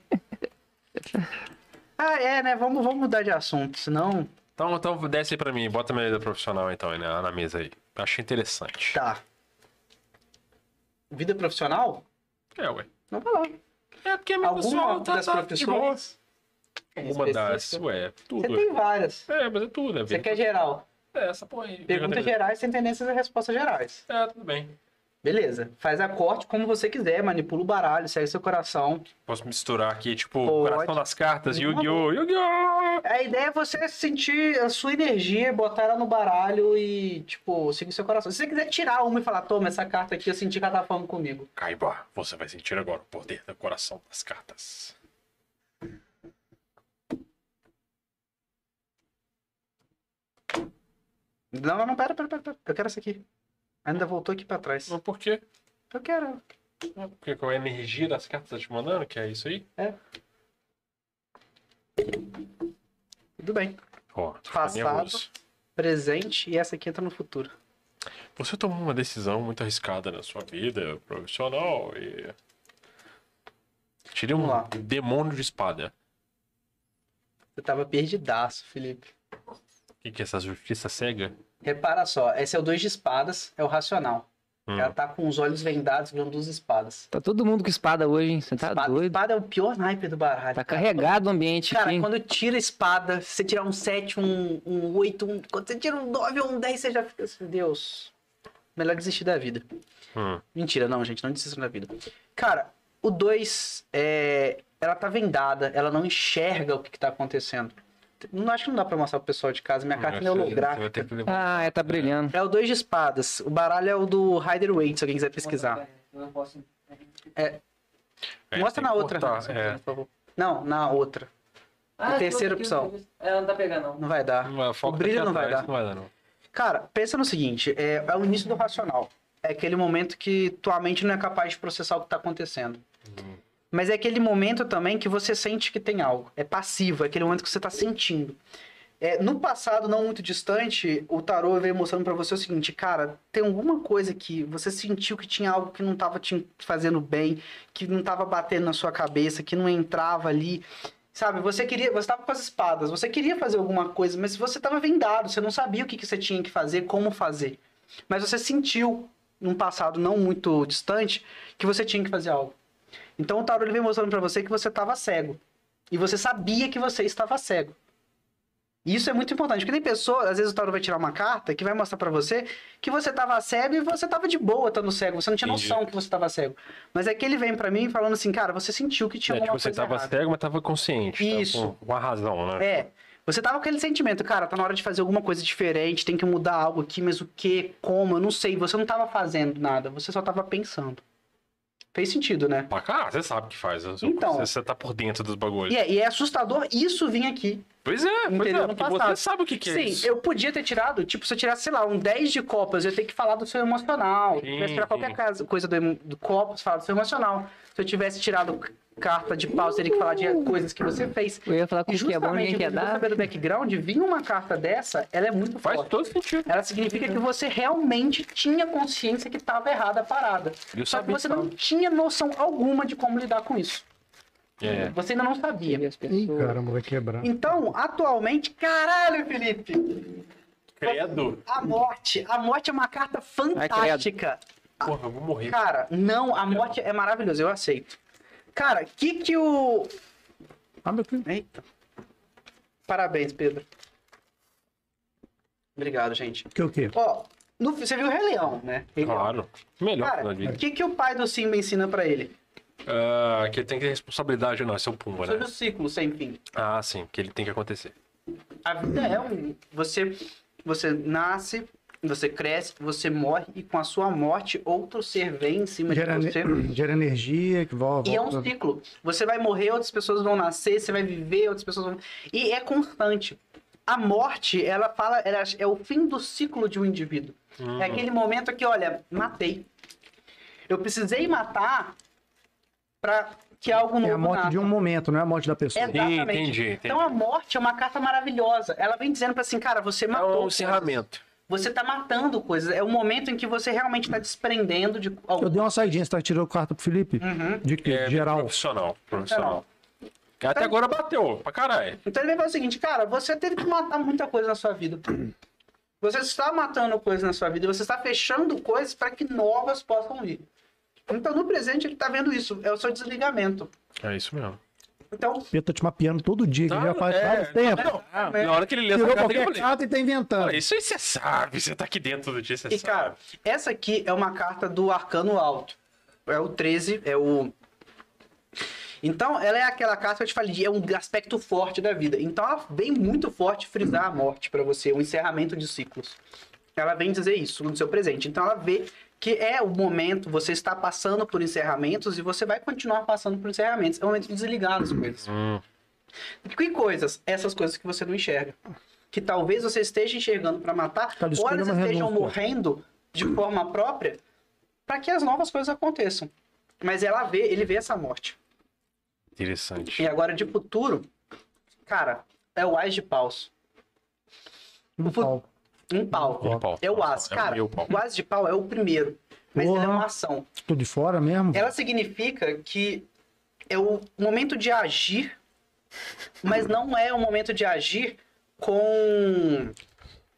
Ah, é, né? Vamos, vamos mudar de assunto, senão.
Então, então desce aí pra mim, bota a medida profissional então aí na, na mesa aí. Achei interessante.
Tá. Vida profissional?
É, ué.
Não vai lá.
É porque a minha
Alguma
pessoal tá,
das
tá de boa.
profissões? É,
Uma das,
Específica?
ué,
Você
tudo.
tem várias.
É, mas é tudo, é
Você
vida.
quer geral.
É, essa porra aí.
Perguntas gerais sem tendências e respostas gerais.
É, tudo bem.
Beleza. Faz a corte como você quiser, manipula o baralho, segue seu coração.
Posso misturar aqui, tipo,
Pode. Tá
coração das cartas,
Por favor.
Yu-Gi-Oh! Yu-Gi-Oh!
A ideia é você sentir a sua energia, botar ela no baralho e, tipo, seguir seu coração. Se você quiser tirar uma e falar, toma essa carta aqui, eu senti que ela tá falando comigo.
Caiba, você vai sentir agora o poder do coração das cartas.
Não, não, pera, pera, pera, pera. Eu quero essa aqui. Ainda voltou aqui pra trás.
Mas por quê?
Eu quero.
Porque com a energia das cartas tá te mandando, que é isso aí?
Tudo bem.
Ó, tô ficando
Passado.
nervoso.
Presente e essa aqui entra no futuro.
Você tomou uma decisão muito arriscada na sua vida profissional e. Tirei um
Vamos lá.
demônio de espada.
Você tava perdidaço, Felipe.
O que, que é essa justiça cega?
Repara só, esse é o dois de espadas, é o racional.
Hum.
Ela tá com os olhos vendados, virando duas espadas.
Tá todo mundo com espada hoje, hein? Você tá
Espada,
doido.
espada é o pior naipe do baralho.
Tá carregado o ambiente
Cara,
aqui.
quando tira a espada, se você tirar um 7, um, um 8, um, quando você tira um 9 ou um 10, você já fica assim, Deus. Melhor desistir da vida.
Hum.
Mentira, não, gente, não desistam da vida. Cara, o 2, é, ela tá vendada, ela não enxerga o que, que tá acontecendo. Não acho que não dá pra mostrar pro pessoal de casa, minha carta é
Você- você vai
holográfica.
ter que levar-
Ah, é, tá brilhando.
É o 2 de espadas. O baralho é o do Rider Waite, se alguém quiser pesquisar.
É,
Mostra
tem
na
que
outra,
cortar,
Hanson,
é.
por favor. Não, na outra. A terceira opção.
Ela não tá pegando,
Não vai dar.
Não, foca
O brilho
aqui
não vai
tá atrás,
dar.
Não vai dar, não.
Cara, pensa no seguinte, é, é o início do racional. É aquele momento que tua mente não é capaz de processar o que tá acontecendo.
Uhum.
Mas é aquele momento também que você sente que tem algo. É passivo, é aquele momento que você tá sentindo. É, no passado, não muito distante, o tarô veio mostrando pra você o seguinte, cara, tem alguma coisa que você sentiu que tinha algo que não tava te fazendo bem, que não tava batendo na sua cabeça, que não entrava ali. Sabe, você queria, você tava com as espadas, você queria fazer alguma coisa, mas você tava vendado, você não sabia o que, que você tinha que fazer, como fazer. Mas você sentiu, num passado não muito distante, que você tinha que fazer algo. Então o tarô ele vem mostrando pra você que você tava cego. E você sabia que você estava cego. E Isso é muito importante, porque tem pessoa, às vezes o tarô vai tirar uma carta que vai mostrar pra você que você tava cego e você tava de boa estando cego, você não tinha
Entendi.
noção que você tava cego. Mas é que ele vem pra mim falando assim, cara, você sentiu que tinha
É,
alguma
tipo, você
coisa
tava
errada.
cego, mas tava consciente. tava
Isso.
com uma razão, né?
É. Você tava com aquele sentimento, cara, tá na hora de fazer alguma coisa diferente, tem que mudar algo aqui, mas o que, como, eu não sei. Você não tava fazendo nada, você só tava pensando. Fez sentido, né?
Pra cá, você sabe o que faz. né? Você-
Então.
Você, você tá por dentro dos bagulhos.
E é, e é assustador isso vir aqui.
Pois é, pois
Entendeu?
é.
No
Porque
passado.
você sabe o que, que é
Sim,
isso.
eu podia ter tirado, tipo, se eu tirasse, sei lá, um 10 de copas, eu ia ter que falar do seu emocional. Se eu
Sim,
tivesse tirado qualquer
sim.
casa- coisa do, em- do copas, falar do seu emocional. Se eu tivesse tirado c- carta de pau, eu teria que falar de coisas que você fez.
Eu ia falar com
E
o que é bom, ninguém
justamente
quer
você
dar.
saber do background, vir uma carta dessa, ela é muito
Faz
forte.
todo sentido.
Ela significa que você realmente tinha consciência que estava errada a parada.
Eu
Só que
sabia
você
que
não
tava.
tinha noção alguma de como lidar com isso.
É.
Você ainda não sabia.
E as
Ih,
pessoas-
caramba, vai quebrar.
Então, atualmente, caralho, Felipe!
Credo.
A morte. A morte é uma carta fantástica.
Porra, eu vou morrer.
Cara, não, a morte é maravilhosa, eu aceito. Cara, que que o.
Ah, meu filho.
Eita. Parabéns, Pedro. Obrigado, gente.
Que o quê?
Ó, no- você viu o Rei Leão, né? Rei Leão.
Claro. Melhor né,
Cara, é.
final de
o
vida.
que, que o pai do Simba ensina pra ele?
Ah, que ele tem que ter responsabilidade, não. Esse é o Pumba,
Sobre
né?
o ciclo sem fim.
Ah, sim. Que ele tem que acontecer.
A vida é um. Você, você nasce, você cresce, você morre, e com a sua morte, outro ser vem em cima de
Gera,
você.
ener- gera energia, que volta.
E é um ciclo. Você vai morrer, outras pessoas vão nascer, você vai viver, outras pessoas vão. E é constante. A morte, ela fala, ela é o fim do ciclo de um indivíduo.
Uhum.
É aquele momento que, olha, matei. Eu precisei matar pra que algo novo
É a morte
nasça.
de um momento, não é a morte da pessoa.
É- Exatamente.
Entendi, entendi.
Então a morte é uma carta maravilhosa. Ela vem dizendo pra assim, cara, você
É
matou.
um
coisas.
encerramento.
Você tá matando coisas. É o momento em que você realmente tá desprendendo de algo.
Eu dei uma saidinha, você tá tirando o quarto pro Felipe?
Uhum.
De quê?
É,
De geral.
Profissional. Profissional. Até agora bateu, pra caralho.
Então ele vai falar o seguinte, cara, você teve que matar muita coisa na sua vida. Você está matando coisas na sua vida, você está fechando coisas para que novas possam vir. Então no presente ele está vendo isso, é o seu desligamento.
É isso mesmo.
Então,
Eu tô tá te mapeando todo dia, que
Tá,
já faz
é,
vários tempo.
não, Na hora que ele lê essa
Tirou
carta, eu
qualquer
falei,
carta e tá inventando.
"Olha, isso aí você sabe, você tá aqui dentro do dia, você
e
sabe.
cara, essa aqui é uma carta do arcano alto. É o 13, é o Então, ela é aquela carta que eu te falei, é um aspecto forte da vida. Então, ela vem muito forte frisar a morte para você, o encerramento de ciclos. Ela vem dizer isso no seu presente. Então, ela vê que é o momento, você está passando por encerramentos e você vai continuar passando por encerramentos. É o momento de desligar as coisas.
Hum.
Que coisas? Essas coisas que você não enxerga. Que talvez você esteja enxergando para matar,
Tá,
ou
desculpa,
elas
mas
estejam
renúncia.
morrendo de forma própria, para que as novas coisas aconteçam. Mas ela vê, ele vê essa morte.
Interessante.
E agora de futuro, cara, é o As de Paus.
Um pau.
Um pau.
Um pau.
É o As,
É o
cara.
meu pau.
o As de Pau é o primeiro. Mas
Porra.
ele é uma ação.
Tô de fora mesmo?
Ela significa que é o momento de agir, mas não é o momento de agir com.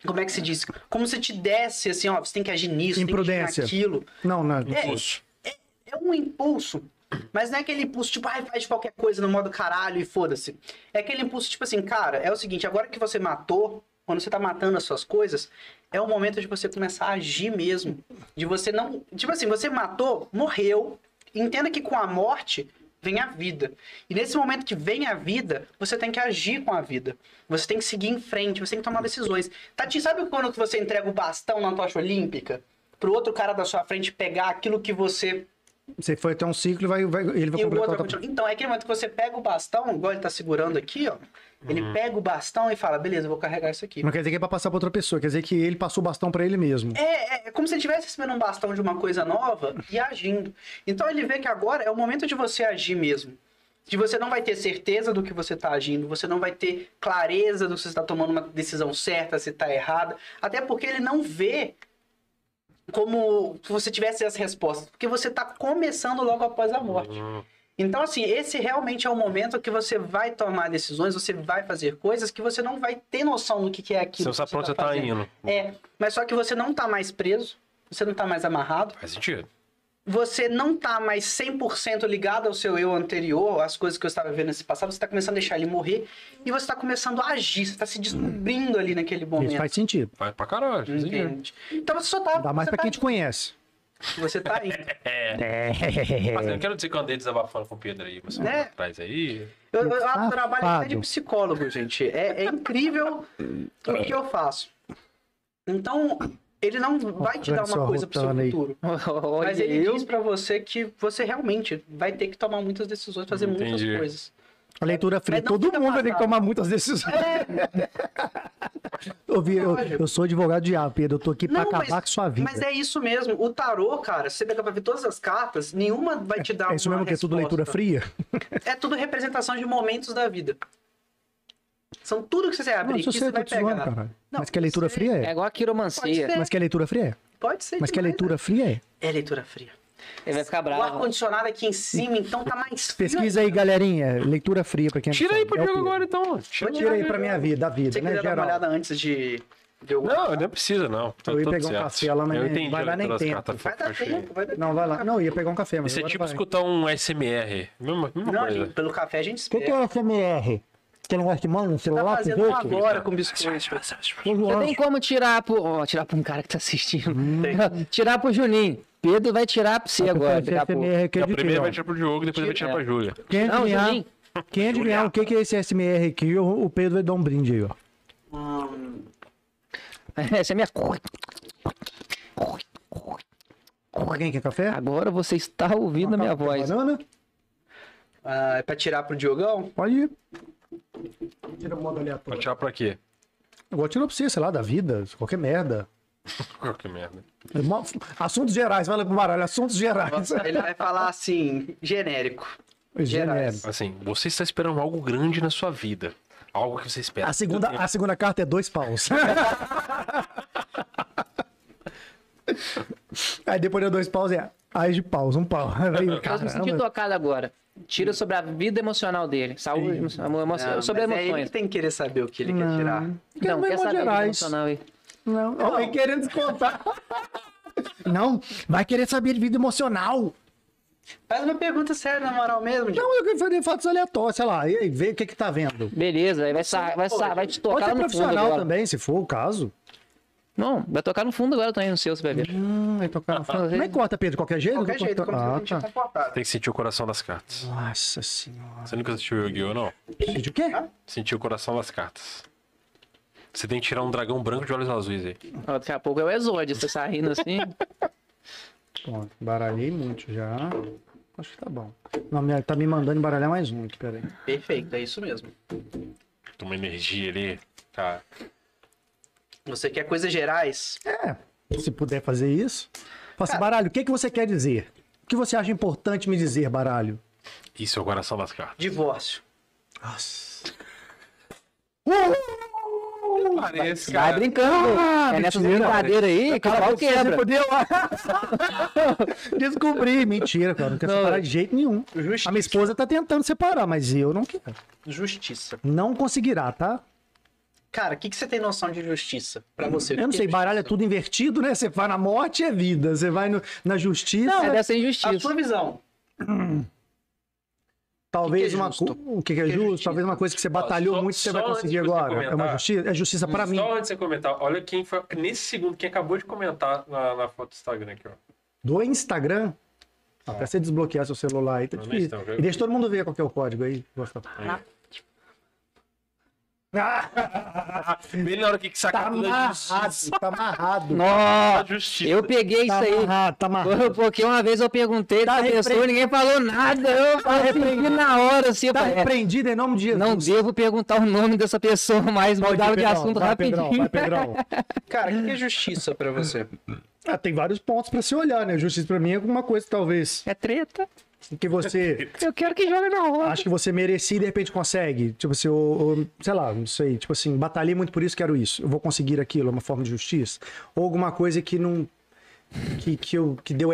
Como é que se diz? Como se te desse assim, ó, você tem que agir nisso, tem que agir
Imprudência.
naquilo.
Não, não.
Impulso.
é um impulso, mas não é aquele impulso tipo, ai, faz qualquer coisa no modo caralho e foda-se. É aquele impulso tipo assim, cara, é o seguinte, agora que você matou, quando você tá matando as suas coisas, é o momento de você começar a agir mesmo. De você não. Tipo assim, você matou, morreu. Entenda que com a morte vem a vida. E nesse momento que vem a vida, você tem que agir com a vida. Você tem que seguir em frente, você tem que tomar decisões. Tati, sabe quando que você entrega o bastão na tocha olímpica? Pro outro cara da sua frente pegar aquilo que você
Você foi até um ciclo e vai, vai- ele vai
e o outro
completar
vai
outra.
continuar. Então, é aquele momento que você pega o bastão, igual ele tá segurando aqui, ó. Ele pega o bastão e fala, beleza, eu vou carregar isso aqui.
Não quer dizer que é pra passar pra outra pessoa, quer dizer que ele passou o bastão pra ele mesmo.
É, é, é como se ele estivesse recebendo um bastão de uma coisa nova e agindo. Então ele vê que agora é o momento de você agir mesmo. De você não vai ter certeza do que você está agindo, você não vai ter clareza do se você está tomando uma decisão certa, se está errada. Até porque ele não vê como se você tivesse as respostas. Porque você está começando logo após a morte.
Uhum.
Então, assim, esse realmente é o momento que você vai tomar decisões, você vai fazer coisas que você não vai ter noção do que que é
Você
aquilo.
não sabe
que
pra onde você
tá
tá
fazendo.
indo.
É, mas só que você não tá mais preso, você não tá mais amarrado,
Faz sentido.
você não tá mais 100% ligado ao seu eu anterior, às coisas que eu estava vendo nesse passado, você tá começando a deixar ele morrer e você tá começando a agir, você tá se descobrindo ali naquele
Isso
um momento.
faz sentido. né?
Vai pra caralho. faz sentido.
Entende? Então você só tá.
Dá mais
você
pra
tá,
quem te conhece.
Você tá indo.
Mas
É.
eu não quero dizer que eu andei desabafando com o Pedro aí, mas
Né?
atrás aí.
Eu, eu
Safado.
trabalho até de psicólogo, gente. É, é incrível o que eu faço. Então, ele não vai te dar uma
Só
coisa pro seu
rotando aí.
futuro.
Olha
Mas é ele
eu.
diz pra você que você realmente vai ter que tomar muitas decisões, fazer
Entendi.
muitas coisas.
A leitura fria.
É, Mas não
Todo
fica
mundo vai ter que
passado. É.
tomar muitas decisões. eu, vi- eu- eu sou advogado de diabo, Pedro. Eu tô aqui pra acabar com sua vida.
mas é isso mesmo. O tarô, cara, se você pegar pra ver todas as cartas, nenhuma vai te dar
É isso
uma
mesmo que é tudo
resposta.
leitura fria?
É tudo representação de momentos da vida. São tudo que você abrir,
Não,
que
isso
você
eu tô
vai
te zoando,
pegar.
caralho.
Não,
Mas que a leitura
sei.
fria
É
é.
igual a
Pode
quiromancia.
ser,
Mas que a leitura fria é.
pode ser.
Mas que a
demais,
leitura fria é.
né? É leitura fria.
Ele vai ficar
O
bravo.
ar-condicionado aqui em cima, então tá mais frio.
Pesquisa aí, galerinha. Leitura fria pra quem não
Tira aí
sabe.
pro
É o
Diogo
Pedro.
agora, então.
Vou tirar aí pra minha vida, da
Se você
vida, né,
quiser dar uma
geral.
olhada antes de. de eu-
Não, não precisa, não. Tá
Eu ia
tudo
pegar um
certo.
café lá, mas
Eu
nem-
entendi
vai dar nem
todas as
tempo.
cartas
Vai dar
fofas aí.
tempo, vai dar
Não, vai lá. Não, eu ia pegar um café, mas
Isso é
agora
tipo
vai.
escutar um SMR. Mesma, mesma
Não,
coisa.
gente, pelo café a gente
O que, que
espera.
é o FMR? Aquele negócio que manda no
Tá
celular pro
fazendo um
outro?
agora com biscoito.
Você tem como tirar pro. Ó, tirar pra um cara que tá assistindo.
Tem.
tirar pro Juninho. Pedro vai tirar pra você agora. daqui a pouco.
FMR aqui
E
é
a
de
primeira vai
quem, ó.
tirar pro Diogo, depois vai tirar pra Júlia.
Quem
Não,
adivinhar,
Juninho.
quem adivinhar o que, que é esse SMR aqui, o o Pedro vai dar um brinde aí, ó.
Hum,
Essa é minha.
Alguém quer café?
Agora você está ouvindo a minha voz.
Banana?
ah, é pra tirar pro Diogão?
Pode ir. Tira modo aleatório.
Vai tirar pra quê?
Igual tirou pra você, sei lá, da vida, qualquer merda.
que merda.
Irmão, Assuntos gerais, vai lá pro baralho, assuntos gerais.
Ele vai falar assim, genérico.
Genérico.
Assim, você está esperando algo grande na sua vida. Algo que você espera.
A segunda, a segunda carta é dois paus. Aí depois de dois paus é as de paus, um pau. Aí,
Eu me senti
caramba.
tocado agora. Tira sobre a vida emocional dele. Saúde, emo- emo-
Não, mas
sobre
é ele
emoções.
que tem que querer saber o que um ele quer tirar.
Quero
Não,
ver
quer
Minas
saber a vida
é Gerais.
emocional aí.
Não, vai querendo descontar. Não, vai querer saber de vida emocional.
Faz uma pergunta séria, na moral mesmo, Diogo.
Não, eu quero fazer fatos aleatórios, sei lá. E aí, vê o que que tá vendo.
Beleza, aí vai, sa- vai, sa- vai te
Pode
tocar
ser
lá no fundo
profissional
agora.
também, se for o caso.
Não, vai tocar no fundo agora também, no seu, você vai ver.
Hum, vai tocar na frente. Como é que corta, Pedro? Qualquer jeito?
Qualquer jeito, como
ah,
se a gente
tá.
confortável.
Tem que sentir o coração das cartas.
Nossa senhora.
Você nunca assistiu Yu-Gi-Oh, não?
Gente, o quê?
Sentir o coração das cartas. Você tem que tirar um dragão branco de olhos azuis aí.
Ó, daqui a pouco é o Exódio, você sai rindo assim.
Pronto, baralhei muito já. Acho que tá bom. Não, minha- tá me mandando embaralhar mais um aqui, peraí.
Perfeito, é isso mesmo.
Tem uma energia ali. tá? Cara.
Você quer coisas gerais?
É, se puder fazer isso. Faça, baralho, o que, que você quer dizer? O que você acha importante me dizer, baralho?
Isso é o coração das cartas.
Divórcio.
Nossa.
Parece,
Vai brincando.
Ah,
é nessa
mentira,
brincadeira aí que o pau quebra.
Fudeu. Descobri. Mentira, cara. Não quero
Não,
separar
velho.
de jeito nenhum.
Justi-
A minha esposa tá tentando separar, mas eu não quero.
Justiça.
Não conseguirá, tá?
Cara, o que, que você tem noção de justiça pra você?
Eu não sei, baralho é tudo invertido, né? Você vai na morte é vida. Você vai no- na justiça.
Não,
é
é dessa
A
injustiça.
sua visão.
Talvez
que é
uma
justo?
co- o que, que é
que é
justo,
justiça?
talvez uma coisa que você batalhou
Ó, só-
muito você vai
só antes
conseguir
de você
agora. É uma
comentar.
justiça, é justiça pra mim.
Só antes de você comentar, olha quem foi. Nesse segundo, quem acabou de comentar na, na foto do Instagram aqui, ó.
Do Instagram, até você desbloquear seu celular aí, tá
Não,
difícil.
não, não, não.
E deixa todo mundo ver qual que é o código aí. Gosta. Ah,
Bem na hora que
tá
sacar
amarrado, tá amarrado.
Nossa,
justiça.
eu peguei isso
Tá
aí.
amarrado, tá amarrado.
Por- Porque uma vez eu perguntei
Tá
pra pessoa e ninguém falou nada. Eu falei na hora, assim, eu
Tá
falei, é,
repreendido em nome de Jesus.
não devo perguntar o nome dessa pessoa, mas
Pode ir,
mudava de
Pedrão,
assunto
vai,
rapidinho.
Pedrão, vai, Pedrão.
Cara, o que, que é justiça pra você?
Ah, tem vários pontos pra se olhar, né? Justiça pra mim é alguma coisa, talvez,
É treta.
que você
Eu quero que jogue na roda.
acho que você merecia e de repente consegue. Tipo assim, ou, ou, sei lá, não sei. Tipo assim, batalhei muito por isso, quero isso. Eu vou conseguir aquilo, é uma forma de justiça. Ou alguma coisa que não. que, que, eu, que deu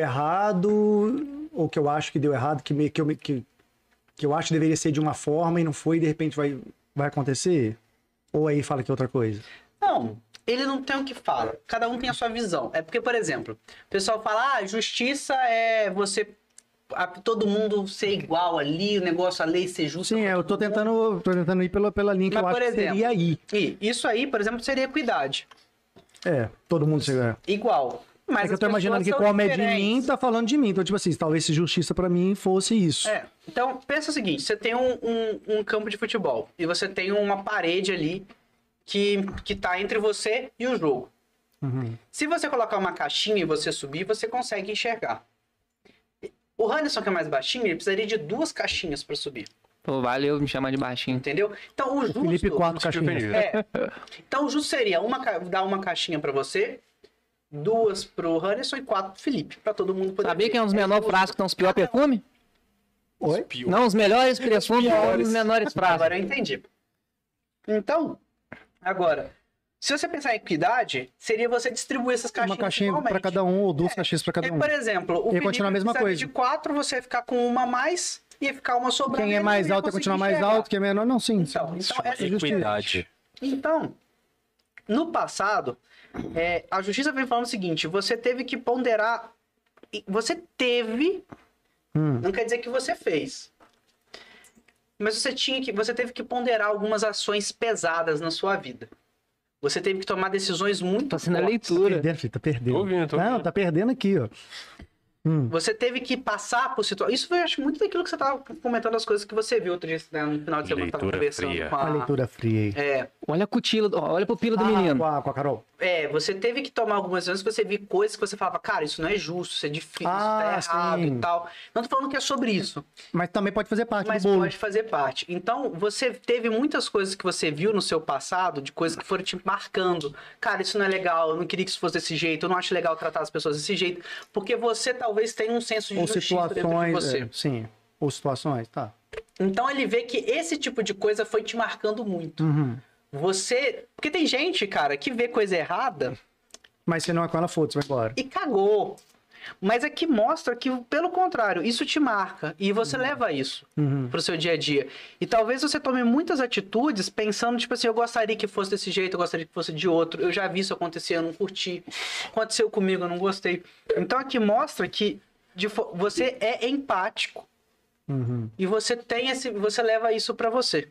errado, ou que eu acho que deu errado, que, me, que, eu, me- que, que eu acho que deveria ser de uma forma e não foi e de repente vai, vai acontecer. Ou aí fala que é outra coisa.
Não, ele não tem o que fala. Cada um tem a sua visão. É porque, por exemplo, o pessoal fala, ah, justiça é você... a- todo mundo ser igual ali, o negócio, a lei ser justa.
Sim, é, eu tô tentando, tô tentando ir pela, pela linha que
Mas,
eu acho
por
que
exemplo-
seria aí.
E isso aí, por exemplo, seria equidade.
É, todo mundo chega.
Igual. Mas
É que eu
as
tô imaginando que
pessoas
como
são
é de mim,
diferentes.
tá falando de mim. Então, tipo assim, talvez se justiça pra mim fosse isso.
É, então pensa o seguinte: você tem um, um- um campo de futebol e você tem uma parede ali que, que tá entre você e o jogo.
Uhum.
Se você colocar uma caixinha e você subir, você consegue enxergar. O Handerson, que é mais baixinho, ele precisaria de duas caixinhas para subir,
Pô, valeu me chamar de baixinho.
entendeu? Então o justo.
Felipe, quatro caixinhas.
É. Então o justo seria uma, ca- dar uma caixinha para você, duas pro Handerson e quatro pro Felipe, para todo mundo poder.
Sabia
ver.
que é um dos menores frascos que tem os piores perfumes?
Oi?
Não, os melhores perfumes, os, os menores frascos.
Agora eu entendi. Então, agora, Se você pensar em equidade, seria você distribuir essas caixinhas.
Uma caixinha pra
igualmente.
cada um ou duas caixinhas pra cada
É,
um.
por exemplo, o
Ia continuar a mesma
precisaria
coisa.
de quatro, você ia ficar com uma a mais, ia ficar uma sobrando.
Quem
e
é
ele
mais
não ia
alto é
conseguir
continuar mais
enxergar.
alto, quem é menor não, sim.
Então,
Isso é
então
chama
essa
justiça.
Equidade.
Então, no passado, é, a justiça vem falando o seguinte: você teve que ponderar. e Você teve,
Hum.
não quer dizer que você fez. Mas você tinha que. Você teve que ponderar algumas ações pesadas na sua vida. Você teve que tomar decisões muito.
Tá sendo a
fortes.
Tá
leitura.
perdendo, filho, tá perdendo.
Tô ouvindo, tô
Não,
ouvindo.
tá perdendo aqui, ó. Hum.
Você teve que passar por situações. Isso eu acho muito daquilo que você tava comentando as coisas que você viu outro dia, né, no final de semana, tava
Leitura
conversando
fria.
com
Uma
a.
leitura fria aí.
É,
Olha a cutila, do- ó, olha a pupila do
Ah,
menino.
Com a, com a Carol.
é, você teve que tomar algumas decisões que você viu coisas que você falava, cara, isso não é justo, isso é difícil,
Ah,
isso tá errado
sim. tá
e tal. Não tô falando que é sobre isso,
Mas também pode fazer parte
mas
do bolo.
pode fazer parte. Então, você teve muitas coisas que você viu no seu passado, de coisas que foram te marcando. Cara, isso não é legal, eu não queria que isso fosse desse jeito, eu não acho legal tratar as pessoas desse jeito, porque você talvez tenha um senso de
Ou
justiça dentro de
situações.
você.
é, sim. Ou situações, tá.
Então ele vê que esse tipo de coisa foi te marcando muito.
Uhum.
Você. Porque tem gente, cara, que vê coisa errada
Mas se não é com ela, foda-se, vai embora.
e cagou. Mas aqui mostra que, pelo contrário, isso te marca. E você leva isso
Uhum.
pro seu dia a dia. E talvez você tome muitas atitudes pensando, tipo assim, eu gostaria que fosse desse jeito, eu gostaria que fosse de outro. Eu já vi isso acontecer, eu não curti. Aconteceu comigo, eu não gostei. Então aqui mostra que de fo- você é empático.
Uhum.
E você tem esse, você leva isso pra você.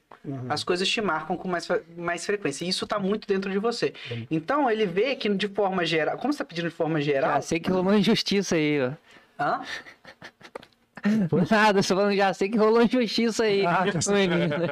As coisas te marcam com mais, fre- mais frequência. E isso tá muito dentro de você. Então ele vê que de forma geral, como você tá pedindo de forma geral?
Já sei que rolou injustiça aí, ó.
Hã?
Nada, só falando, já sei que rolou injustiça aí.
Ah, já sei.
menino.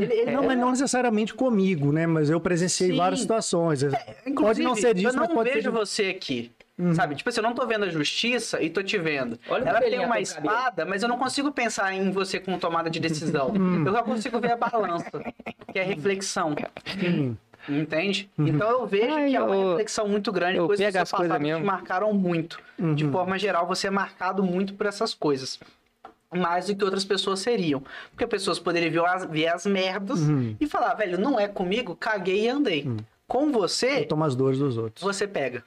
Ele- ele
Não,
não-
mas É, não necessariamente comigo, né? Mas eu presenciei
Sim. É,
várias situações. pode
inclusive,
não ser
eu
disso,
não
mas pode ser.
vejo
de- Uhum.
você aqui. Sabe? Tipo assim, eu não tô vendo a justiça e tô te vendo.
Olha o
Ela tem
cabelinho
uma
atrás do cabelo.
espada, mas eu não consigo pensar em você com tomada de decisão.
Uhum.
eu só consigo ver a balança, que é reflexão.
Sim. Uhum.
Entende? Então eu vejo
Ai,
que é uma
eu-
reflexão muito grande,
eu
coisas que
pego
seu
as coisas
passado te
mesmo.
marcaram muito.
Uhum.
De forma geral, você é marcado muito por essas coisas. Mais do que outras pessoas seriam. Porque pessoas poderiam ver as, ver as merdas
Uhum.
e falar, velho, não é comigo, caguei e andei. Com você,
Eu tomo as dores dos outros.
é. você pega.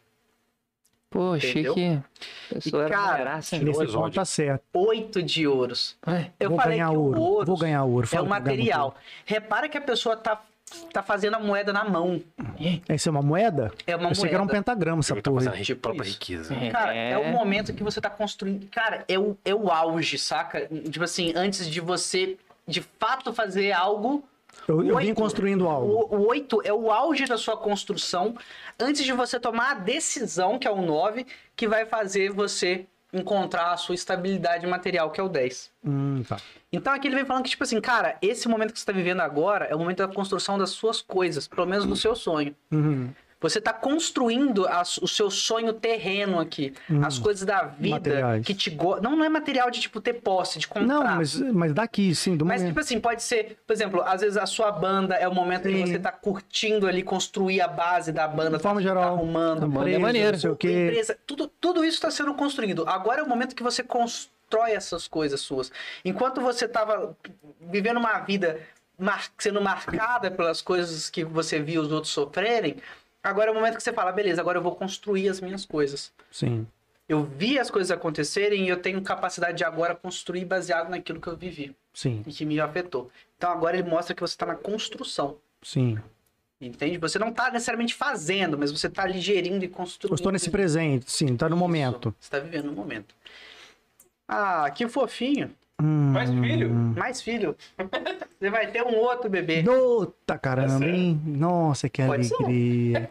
Pô, achei
Entendeu?
que. A pessoa era
cara,
maneiraça, né?
Nesse
episódio.
ponto tá certo.
Oito de ouros.
Ué,
Eu
vou
falei
ganhar
que
ouro.
o ouro
Vou ganhar ouro.
é
Fala
o
que eu vou ganhar muito
material.
ouro.
Repara que a pessoa tá, tá fazendo a moeda na mão.
Essa é uma moeda?
É uma
eu achei que era um
moeda.
pentagrama essa
Ele tá
porra.
fazendo a
Tipo
própria
isso.
riqueza.
Cara, é... o momento que você tá construindo. Cara, é o, é o auge, saca? Tipo assim, antes de você de fato fazer algo.
Eu, eu vim
Oito.
construindo algo.
O, o 8 é o auge da sua construção, antes de você tomar a decisão, que é o 9, que vai fazer você encontrar a sua estabilidade material, que é o 10.
Hum, tá.
Então aqui ele vem falando que, tipo assim, cara, esse momento que você tá vivendo agora é o momento da construção das suas coisas, pelo menos do seu sonho.
Uhum.
Você está construindo as- o seu sonho terreno aqui. as coisas da vida
Uhum. materiais.
que te go... não, não é material de tipo ter posse, de comprar.
Não, mas, mas daqui, sim, do
Mas,
momento.
tipo assim, pode ser, por exemplo, às vezes a sua banda é o momento
Sim.
que você tá curtindo ali, construir a base da banda,
De forma geral.
tá arrumando,
Tá
Empresa,
maneiro.
Não sei o
a
quê.
empresa, tudo, tudo isso está sendo construído. Agora é o momento que você constrói essas coisas suas. Enquanto você estava vivendo uma vida mar- sendo marcada pelas coisas que você viu os outros sofrerem, agora é o momento que você fala, beleza, agora eu vou construir as minhas coisas.
Sim.
Eu vi as coisas acontecerem e eu tenho capacidade de agora construir baseado naquilo que eu vivi
Sim,
e que me afetou. Então agora ele mostra que você está na construção.
sim.
Entende? Você não tá necessariamente fazendo, mas você tá ali gerindo e
Eu
construindo.
estou nesse presente, sim, tá no
Isso,
momento.
Você tá vivendo o momento. Ah, que fofinho.
Hum.
Mas, filho,
Mais filho. Você vai ter um outro bebê.
Puta caramba, hein? Nossa, que
Tá Pode ser. um.
alegria.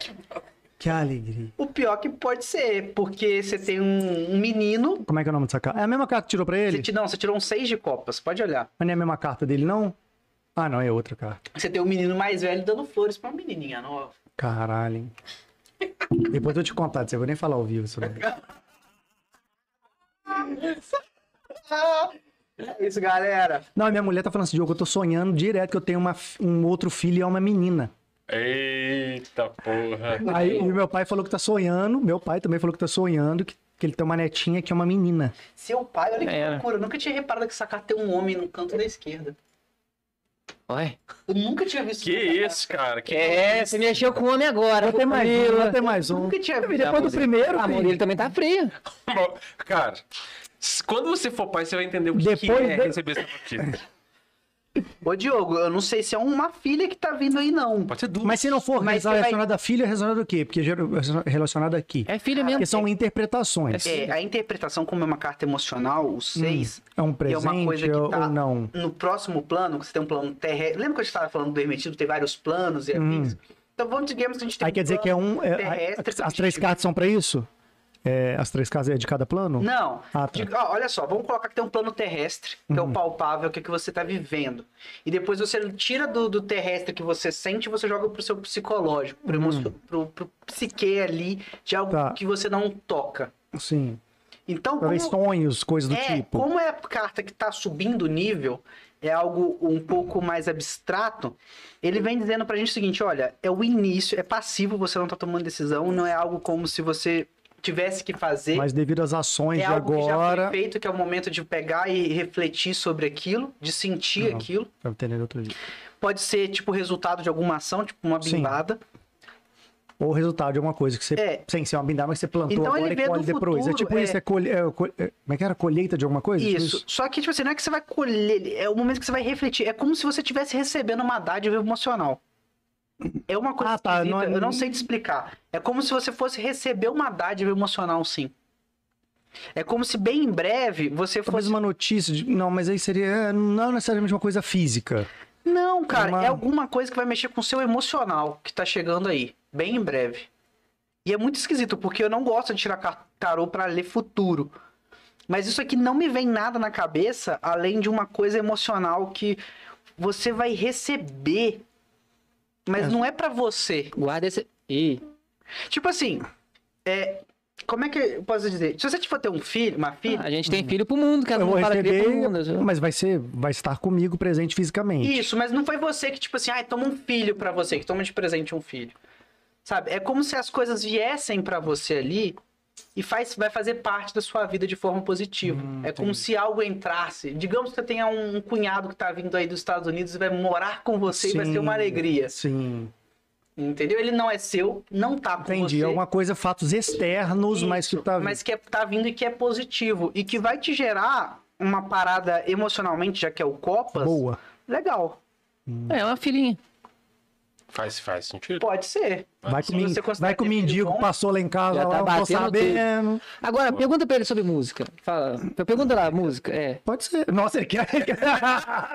Que alegria.
O pior que pode ser, porque você tem um, um menino.
Como é que é o nome dessa carta? É a mesma carta que tirou pra ele?
Você ti- não, você tirou um seis de copas, pode olhar.
Mas não é a mesma carta dele, não? Ah, não, é outra carta.
Você tem um menino mais velho dando flores pra uma menininha nova.
Caralho. hein? Depois eu te contar disso, eu vou nem falar ao vivo isso não.
Ah, é isso, galera.
Não, minha mulher tá falando assim, Diogo, eu tô sonhando direto que eu tenho uma fi- um outro filho e é uma menina.
Eita porra.
Aí e meu pai falou que tá sonhando, meu pai também falou que tá sonhando que, que ele tem uma netinha que é uma menina.
Seu pai, olha que
É, Era.
É.
loucura. Eu nunca tinha reparado que essa carta tem um homem no canto da esquerda.
Olha.
Eu nunca tinha visto
Que isso, cara? Que...
É, você mexeu com o homem agora.
Vou ter mais um, vou ter mais um.
Nunca tinha visto.
Depois do primeiro,
A
um filho.
Murilo também tá frio.
Cara, s- quando você for pai, você vai entender o que,
Depois
que é
de-
receber essa notícia.
Ô, Diogo, eu não sei se é uma filha que tá vindo aí, não.
Pode ser duro.
Mas se não for
Mas você vai-
relacionado à filha, é relacionado a quê? Porque é relacionado aqui.
É filho mesmo.
Porque são interpretações. É,
um É, a interpretação como é uma carta emocional, o 6,
um
é
presente
uma coisa que
ou,
tá
ou não?
no próximo plano, que você tem um plano terrestre. Lembra que a gente tava falando do hermetismo, tem vários planos e
Hum.
afins? Então vamos, digamos que a gente tem
Aí quer dizer que é um. é-
terrestre,
as três cartas são pra isso? É, as três cartas é de cada plano?
Não.
Ah, tá. Uhum.
Diga- ó, olha só, vamos colocar que tem um plano terrestre, que é o palpável, que é o que você está vivendo. E depois você tira do, do terrestre que você sente e você joga pro seu psicológico, pro, emocio- pro, pro psique ali, de algo
Hum. Tá.
que você não toca.
Sim.
Então, como,
Talvez sonhos, coisas do
é,
tipo.
como é a carta que está subindo o nível, é algo um pouco mais abstrato, ele vem dizendo pra gente o seguinte, olha, é o início, é passivo, você não tá tomando decisão, não é algo como se você tivesse que fazer
Mas devido às ações
é
de
algo que já
agora.
foi feito, que é o momento de pegar e refletir sobre aquilo, de sentir
Uhum.
aquilo.
Tá entendendo outro jeito.
Pode ser, tipo, resultado de alguma ação, tipo uma
Sim.
bimbada.
Ou resultado de alguma coisa que você.
É.
Sem ser uma bindada, mas que você plantou
Então ele
agora
vê
e colhe
do
depois. é
futuro,
tipo
é.
isso, é, colhe, é, colhe- é- Como é que era? Colheita de alguma coisa? Tipo
Isso. Só que, tipo assim, não é que você vai colher, é o momento que você vai refletir. É como se você estivesse recebendo uma dádiva emocional. É uma coisa
Ah, tá,
esquisita,
não é-
eu não sei te explicar. É como se você fosse receber uma dádiva emocional, sim. É como se bem em breve você
Talvez
fosse.
uma notícia. de- Não, mas aí seria. é, Não necessariamente uma coisa física.
Não, cara,
uma-
é alguma coisa que vai mexer com o seu emocional que tá chegando aí, bem em breve. E é muito esquisito, porque eu não gosto de tirar car- tarô pra ler futuro. Mas isso aqui não me vem nada na cabeça, além de uma coisa emocional que você vai receber. Mas não é pra você.
Guarda esse. Ih.
Tipo assim, é, como é que eu posso dizer? Se você for ter um filho, uma filha,
A gente tem filho pro mundo, cara.
eu
Não
vou
fala cria pro mundo.
receber, mas vai ser, vai estar comigo presente fisicamente.
Isso, mas não foi você que, tipo assim, ai, toma um filho pra você, que toma de presente um filho. Sabe? É como se as coisas viessem pra você ali e faz, vai fazer parte da sua vida de forma positiva.
Hum,
é como se algo entrasse. Digamos que você tenha um, um cunhado que tá vindo aí dos Estados Unidos e vai morar com você e vai
Sim.
ser uma alegria.
Sim.
Entendeu? Ele não é seu, não tá com
Entendi.
você.
Alguma coisa, fatos externos, mas que
Isso,
tá.
mas que é- tá vindo e que é positivo. E que vai te gerar uma parada emocionalmente, já que é o Copas.
Boa.
Legal.
É uma filhinha.
Faz, faz sentido.
Pode ser.
Vai
Se
com, min...
você considera
vai com o
ter filho
mendigo,
bom,
que passou lá em casa,
já
lá,
tá
não tô
batendo o dedo.
sabendo.
Agora, pergunta pra ele sobre música. Fala. Pergunta lá, música. É.
Pode ser. Nossa, ele quer. ele quer-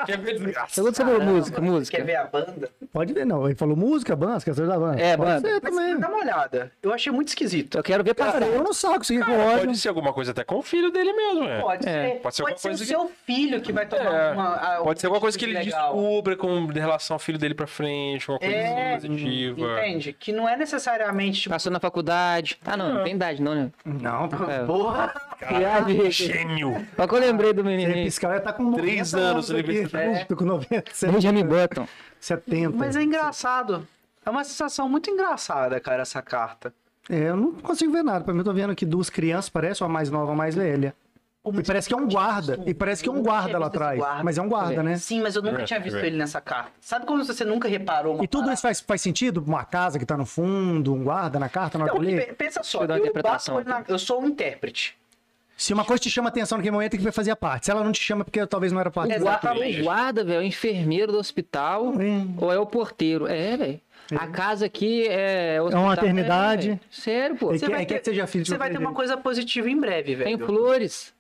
Quer ver desgraça?
Pergunta sobre música, música.
Quer ver a banda?
Pode ver, não. Ele falou música, banda, esqueceu da banda.
É,
Pode
banda.
ser
Mas
também.
dá uma olhada. Eu achei muito esquisito.
Eu quero ver passar.
Cara, eu não saco isso aqui com ódio.
Pode ser alguma coisa até com o filho dele mesmo, é.
Pode
É.
ser.
Pode ser
Pode ser,
alguma coisa
o
que-
seu filho que vai tomar
É.
uma. a- algum
Pode ser alguma coisa que
tipo
ele
de legal.
descubra com relação ao filho dele pra frente, uma coisa
É,
assim positiva.
Entende? Que não é necessariamente tipo.
Passou na faculdade. Ah, não, não tem idade, não, né?
Não, pô.
É.
Porra!
Caralho, gênio!
Só que eu lembrei do menino.
Ele
aí.
piscar, já tá com 90
Três anos, ele
aqui.
pisca- é.
Tô com 90,
Benjamin
70.
Button.
70.
Mas é engraçado. É uma sensação muito engraçada, cara, essa carta.
É, eu não consigo ver nada. Pra mim, eu tô vendo aqui duas crianças, parece uma mais nova, uma mais velha. E parece que é um guarda. E parece que é um guarda lá atrás. Mas é um guarda, né?
Sim, mas eu nunca
É,
tinha visto ele nessa carta. Sabe quando você nunca reparou uma
E tudo
parada?
isso faz, faz sentido? Uma casa que tá no fundo, um guarda na carta, na hora
Não,
de ler?
Então, pe- pensa só,
Deixa eu dar uma
eu, bato
interpretação
olho na- eu sou um intérprete.
É Se uma coisa te chama atenção naquele momento, é que vai fazer a parte. Se ela não te chama, é porque talvez não era
O
parte. dela.
guarda,
Exatamente.
o guarda, velho, é o enfermeiro do hospital
É.
ou é o porteiro? É, velho. A casa aqui é. hospital,
uma maternidade.
é, velho. sério, pô.
É
Você
que-
vai-
quer seja filho de
Você vai ter
outra
uma coisa positiva em breve, velho.
um
Tem flores.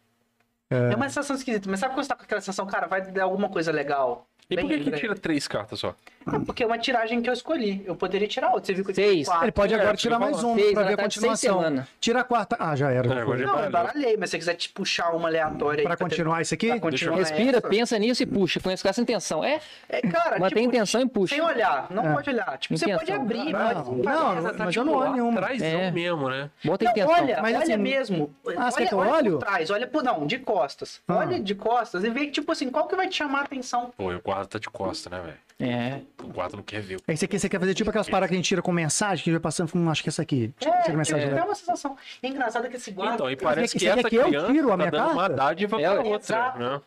É uma sensação esquisita, mas sabe quando você tá com aquela sensação, cara, vai dar alguma coisa legal?
E por
Bem
que, que
grande.
tira três cartas só?
É porque é uma tiragem que eu escolhi. Eu poderia tirar outra. Você viu que eu tirei
Seis.
quatro.
Ele pode
É,
agora
tinha
tirar mais
falado.
uma
Seis,
pra
ela
ver a
tá de seis
continuação.
semanas.
Tira a quarta. Ah, já era.
É, agora já
Não, eu
Baralhei.
baralhei, mas se você quiser te puxar uma aleatória aí
Pra
ter-
continuar isso aqui?
pra continuar
Respira,
essa.
pensa nisso e puxa. Conhece com essa intenção. É,
É, cara,
mantém a intenção e puxa.
Sem olhar, não
É.
pode olhar. Tipo, você
Intenção.
pode abrir,
Não,
mas
não,
parece, tá,
mas
tipo,
eu não olho
lá.
nenhuma.
Traizão
É.
mesmo, né?
Bota a
Não,
intenção.
olha,
Mas,
olha
assim,
mesmo.
Ah, você quer que eu
olha por
olho?
trás, olha por não, de costas.
Ah.
Olha de costas e vê que tipo assim, qual que vai te chamar a atenção?
Pô, e o guarda tá de costa, né, velho?
É.
O guarda não quer ver.
É isso aqui, você quer fazer tipo aquelas paradas que a gente tira com mensagem, que a gente vai passando, hum, acho que essa aqui. Deixa eu
É,
tirar a
tipo,
mensagem
é
dela.
uma sensação. E engraçado é que esse guarda.
Então, e parece que
quer- você quer
essa
que eu
criança
é tiro a
tá
minha
dando uma
carta?
dádiva
É,
pra outra,
exato.
né?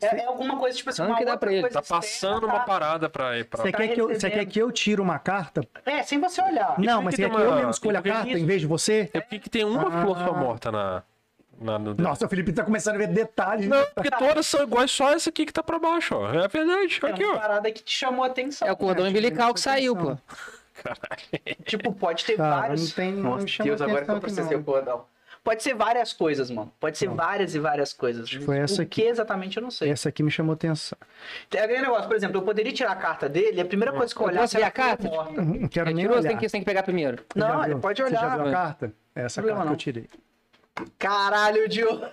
É, é alguma coisa, tipo assim, uma
Rank dá
outra
pra ele.
coisa
Tá
externa,
passando uma parada pra ir pra.
Você
tá
quer, é que eu, você quer que eu tire uma carta?
É, sem você olhar.
não,
que
mas
que
você quer
tem
que eu
uma-
mesmo escolha a
por que que
carta
isso?
em vez de você?
É porque que tem uma flor só morta na. na no...
Ah. Nossa, o Felipe tá começando a ver detalhes.
Não, porque todas são iguais, só essa aqui que tá pra baixo, ó. É verdade,
É
olha aqui,
uma
ó.
parada que te chamou a atenção.
É o cordão
Acho que
umbilical que
tem
saiu, pô. É
atenção.
Tipo, pode ter
Cara,
vários.
não tem- não
Nossa,
me chama
Deus, agora que
atenção
eu
aqui,
processei
não.
o cordão. Pode ser várias coisas, mano. Pode ser várias e várias coisas.
foi essa
o
aqui. É.
que exatamente eu não sei.
Essa aqui me chamou atenção.
Tem aquele negócio, por exemplo, eu poderia tirar a carta dele, a primeira coisa que eu
Eu
olhar
posso ver
será
a carta?
flor morta.
Não quero
É
nem
tirou,
olhar.
você tem, que, você tem que pegar primeiro.
Você já
Não,
viu?
ele pode
Você já
olhar.
viu a carta? Essa
Problema
carta que
não.
eu tirei.
Caralho, Diogo.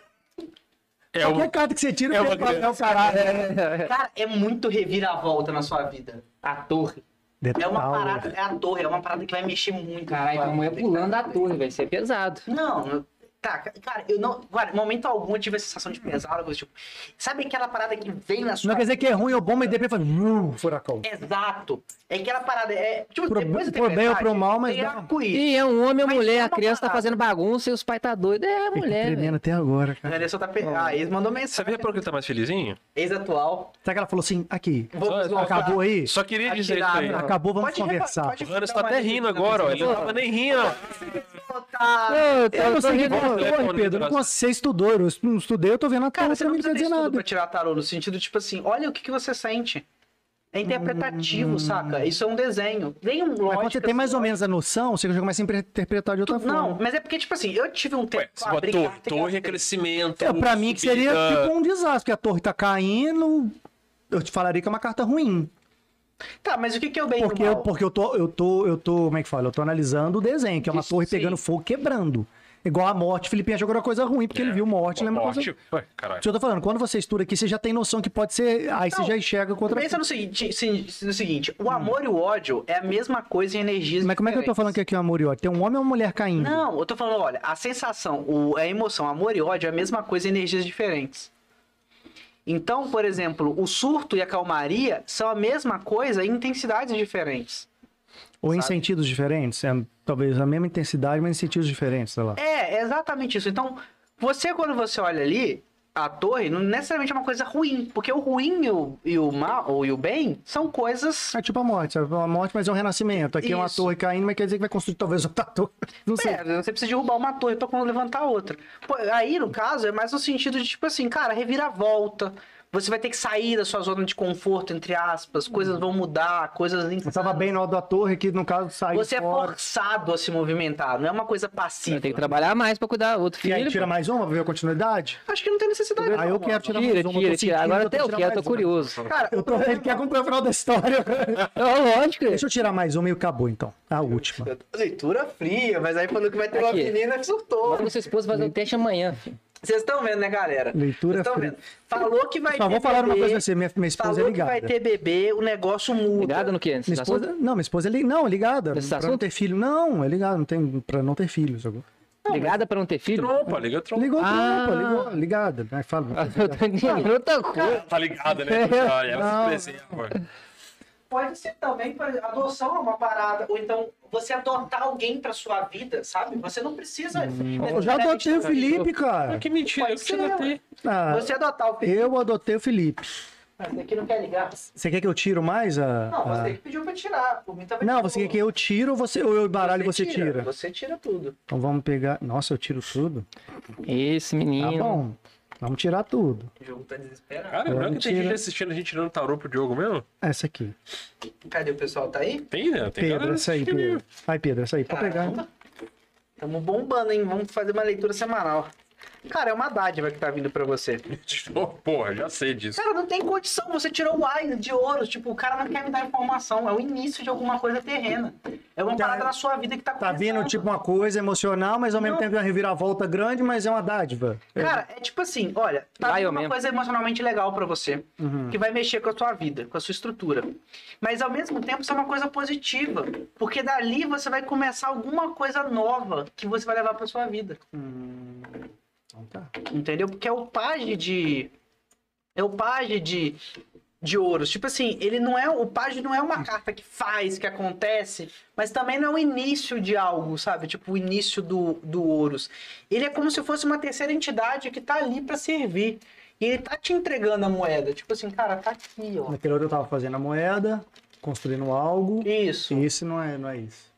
É o.
Qualquer carta que você tira,
é
eu
uma
pego papel, caralho.
Cara, é muito reviravolta na sua vida. A torre. É uma
Detalhe.
parada, é a torre, é uma parada que vai mexer muito.
Caralho,
com a
tua mulher
vida.
pulando a torre, velho. Isso é pesado.
Não, eu- tá, ca- cara, eu não. Cara, em momento algum eu tive a sensação de pesar, coisa tipo. Sabe aquela parada que vem na sua.
Não quer dizer que é ruim ou bom, mas depois fala, "Hum, furacão.
Exato. É aquela parada. É, tipo,
Pro-
depois da
pro bem ou
tempestade,
pro mal, mas
tem
dá-
arco-íris.
E é um homem ou
Mas
mulher,
é
a
uma
criança tá
parada.
fazendo bagunça e os pais tá doido. É
Fico
mulher, velho.
tremendo até agora,
A
cara.
Anderson tá. Pe... Ah, eles mandou
Você
mensagem.
vê por que tá mais felizinho?
Ex-atual.
Será que ela falou assim, aqui,
Vamos voltar.
acabou aí?
Só queria dizer isso aí.
Atirado.
Acabou, vamos
repa-
conversar.
O
pode
Hannes
dar
tá
uma
até rindo
lida na
agora, ó. Ele não
pessoa.
tava nem rindo. ó.
tá.
voltar.
Eu, tô-
Eu não
tô
sei quem
rindo,
falou, assim,
não.
"Olha, Pedro, eu não consigo- você estudou, eu não estudei, eu tô vendo
Cara,
a cara,
você
você não
não
me quer
precisa de
dizer
estudo
nada.
pra tirar tarô, no sentido, tipo assim, olha o que, que você sente. É interpretativo, saca? Isso é um desenho. Vem um
Hum. Mas
lógico.
quando você tem mais ou menos a noção, você já começa a impre- interpretar de outra
Não,
forma.
mas é porque, tipo assim, eu tive um tempo.
Ué,
que eu
você
abri
botou
carta e
torre é
gastei.
crescimento.
É, pra mim que seria
subida.
tipo um desastre, porque a torre tá caindo, eu te falaria que é uma carta ruim.
Tá, mas o que, que é o bem e o
Porque, eu,
mal?
porque eu, tô, eu, tô, eu tô, como é que fala? Eu tô analisando o desenho, que é uma
Isso,
torre
sim.
pegando fogo, quebrando. Igual a morte, o Felipe achou que era coisa ruim, porque ele viu morte,
Uma
lembra
É. morte.
coisa... Tipo
Ué, caralho.
Isso eu tô falando, quando você estuda aqui, você já tem noção que pode ser. Aí
Não,
você já enxerga com outra
Pensa no seguinte, se- no seguinte, o amor e o ódio é a mesma coisa em energias
Hum. Mas como é que eu tô
diferentes.
falando que aqui é um amor e ódio? Tem um homem ou uma mulher caindo?
Não, eu tô falando, olha, a sensação, o, a emoção, amor e ódio é a mesma coisa em energias diferentes. Então, por exemplo, o surto e a calmaria são a mesma coisa em intensidades diferentes.
ou em
sabe?
sentidos diferentes? É, talvez a mesma intensidade, mas em sentidos diferentes, sei lá.
É, é exatamente isso. Então, você, quando você olha ali, a torre, não necessariamente é uma coisa ruim, porque o ruim e o, e o mal ou e o bem são coisas.
É tipo a morte, sabe? A morte, mas é um renascimento. Aqui é uma
Isso.
torre caindo, mas quer dizer que vai construir talvez outra torre. Não sei.
É, você precisa derrubar uma torre pra quando levantar outra. Pô, aí, no caso, é mais no sentido de, tipo assim, cara, reviravolta. Você vai ter que sair da sua zona de conforto, entre aspas, coisas vão mudar, coisas
Eu tava
insanas.
bem na hora da torre, que no caso saiu
Você é
fora.
forçado a se movimentar, não é uma coisa passiva.
Tem que trabalhar mais pra cuidar do outro
E aí
filho.
tira
pô.
mais uma pra ver a continuidade?
Acho que não tem necessidade.
Aí
não,
eu quero
mano.
tirar
Tira,
mais uma. eu tô
tira, tira.
sentindo
Agora
que
até
tô
eu quero, eu
tirando
tô
mais uma.
curioso.
Cara,
Eu tô vendo que é contra o final da história.
É lógico.
Deixa eu tirar mais uma e acabou, então. A última.
Leitura fria, mas aí falou que vai ter uma
Aqui.
menina que surtou.
Manda sua esposa fazer o teste amanhã, filho.
Vocês estão vendo, né, galera?
Leitura
Vocês tão
fria.
vendo. Falou que vai
Só vou falar uma coisa pra você, minha- minha esposa é
Falou
ligada.
que vai ter bebê, o negócio muda.
Ligado no tá quê? Nesse
Minha esposa,
assunto?
não, minha esposa é li- não, é ligada.
Nesse
pra não
assunto?
ter filho. Não, é ligada, não tem, pra não ter filho. sacou?
Ligada pra não ter filho?
Trompa, liga trompa.
Ligou,
Ah.
pô, ligou, ligada. Aí fala,
Eu tô entendendo outra coisa.
Tá ligada,
É,
né? Ah, Ela se desenha agora.
Pode ser também, por exemplo, adoção é uma parada. Ou então, você adotar alguém pra sua vida, sabe? Você não precisa.
Hum.
é,
eu já adotei o Felipe,
Ah,
cara.
Que mentira, eu que te
ser.
datei.
Ah,
Você adotar o Felipe.
eu adotei o Felipe.
Mas daqui não quer ligar.
Você quer que eu tiro mais a...
Não,
a-
você tem que pedir pra tirar. Por mim também.
Não, você quer que eu tiro ou, você, ou eu baralho e você tira?
Você tira tudo.
Então vamos pegar... Nossa, eu tiro tudo?
Esse
Tá
menino.
bom. Vamos tirar tudo.
O jogo tá desesperado.
Cara,
Eu
não que tem
tiro.
gente assistindo a gente tirando tarô pro Diogo mesmo?
Essa aqui.
Cadê o pessoal? Tá aí?
Tem, né? Tem
Pedro,
galera
essa aí,
assistindo
Pedro. Ai, Pedro, essa aí. Pode pegar.
Caramba. Tamo bombando, hein? Vamos fazer uma leitura semanal. Cara, é uma dádiva que tá vindo pra você.
De novo, Porra, já sei disso.
Cara, não tem condição. Você tirou o Wise de ouro. Tipo, o cara não quer me dar informação. É o início de alguma coisa terrena. É uma
Tá-
parada na sua vida que tá
Tá
acontecendo.
vindo tipo uma coisa emocional, mas ao mesmo
Não.
tempo é uma reviravolta grande, mas é uma dádiva.
Cara, é tipo assim, olha, tá
Vai
vindo
eu
uma
mesmo.
coisa emocionalmente legal pra você.
Uhum.
Que vai mexer com a sua vida, com a sua estrutura. Mas ao mesmo tempo, isso é uma coisa positiva. Porque dali você vai começar alguma coisa nova que você vai levar pra sua vida.
Então tá.
Entendeu? Porque é o paje de. É o paje de. De ouros. Tipo assim, ele não é. O paje não é uma carta que faz, que acontece, mas também não é o início de algo, sabe? Tipo, o início do, do ouros. Ele é como se fosse uma terceira entidade que tá ali pra servir. E ele tá te entregando a moeda. Tipo assim, cara, tá aqui, ó.
Naquela hora eu tava fazendo a moeda, construindo algo.
Isso.
E isso não é, não é isso.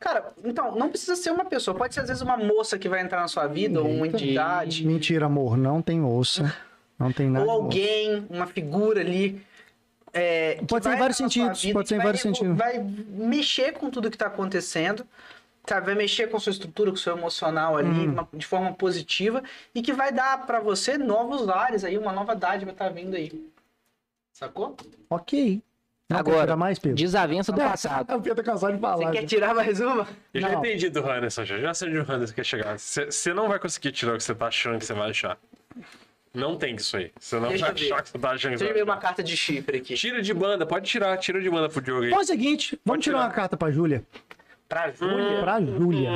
Cara, então, não precisa ser uma pessoa. Pode ser, às vezes, uma moça que vai entrar na sua vida, ou uma entidade,
Mentira, amor, não tem ossa. Não tem nada.
ou
de osso.
alguém, uma figura ali. é, que
Pode ser
vai
em vários
entrar na sua
sentidos, pode
que
ser em
vai
vários
revo-
sentidos.
Vai mexer com tudo que tá acontecendo, sabe? Vai mexer com a sua estrutura, com o seu emocional ali,
Uhum.
uma- de forma positiva, e que vai dar pra você novos ares aí, uma nova dádiva tá vindo aí. Sacou?
Ok. Não
Agora,
quer tirar mais, Tá Pedro?
Desavença do passado.
O Pedro cansado
Você
de falar.
quer tirar mais uma?
Eu já
Não.
entendi do Handerson, já, já sei onde o Handerson quer chegar. Você não vai conseguir tirar o que você tá achando que você vai achar. Não tem isso aí. Você não
Deixa
vai
eu ver.
achar que você tá achando que
Deixa
você
eu
vai
ver
achar.
uma carta de Chipre aqui.
Tira de banda, pode tirar, tira de banda pro Diogo aí.
Bom, é o seguinte, vamos tirar
tirar.
uma carta pra Júlia. Hum,
Pra Júlia.
Pra Júlia.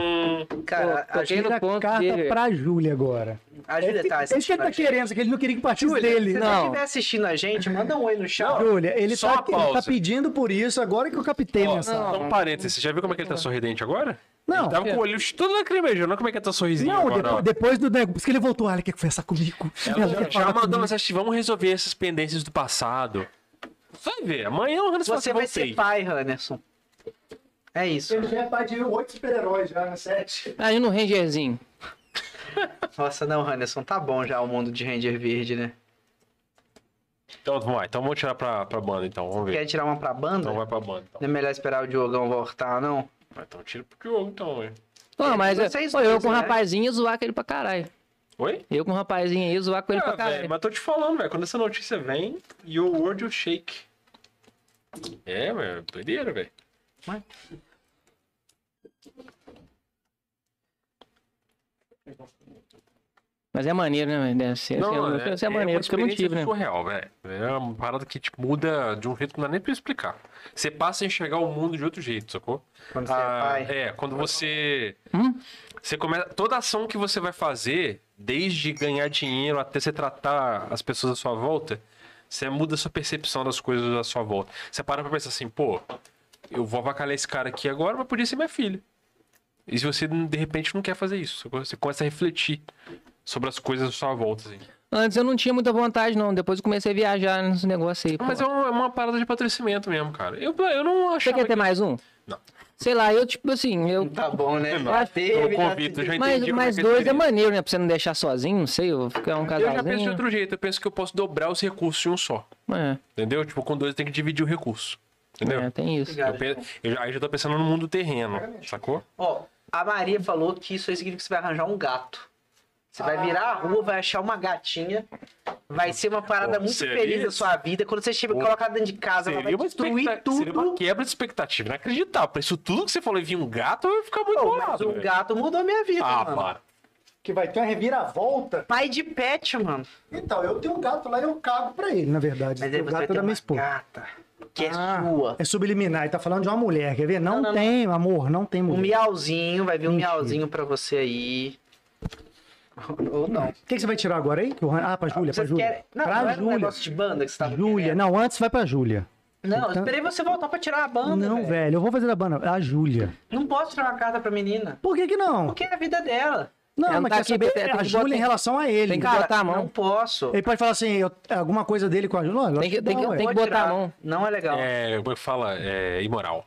Cara, a
toquei
Júlia,
no
Tira a
ponto
carta
dele.
pra Júlia agora.
a Júlia tá
Esse que ele tá
assistindo.
querendo, só que ele não queria que partisse
Júlia,
dele.
Se
não.
você estiver assistindo a gente, manda um oi no chat.
Júlia, ele
Só
tá,
uma
ele tá
pausa.
pedindo por isso agora que eu captei
Ó,
minha sala.
só um parênteses, você já viu como é que ele tá sorridente agora?
Não.
Ele tava com o olho todo lacrimejando, olha como é que ele tá sorrisinho
Não,
agora. ó.
depois, depois do nego, por isso que ele voltou, ah, ele quer conversar comigo.
Ela já,
quer
já
falar
mandou
comigo.
mensagem, assim, vamos resolver essas pendências do passado. Você vai ver, amanhã o Handerson fala
Você
assim,
vai ser
"Voltei."
pai, Handerson. É isso.
Ele já é pai de oito super-heróis já, né? Sete.
Aí Tá no Rangerzinho.
Nossa, não, Handerson, tá bom já o mundo de Ranger Verde, né?
Então vamos lá, então vamos tirar pra, pra banda então, vamos ver.
Quer tirar uma pra banda?
Então
Não
vai pra banda então.
é melhor esperar o Diogão voltar, não?
Mas Então tira pro Diogo então, ué.
É,
Não, mas eu,
vocês
pô, eu
dois,
com o
né?
rapazinho ia zoar com ele pra caralho.
Oi?
Eu com o rapazinho aí ia zoar com ele
Ah,
pra caralho.
velho, mas tô te falando, velho, quando essa notícia vem, your world you shake. É, velho, doideira, velho.
Mas é maneiro, né, velho? Deve ser. assim,
é,
eu- deve ser maneiro, porque eu não tive, né?
surreal, velho. É uma parada que te muda de um jeito que não dá nem pra explicar. Você passa a enxergar o mundo de outro jeito, sacou?
Quando você
Ah,
é pai.
é, quando você.
Hum?
Você começa. Toda ação que você vai fazer, desde ganhar dinheiro até você tratar as pessoas à sua volta, você muda a sua percepção das coisas à sua volta. Você para pra pensar assim, pô, eu vou avacalhar esse cara aqui agora, mas podia ser minha filha. E se você, de repente, não quer fazer isso, sacou? você começa a refletir sobre as coisas à sua volta, assim.
Antes eu não tinha muita vontade, não. Depois eu comecei a viajar nesse negócio aí. pô.
Mas é uma, é uma parada de patrocinamento mesmo, cara. Eu, eu não
Você
achava
quer ter
que...
mais um?
Não.
Sei lá, eu, tipo assim, eu.
Tá bom, né?
Não,
Já
eu
teve, já
convido,
teve.
já entendi.
Mas,
como
mas
que
dois é
seria.
maneiro, né? Pra você não deixar sozinho, não sei, eu ficar um
Eu já penso de
casalzinho.
outro jeito. Eu penso que eu posso dobrar os recursos em um só.
É,
Entendeu? Tipo, com dois tem que dividir o recurso. Entendeu?
é, tem isso.
Eu pe- eu já- aí já tô pensando no mundo terreno, sacou?
Ó, a Maria falou que isso aí significa que você vai arranjar um gato. Você
Ah.
vai virar a rua, vai achar uma gatinha. Vai ser uma parada
Pô,
muito
seria
feliz da
isso?
sua vida. Quando você chega
Pô,
colocado dentro de casa, ela vai
Seria uma,
destruir
expecta...
tudo.
seria uma quebra de expectativa inacreditável. Pra isso tudo que você falou e vir um gato, eu ia ficar muito
Pô, mas
bolado,
o
velho.
gato é mudou minha vida,
Ah,
mano.
para.
Que vai ter uma reviravolta.
Pai de pet, mano.
Então, eu tenho um gato lá e eu cago pra ele, na verdade.
Mas aí
o
você vai
gato
ter
é da minha
uma
esposa.
gata que é
Ah,
sua.
É subliminar, ele tá falando de uma mulher, quer ver? Não,
Não, não,
tem, amor, não tem
Um
mulher.
miauzinho, vai vir um
Mentira.
miauzinho pra você aí. Ou não.
O que, que você vai tirar agora aí? Que o Ran- Ah, pra Júlia, pra
Vocês
Júlia.
querem- Não, não
pra
era um
Júlia.
negócio de é. banda que você tava
Júlia, não, antes vai pra Júlia.
querendo. Não, eu
Então-
esperei você voltar pra tirar a banda,
não,
velho.
velho, eu vou fazer da banda. A Júlia.
Não posso tirar uma carta pra menina.
Por que que não?
Porque é a vida dela.
Não,
Ela
mas
tá
quer
aqui,
saber É,
tem- tem
a
que
Júlia
botar-
em relação a ele.
tem que
Cara,
botar a
Não
mão.
posso.
Ele pode falar assim, eu- alguma coisa dele com a Júlia. Não,
Tem que,
lógico
tem que,
não,
tem
Pode
que botar
tirar.
a mão.
Não é legal. É,
É, como é que fala? É imoral.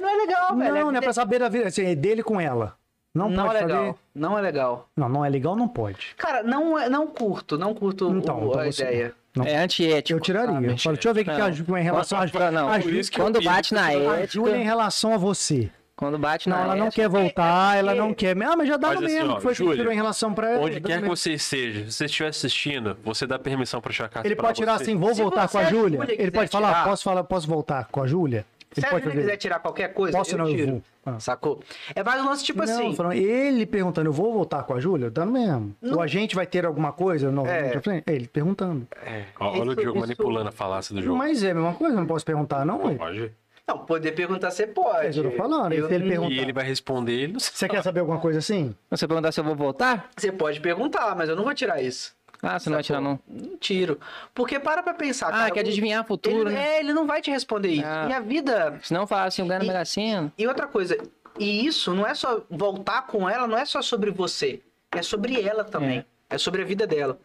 não é legal, velho.
Não, não é
vida-
pra saber da vida, assim, é dele com ela. Não,
Não é
pode
legal.
saber.
Não é legal.
Não, não é legal, não pode.
Cara, não, é- não curto. Não curto
Então,
o-
então
a
você-
ideia.
Não.
É antiético.
Eu tiraria.
sabe?
Eu Falo, deixa eu ver o que, que a
Não.
Júlia em relação a,
Pra- não,
a
por
Júlia.
isso que eu
Quando
pido
bate na
A Júlia em
ética.
relação a você.
Quando bate
Não,
Ah,
na
ela
é?
ética.
não quer voltar, ela não quer. Ah, mas já dá
Mas
no
assim,
mesmo.
ó,
que foi que
Júlia,
tirou em relação pra ela.
Onde
dá no
quer que
mesmo.
você esteja, se você estiver assistindo, você dá permissão pra tirar a carta
Ele
pra
pode tirar
você.
assim, vou
Se
voltar
você
com a
a
Júlia.
Júlia
Ele
quiser
pode falar,
tirar-
posso falar, posso voltar com a Júlia?
Se
Ele
a
pode
Júlia quiser tirar qualquer coisa,
Posso,
eu
não, eu
tiro.
vou. Ah.
Sacou? É mais um lance tipo
não,
assim.
falando, ele perguntando, eu vou voltar com a Júlia? Dando mesmo. Ou a gente vai ter alguma coisa novamente
É.
à frente? Ele perguntando.
É. Ó, olha o
Isso-
Diogo
isso-
manipulando a falácia do jogo.
Mas é a mesma coisa, eu não posso perguntar, não? ué.
Pode.
Não, poder perguntar você pode.
É isso que eu tô falando, se ele perguntar-
E ele vai responder, ele não sabe.
Você quer saber alguma coisa assim?
Você perguntar se eu vou voltar?
Você pode perguntar, mas eu não vou tirar isso.
Ah,
Tá
você não vai tirar, não.
Não tiro. Porque para pra pensar.
Ah,
cara,
quer
o-
adivinhar o futuro,
ele,
né?
É, ele não vai te responder isso.
Ah.
E a vida.
Se não fala assim, eu ganho na
E-
Mega Sena.
E outra coisa, e isso não é só. Voltar com ela não é só É sobre você. É sobre ela também. É, sobre a vida dela.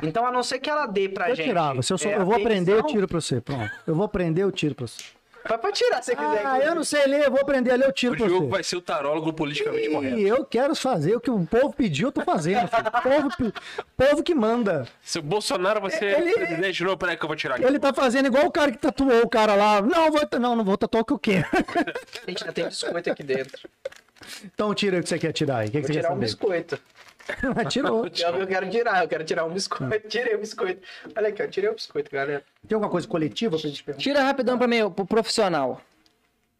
Então, a não ser que ela dê pra
Eu
gente.
tirava. Se eu, sou-
é,
eu vou aprender, eu
atenção-
tiro pra você. Pronto. Eu vou aprender, eu tiro pra você.
Vai pra tirar se você quiser.
Ah, eu não sei ler, eu vou aprender a ler, eu tiro
O
pra
Diogo
você.
vai ser o tarólogo politicamente correto.
E eu quero fazer o que o povo pediu, eu tô fazendo. filho. O povo, pe- o povo que manda.
Se o Bolsonaro vai ser
Ele-
presidente de novo, peraí que eu vou tirar aqui.
Ele tá fazendo igual o cara que tatuou o cara lá. Não, vou, ta- não, não vou tatuar o que eu quero.
Gente, ainda tem biscoito aqui dentro.
Então tira o que você quer tirar aí. O que, que
Vou
você quer
tirar um
saber?
biscoito.
Tirou.
É o que eu quero tirar, eu quero tirar um biscoito. Tirei o biscoito. Olha aqui, eu tirei o biscoito, galera.
Tem alguma coisa coletiva pra gente perguntar?
Tira rapidão pra mim, pro profissional.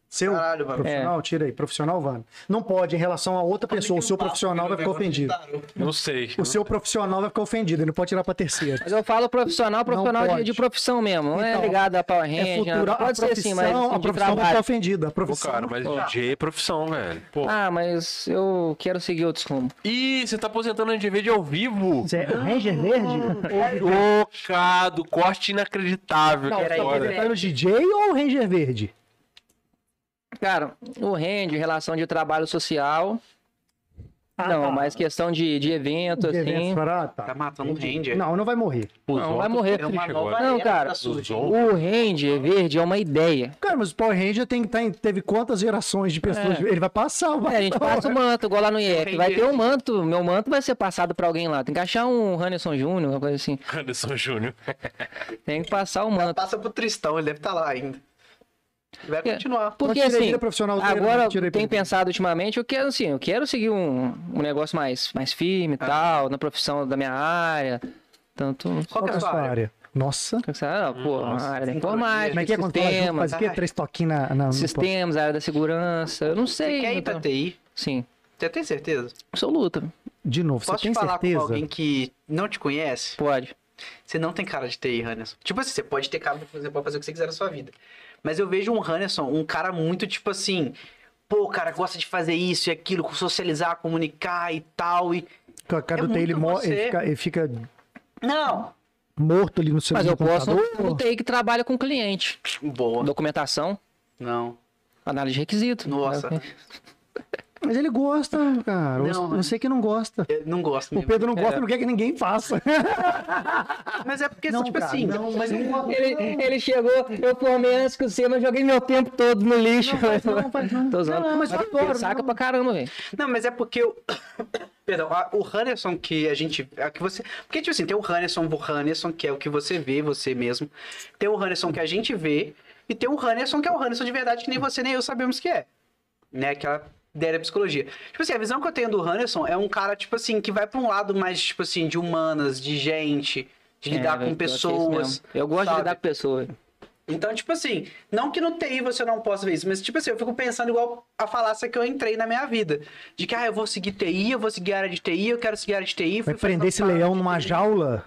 Seu
Caralho, mano. É.
profissional, tira aí. Profissional, Vano. Não pode, em relação a outra
um
pessoa. O seu
Tá,
profissional vai ficar ofendido.
Não sei.
O seu profissional vai ficar ofendido, ele não pode tirar pra terceiro.
Mas eu falo profissional, profissional de,
pode.
de profissão mesmo. Não
Então,
é ligado a Power Ranger.
É futura,
nada.
a
pode
profissão,
ser assim, mas assim,
a
de
profissão vai ficar
trabalho.
ofendida. A
Pô,
profissão.
cara, mas DJ é profissão, velho. Pô.
Ah, mas eu quero seguir outros rumos.
Ih, você tá aposentando a NGV de ao vivo.
Zé, é o Ranger Verde?
Chocado, corte inacreditável.
Não,
que
peraí,
agora.
peraí.
Tá no DJ ou o Ranger Verde?
Cara, o rende, relação de trabalho social. não,
tá.
mas questão de, de evento,
De
assim.
eventos para- ah, tá.
Tá matando um ranger.
Não, não vai morrer.
Os
Não,
outros
vai morrer.
tão
É
uma
triste
nova
agora.
Não,
era
cara.
tá surgindo.
outros.
O rende verde é uma ideia.
Cara, mas o Power Ranger tem, que tá em- teve quantas gerações de pessoas?
É.
Ele vai passar. Vai,
É, a gente passa o manto, igual lá no IEC. Vai ter um manto, meu manto vai ser passado pra alguém lá. Tem que achar um Handerson Júnior, uma coisa assim.
Anderson Júnior.
Tem que passar o manto.
Passa pro Tristão, ele deve estar lá ainda. Ele Vai
É.
continuar.
Porque
Não tirei
assim,
vida profissional dele,
agora
não tirei
tem
vida.
pensado ultimamente, eu quero assim, eu quero seguir um, um negócio mais, mais firme e
Ah.
tal, na profissão da minha área. Tanto.
Qual que é a sua área?
Nossa.
Ah, pô, a área da
Como é
informática,
que é quando fala junto?
sistemas,
Faz o quê? Três toquinhos na... na no-
sistemas, área da segurança. Eu não sei.
Você quer ir
então.
pra TI?
Sim,
Você tem certeza?
absoluta.
De novo,
Posso
você tem
te falar
certeza?
com alguém que não te conhece?
Pode.
Você não tem cara de TI, Hannerson. Tipo assim, você pode ter cara, de- você pode fazer o que você quiser na sua vida. Mas eu vejo um Hannerson, um cara muito tipo assim... Pô, cara, gosta de fazer isso e aquilo, socializar, comunicar e tal e...
Com a cara
É
do Taylor, ele,
muito
mo- ele
você.
fica, ele fica
Não!
morto ali no seu
Mas eu posso um
computador.
TI que trabalha com cliente.
Boa.
Documentação,
Não.
análise de requisito.
Nossa.
Mas ele gosta, cara.
Não,
Eu- eu sei que não gosta.
Eu não gosto
O
mesmo. É.
Pedro não gosta, não quer que ninguém faça.
Mas é porque,
Não,
tipo
cara,
assim...
não, mas não gosta.
Ele, ele chegou, eu formei antes que você, mas joguei meu tempo todo no lixo.
Não, faz não.
Tô usando.
Não, não, mas eu adoro,
saca
não.
pra caramba, velho.
Não, mas é porque o. Perdão, a- o Hannerson que a gente. A que você... Porque, tipo assim, tem o Hannerson, o Hannerson, que é o que você vê, você mesmo. Tem o Hannerson que a gente vê. E tem o Hannerson, que é o Hannerson de verdade, que nem você nem eu sabemos que é. Né? Aquela ideia da psicologia. Tipo assim, a visão que eu tenho do Hannerson é um cara, tipo assim, que vai pra um lado mais, tipo assim, de humanas, de gente, de lidar
É,
com
velho, eu acho isso
pessoas.
mesmo. Eu gosto
sabe?
de lidar com pessoas.
Então, tipo assim, não que no TI você não possa ver isso, mas, tipo assim, eu fico pensando igual a falácia que eu entrei na minha vida. De que, ah, eu vou seguir TI, eu vou seguir a área de TI, eu quero seguir a área de TI.
Vai
fui
prender
fazendo
esse
parada
leão
de
numa
TI.
jaula.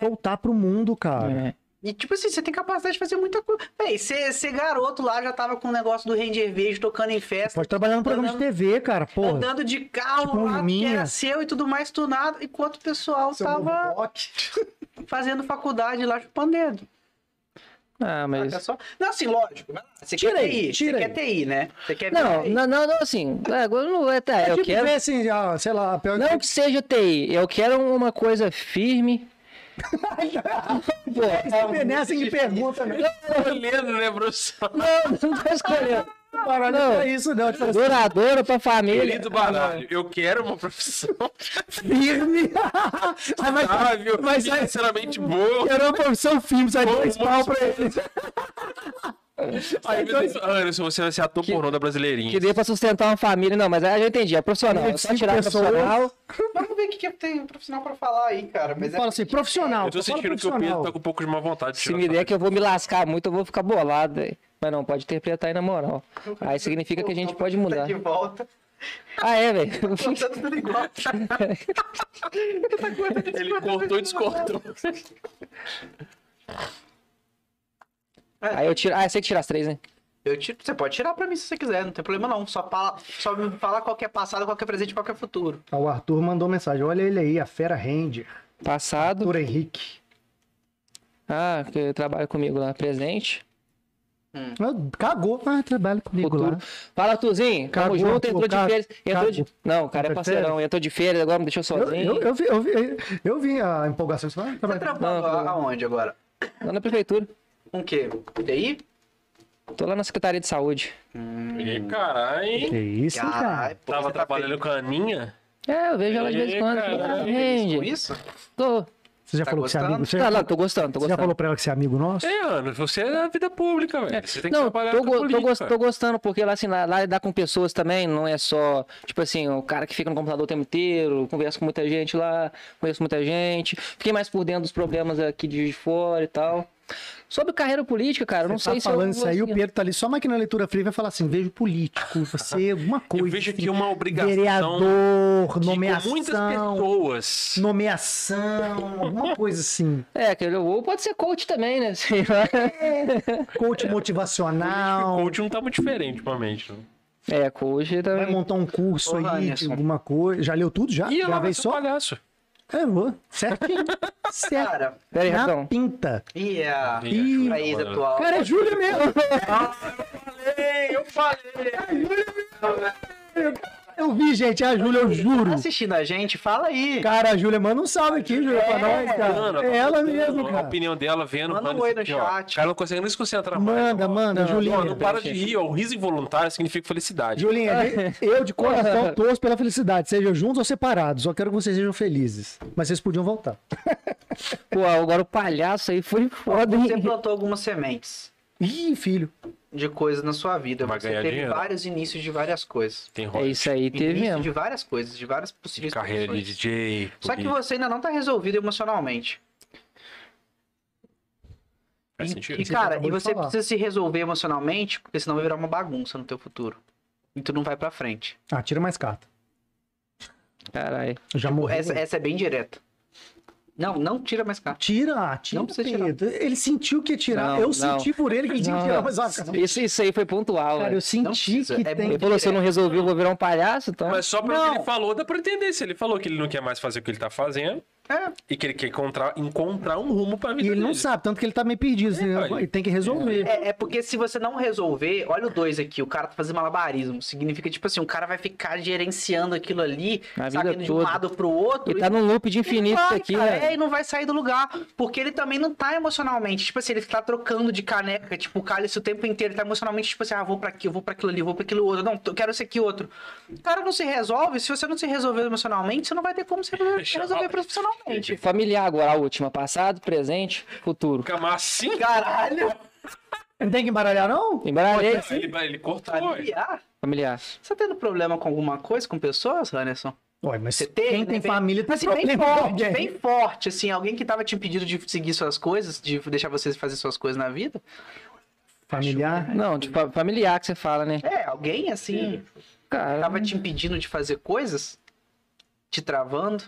Soltar pro mundo, cara.
É.
E, tipo assim, você tem capacidade de fazer muita coisa. Véi, você você garoto lá já tava com o negócio do Ranger Verde tocando em festa,
Pode trabalhar num programa de TV, cara, porra.
andando de carro
tipo um
lá, que
Luminha.
era seu e tudo mais, tunado, enquanto o pessoal tava fazendo faculdade lá, chupando dedo.
Ah, mas.
Saca só? Não, assim, lógico. mas Você
Tira
quer
aí,
TI, você
tira aí.
quer TI, né? Você quer ver
Não,
TI.
não, não, não, assim. é, agora não é, tá,
É
eu
tipo
quero.
ver assim, ah, sei lá, pior
Não que seja TI, eu quero uma coisa firme. Pô,
Esse benéfico de pergunta, velho.
Olhando, né, professor?
não, não tô escolhendo.
Baralho
Não.
pra isso, não. Tipo,
Duradoura pra família.
Querido baralho, eu quero uma profissão
firme. Ah, mas,
estável,
mas aí,
sinceramente boa.
era uma profissão firme, sai
Bom,
dois pau pra ele.
Aí, meu Deus, Anderson, você vai ser ator pornô da brasileirinha.
Que dê pra sustentar uma família. Não, mas aí eu entendi. É profissional. É só
Cinco
tirar
pessoas.
profissional.
Vamos ver o que, que tem um profissional pra falar aí, cara. Mas é...
Fala assim, profissional.
Eu tô
só fala
sentindo que o
profissional.
Pedro tá com um pouco de má vontade. de
Se
tirar
me
essa
der que eu vou me lascar muito, eu vou ficar bolado. velho. Mas não, pode interpretar aí na moral. Aí significa que a gente pode
Tá
mudar.
de volta.
Ah, é, velho.
Tá tudo igual.
Ele cortou e descortou.
Aí eu tiro. Ah, você que tira as três, né?
Eu tiro- Você pode tirar pra mim se você quiser, não tem problema não. Só, fala... Só me fala qual que é passado, qual que é presente, qual que é futuro.
Ah, O Arthur mandou mensagem. Olha ele aí, a fera Ranger.
Passado.
Arthur Henrique.
Ah, que trabalha comigo lá. Presente.
Eu- Cagou. Ah, trabalho comigo
Futuro.
lá.
Fala, Tuzinho. Tamo
Cagou,
junto, entrou
pô,
de
ca-
férias. Entrou
cagou.
de... Não, o cara é
Entrou de
parceirão.
férias?
Entrou de férias, agora me deixou
Eu,
sozinho.
eu, eu, vi, eu, vi, eu vi a empolgação. Você fala, ah,
Tá
trabalho.
trampando
Não,
a- aonde agora?
Lá na prefeitura.
Um quê? TI?
Tô lá na Secretaria de Saúde.
Ih, caralho, hein?
tá
Que isso, hein, cara.
Caralho, Hum, pô,
Tava
você tá
trabalhando com a Aninha?
É, eu vejo ela de vez em
Ih,
quando.
caralho.
Ah,
feliz com
Rende.
isso?
Tô.
Você já
Tá
falou que você é amigo?
gostando?
Você,
Tá lá, tô gostando, tô
você já
gostando.
falou pra ela que você é amigo nosso?
É, Ana, você é da vida pública, velho. Você tem que
não,
trabalhar
tô,
com
go- tô
política.
gos- tô gostando, porque lá, assim, lá, lá dá com pessoas também, não é só, tipo assim, o cara que fica no computador o tempo inteiro, converso com muita gente lá, conheço muita gente, fiquei mais por dentro dos problemas aqui de Juiz de fora e tal. Sobre carreira política, cara, eu não
Você
sei
tá
se
falando
eu...
isso aí, o Pedro tá ali só máquina leitura fria e vai falar assim: vejo político, você, alguma coisa.
Eu vejo aqui
assim,
uma obrigação
Vereador,
que
nomeação.
com muitas pessoas.
Nomeação, alguma coisa assim.
É, que eu- ou pode ser coach também, né? Sei lá.
Coach motivacional.
O coach não tá muito diferente, ultimamente. não.
É, coach
Vai
também.
montar um curso
Ô,
aí de
Anderson.
alguma coisa. Já leu tudo Ah, já?
E ela vai
Gravei
ser um
só?
palhaço.
É, vou. Certinho. Certo.
Cara,
Pera aí,
Na
rapidão.
pinta.
e a
Ih, a Júlia,
a ex
mano.
atual?
Cara, é Júlia mesmo.
Eu falei!
Eu vi, gente. É a Júlia, eu juro.
Tá assistindo a gente? Fala aí.
Cara, a Júlia, manda um salve aqui, Júlia, pra nós, cara. É ela mesmo,
A
cara.
opinião dela vendo.
Manda um
mano,
oi
isso
no
aqui, ó.
chat.
O cara não consegue nem se concentrar mais.
Manda, manda, Julinha.
Ó, não para de rir, ó. O riso involuntário significa felicidade.
Julinha, eu de coração torço pela felicidade, sejam juntos ou separados. Só quero que vocês sejam felizes. Mas vocês podiam voltar.
Pô, agora o palhaço aí foi foda,
Você
hein?
plantou algumas sementes
Ih, filho.
de coisas na sua vida.
Vai
Você
ganhar
teve
dinheiro.
vários inícios de várias coisas.
Tem rock,
É isso aí, teve
Início
mesmo.
de várias coisas, de várias possíveis
carreira de
profissões.
DJ.
Só que
política.
você ainda não tá resolvido emocionalmente.
Faz sentido?
E
Você
cara,
acabou
e
de
você
falar.
precisa se resolver emocionalmente, porque senão vai virar uma bagunça no teu futuro. E tu não vai pra frente.
Ah, tira mais carta.
Caralho.
Eu Já morreu.
Essa, essa é bem direta. Não, não tira mais carta.
Tira, ah, tira.
Não precisa
Pedro. Ele sentiu que ia tirar.
Não,
eu
não.
senti por ele que ele tinha que
Não,
tirar mais uma carta.
Isso, isso aí foi pontual,
Cara,
velho.
eu senti
precisa,
que
é
tem.
Ele falou, se eu não resolvi, eu vou virar um palhaço, então...
Mas só pelo
Não.
que ele falou, dá pra entender. Se ele falou que ele não quer mais fazer o que ele tá fazendo
É.
e que ele quer encontrar, encontrar um rumo pra vida
E ele não
dele.
sabe, tanto que ele tá meio perdido. assim,
velho.
ele tem que resolver.
É, é porque se você não resolver, olha o dois aqui, o cara tá fazendo malabarismo. Significa, tipo assim, o cara vai ficar gerenciando aquilo ali,
A vida
sacando de um
toda.
lado pro outro.
Ele tá num loop de infinito
vai,
isso aqui, né?
cara,
velho.
É, e não vai sair do lugar. Porque ele também não tá emocionalmente. Tipo assim, ele tá trocando de caneca, tipo, o cálice o tempo inteiro. Ele tá emocionalmente, tipo assim, ah, vou pra aqui, eu vou pra aquilo ali, eu vou pra aquilo outro. Não, eu quero esse aqui outro. O cara não se resolve. Se você não se resolver emocionalmente, você não vai ter como se resolver profissionalmente.
Familiar agora, a última. Passado, presente, futuro.
Fica mais assim,
Caralho!
Não tem que embaralhar, não?
Embaralhei.
ele, ele cortou. ué.
Aliás,
Familiar.
Você tá tendo problema com alguma coisa, com pessoas, Anderson?
Ué, mas
Você teve,
quem
né?
tem
Bem-
família tem
Mas assim, bem
problema com
forte,
alguém.
bem forte, assim, alguém que tava te impedindo de seguir suas coisas, de deixar você fazer suas coisas na vida.
Familiar.
Não, tipo, fa- familiar que você fala, né?
É, alguém assim,
Cara,
tava
Uhum.
te impedindo de fazer coisas, te travando.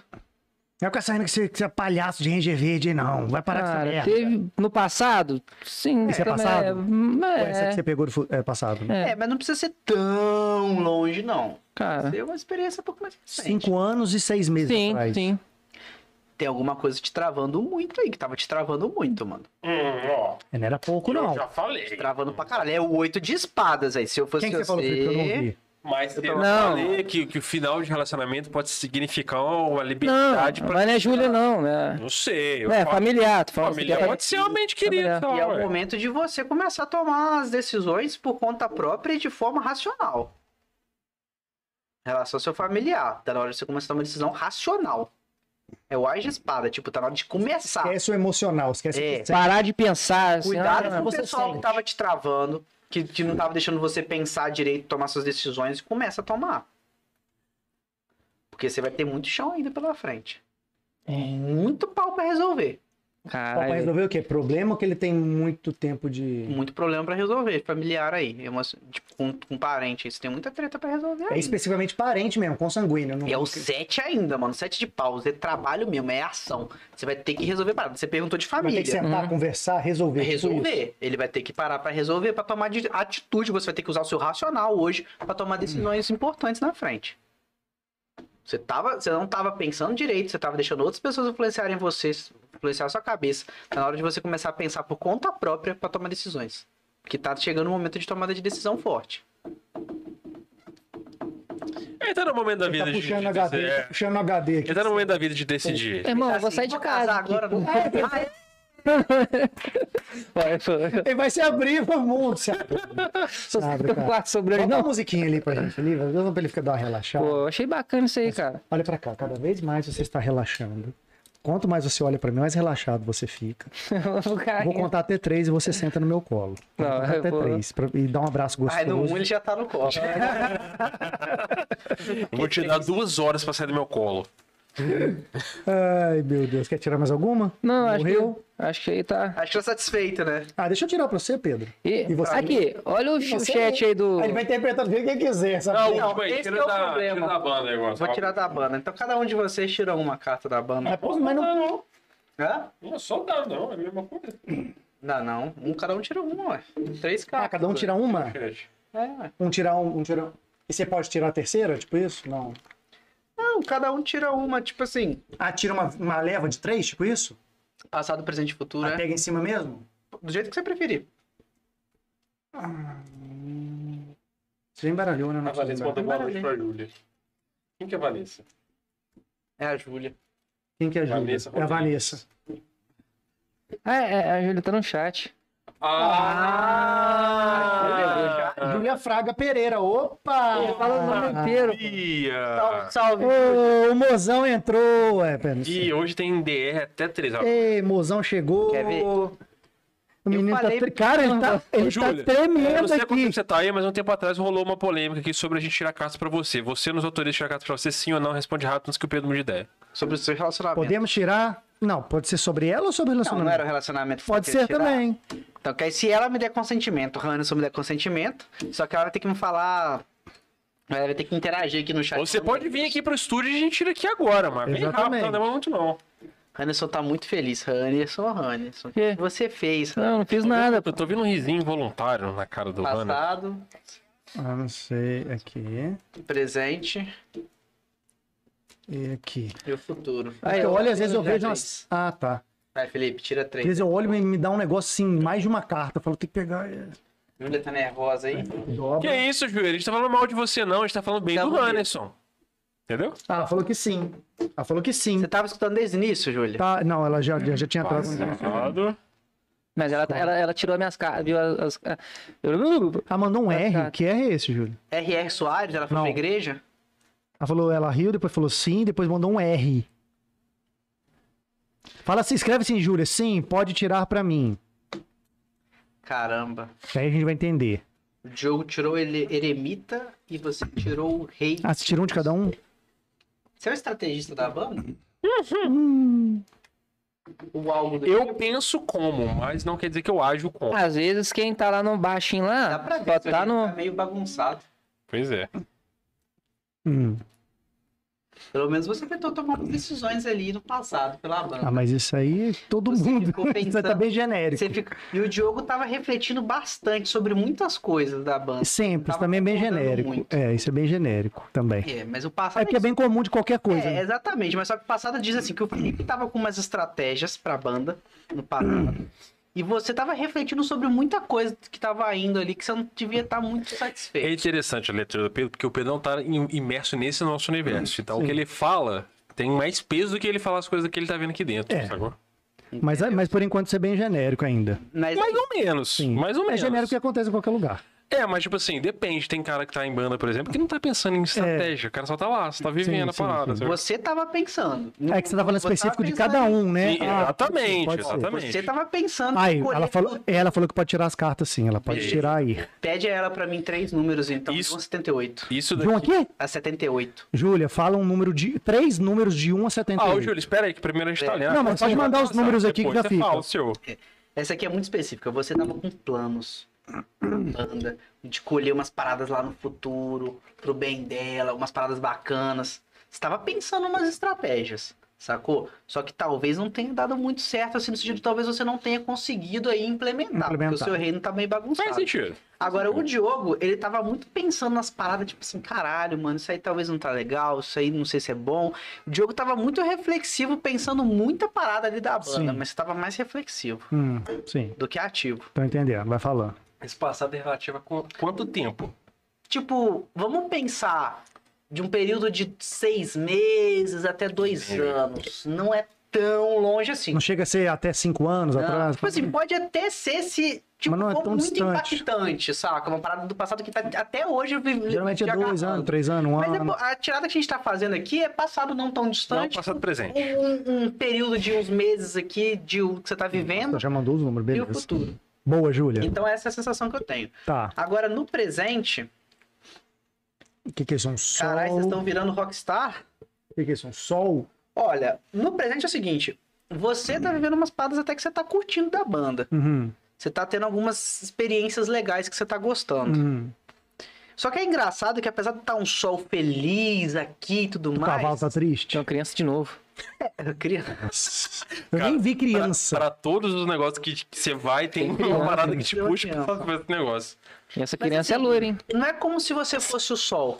Não é com essa ainda que você, que você é palhaço de Ranger Verde, não. Vai parar com essa
cara
merda.
teve no passado? Sim.
Esse é
também,
passado?
é,
Ou essa
é,
que você pegou do fu- é, passado. né?
É.
É.
mas não precisa ser tão longe, não.
cara.
Você é uma experiência um pouco mais recente.
Cinco anos e seis meses
Sim,
atrás.
sim.
Tem alguma coisa te travando muito aí, que tava te travando muito, mano.
Hum, ó,
É, Não era pouco,
eu
não.
já falei.
Travando pra caralho. É o oito de espadas aí. Se eu fosse
Quem que você
você,
falou, Felipe, que eu não vi?
Mas eu
Não.
falei que, que o final de relacionamento pode significar uma
Não,
liberdade pra.
mas não é Júlia, não, né?
Não sei. eu
É,
falo-
familiar. Tu fala
Família
que é-
pode ser realmente querido.
Familiar.
tá,
E é o
ué.
momento de você começar a tomar as decisões por conta própria e de forma racional. Em relação ao seu familiar. Tá na hora de você começar a tomar uma decisão racional. É o ar de espada, tipo, tá na hora de começar.
Esquece o emocional, esquece
É.
o que você
Parar de pensar. assim,
Cuidado
ah,
com o
você
pessoal
sente.
que tava te travando, que, que não tava deixando você pensar direito, tomar suas decisões, e começa a tomar. Porque você vai ter muito chão ainda pela frente.
É.
Muito pau pra resolver.
Papai
Caralho.
resolveu o quê? Problema que ele tem muito tempo de.
Muito problema pra resolver, familiar aí. emo- Tipo, com, com parente aí. Você tem muita treta pra resolver
É
ainda.
especificamente parente mesmo, consanguíneo. Não...
E é o 7 ainda, mano. 7 de paus. É trabalho mesmo, é ação. Você vai ter que resolver a parada. Você perguntou de
Vai ter que
família.
sentar,
Uhum.
conversar, resolver.
Vai
tipo isso.
É Resolver. Ele vai ter que parar pra resolver, pra tomar de- atitude. Você vai ter que usar o seu racional hoje pra
Uhum.
tomar decisões importantes na frente. Você, tava, você não tava pensando direito, você tava deixando outras pessoas influenciarem você, influenciar a sua cabeça. Tá na hora de você começar a pensar por conta própria pra tomar decisões. Porque tá chegando um momento de tomada de decisão forte.
Ele tá no momento da vida
Ele tá
de. é. de
puxando HD,
dizer,
tá puxando HD
Ele
aqui.
tá no momento da vida de decidir.
Irmão,
Tá
eu vou
assim,
sair de
vou
casa.
casar agora, não. Ah, é?
Olha, só-
Ele vai se abrir pro mundo, se abrir.
só
Nada,
fica
cara.
um quarto sobrando,
Bota
não.
uma musiquinha ali pra gente, ali, pra pra ele ficar dar uma relaxada.
Pô, eu achei bacana isso aí, cara.
Olha pra cá, cada vez mais você está relaxando. Quanto mais você olha pra mim, mais relaxado você fica.
O cara-
Vou contar até três e você senta no meu colo. Vou
Não,
contar
eu
até
vou-
três pra- e dá um abraço gostoso.
Ai, no 1 ele já tá no colo.
Eu vou te dar duas horas pra sair do meu colo.
Ai, meu Deus. Quer tirar mais alguma?
Não, acho
Morreu?
que, acho que aí tá.
Acho que tá satisfeito, né?
Ah, deixa eu tirar pra você, Pedro.
E,
E você?
Aqui, olha o
Você-
chat aí do.
Ah, Ele vai interpretar do jeito que ele quiser, sabe?
Ah,
Não,
última aí,
esse
tira
é o
da,
problema.
tira da banda aí agora.
Vou tirar da banda. Então cada um de vocês tira uma carta da banda.
Mas, pô, mas
Tá.
não...
Hã?
Não, só dá, não. É a mesma coisa.
Não, não. Um, cada um tira uma, ué. Três cartas.
Ah, cada um tira uma?
Gente.
É, ué.
Um tirar um, um tirar um. E você pode tirar a terceira, tipo isso? Não.
Não, cada um tira uma, tipo assim,
Ah, tira uma, uma leva de três, tipo isso?
passado, presente e futuro,
Ah,
né?
pega em cima mesmo?
Do jeito que você preferir.
Você já embaralhou, né? Não
A
precisa
Vanessa mandou
embaralhar.
boa noite pra Júlia. Quem que é a Vanessa?
É a Júlia.
Quem que ajuda?
Vanessa
é a
Rodrigues.
Vanessa.
Ah, é, é, a Júlia tá no chat.
Ah!
Ah, Júlia Fraga Pereira, opa! Ah.
Ele fala o nome inteiro.
Bia!
Salve.
Ô, o mozão entrou, é, pera, não sei.
E hoje tem DR até 3 horas.
Ei, mozão chegou.
Quer ver?
O menino
falei-
tá. tre- Cara, ele tá, ele tá
eu não
tremendo
sei há quanto
aqui.
tempo você tá aí, mas um tempo atrás rolou uma polêmica aqui sobre a gente tirar cartas pra você. Você nos autoriza a tirar cartas pra você, sim ou não? Responde rápido antes que o Pedro mude de ideia.
Sobre o seu relacionamento.
Podemos tirar? Não, pode ser sobre ela ou sobre
Não, não
relacionamento?
era é o relacionamento. que
Pode
você queria
ser
tirar.
também.
Então, que aí se ela me der consentimento, o Hanson me der consentimento, só que ela vai ter que me falar... Ela vai ter que interagir aqui no chat.
Ou você pode vir aqui pro estúdio e a gente tira aqui agora, mas bem rápido,
Exatamente.
não demora muito não.
Hanson tá muito feliz. Hanson, Hanson. O
Quê?
que você fez,
Não, não fiz nada. pô.
Eu tô ouvindo um risinho involuntário na cara do Hanna.
Passado,
Ah, não sei. Aqui.
presente
E aqui.
e o futuro.
Aí, eu olho, às vezes eu vejo umas.
Três.
Ah, tá.
Vai, Felipe, tira
Às
três.
vezes eu olho e me dá um negócio assim, mais de uma carta. Eu falo, tem que pegar. é,
Júlia tá nervosa aí.
Hum.
Que
Dobra.
isso, Júlio? A gente tá falando mal de você não, a gente tá falando bem
Tá
do
bonito.
Hannerson. Entendeu?
Ah, falou que sim. Ah, falou que sim.
Você tava escutando desde o início, Júlia?
Tá, não, ela já, já, já tinha atraso.
tá
Passado.
Mas ela, tá- ela, ela tirou minhas cartas, viu? As, as- eu-
Ah, mandou um
tá.
R. Que R é esse, Júlio?
R.R. Soares, ela foi
Não.
pra igreja?
Ela falou, ela riu, depois falou sim, depois mandou um R. Fala assim, escreve assim, Júlia. Sim, pode tirar pra mim.
Caramba.
Que Aí a gente vai entender.
O Diogo tirou ele eremita e você tirou o rei.
Ah, se tira um de cada um?
Você é o estrategista da banda? Uhum. o algo do...
Eu penso como, mas não quer dizer que eu ajo como.
Às vezes quem tá lá no baixinho
Dá
lá,
pra ver,
só
isso
tá
aqui
no.
tá meio bagunçado.
Pois é.
Hum.
Pelo menos você tentou tomar umas decisões ali no passado pela banda.
Ah, mas isso aí todo
Você
mundo.
ficou
Isso aí tá
pensando-
bem genérico.
Você fica- E o Diogo tava refletindo bastante sobre muitas coisas da banda.
Sempre, isso
Tava
também é bem
concordando
genérico.
muito.
É, isso é bem genérico também.
É, mas o passado...
É porque é bem comum de qualquer coisa.
É,
né?
exatamente, mas só que o passado diz assim que o Felipe tava com umas estratégias pra banda no passado. e você tava refletindo sobre muita coisa que tava indo ali que você não devia estar muito
É
satisfeito.
interessante a leitura do Pedro, porque o Pedro não tá im- imerso nesse nosso universo. Então o
Sim.
que ele fala tem mais peso do que ele falar as coisas que ele tá vendo aqui dentro,
É.
sacou?
Mas, mas por enquanto isso é bem genérico ainda.
Mas,
Mais ou menos.
Sim.
Mais ou
É
menos.
genérico que acontece em qualquer lugar.
É, mas tipo assim, depende. Tem cara que tá em banda, por exemplo, que não tá pensando em estratégia. O cara só tá lá, só tá vivendo
sim,
a parada.
sim.
sabe?
você tava pensando.
É que você tá falando
Você tava
específico de
pensando
cada
em-
um, né?
Sim,
Ah,
exatamente,
pode ser.
exatamente.
Você tava pensando.
Aí,
escolher
ela falou,
tudo.
ela falou que pode tirar as cartas sim, ela pode
Beleza.
tirar aí.
Pede a ela pra mim três números, então.
Isso.
De 1 a 78.
Isso
De um
daqui.
aqui?
A 78.
Júlia, fala um número de. Três números de 1 a
Ah, ô
78.
Júlio, espera aí, que primeiro a gente tá
É.
lendo.
é Não, mas pode mandar os números aqui que
Depois
já
você
fica.
Fala, o seu.
Essa aqui é muito específica. Você tava com planos. Banda, de colher umas paradas lá no futuro, pro bem dela, umas paradas bacanas. Você tava pensando umas estratégias, sacou? Só que talvez não tenha dado muito certo, assim, no sentido de talvez você não tenha conseguido aí implementar, porque o
Implementar.
seu reino tá meio bagunçado.
Faz sentido.
Agora, o Diogo, ele tava muito pensando nas paradas, tipo assim, caralho, mano, isso aí talvez não tá legal, isso aí não sei se é bom. O Diogo tava muito reflexivo, pensando muita parada ali da banda,
Sim.
mas tava mais reflexivo
Hum, sim,
do que ativo.
tô entendendo, vai falando.
Esse passado é relativo a qu- quanto tempo?
Tipo, vamos pensar de um período de seis meses até dois
Entendi.
anos. Não é tão longe assim.
Não chega a ser até cinco anos
Não,
atrás?
Tipo assim, pode até ser se. Tipo,
Mas não é
for
tão
muito
distante.
impactante, saca? Uma parada do passado que tá até hoje vivendo.
Geralmente é dois anos, três anos, um
Mas é
ano.
po- a tirada que a gente tá fazendo aqui é passado não tão
Não,
distante.
passado presente.
um, um período de uns meses aqui de o que você tá vivendo
Já mandou os números,
e o
beleza.
futuro.
Boa, Júlia.
Então essa é a sensação que eu tenho.
Tá.
Agora, no presente,
O que que é isso? Um sol?
caralho, vocês estão virando rockstar?
O que que é isso? Um sol?
Olha, no presente é o seguinte. Você tá vivendo umas paradas até que você tá curtindo da banda.
Uhum.
Você tá tendo algumas experiências legais que você tá gostando.
Uhum.
Só que é engraçado que apesar de estar um sol feliz aqui e tudo
O
mais.
cavalo tá triste?
Tinha
Então-
uma criança de novo.
Eu queria-
Eu
Cara,
nem vi
Pra,
criança.
pra todos os negócios que que você vai, tem uma
criança,
parada que te
tem
puxa
criança.
pra fazer esse negócio.
E essa
Mas
criança é
assim,
loira, hein?
Não é como se você fosse o sol.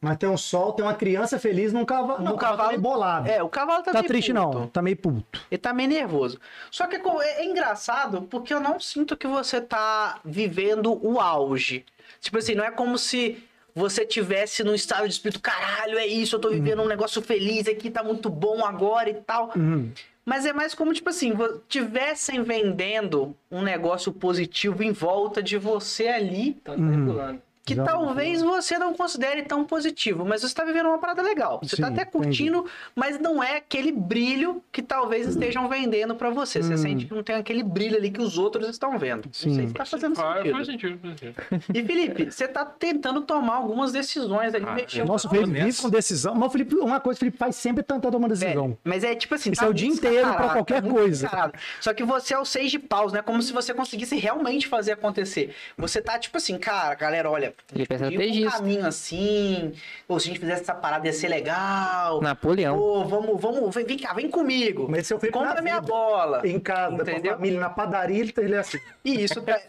Mas tem um sol, tem uma criança feliz num cavalo.
Num
Num cavalo
cavalo-
meio bolado.
É, o cavalo tá
Tá
meio
triste
puto.
não, tá meio puto.
Ele tá meio nervoso. Só que é co- é, é engraçado porque eu não sinto que você tá vivendo o auge. Tipo assim, não é como se você tivesse num estado de espírito, caralho, é isso, eu tô vivendo um negócio feliz aqui, tá muito bom agora e tal.
Uhum.
Mas é mais como, tipo assim, vo- tivessem vendendo um negócio positivo em volta de você ali,
Então,
tá regulando.
que
Já-
talvez você não considere tão positivo, mas você está vivendo uma parada legal. Você está
Sim,
até curtindo, mas não é aquele brilho que talvez estejam vendendo para você. Você
Uhum. Hum.
sente que não tem aquele brilho ali que os outros estão vendo.
Sim.
Não sei se tá fazendo
Faz, faz
sentido.
sentido, faz sentido.
E Felipe, você tá tentando tomar algumas decisões ali, um
Ah,
mexendo.
Nossa, o
tava
Felipe vive
nessa.
com decisão. Mas o Felipe, uma coisa, o Felipe faz sempre é tentar tomar decisão.
Velho, mas é tipo assim.
Isso é o
muito
dia inteiro pra
escancarado,
qualquer
muito
coisa.
escancarado. Só que você é o seis de paus, né? Como se você conseguisse realmente fazer acontecer. Você tá tipo assim, cara, galera, olha,
Ele pensa
podia ir pra um
estrategista.
caminho assim, ou se a gente fizesse essa parada ia ser legal.
Napoleão.
Pô, vamos, vamos, vem, vem cá, vem comigo.
Mas esse é o Felipe
Compra
na
minha
vida.
bola.
Em casa, com
Entendeu?
a família, na padaria, ele tá- ele é assim.
E isso tá...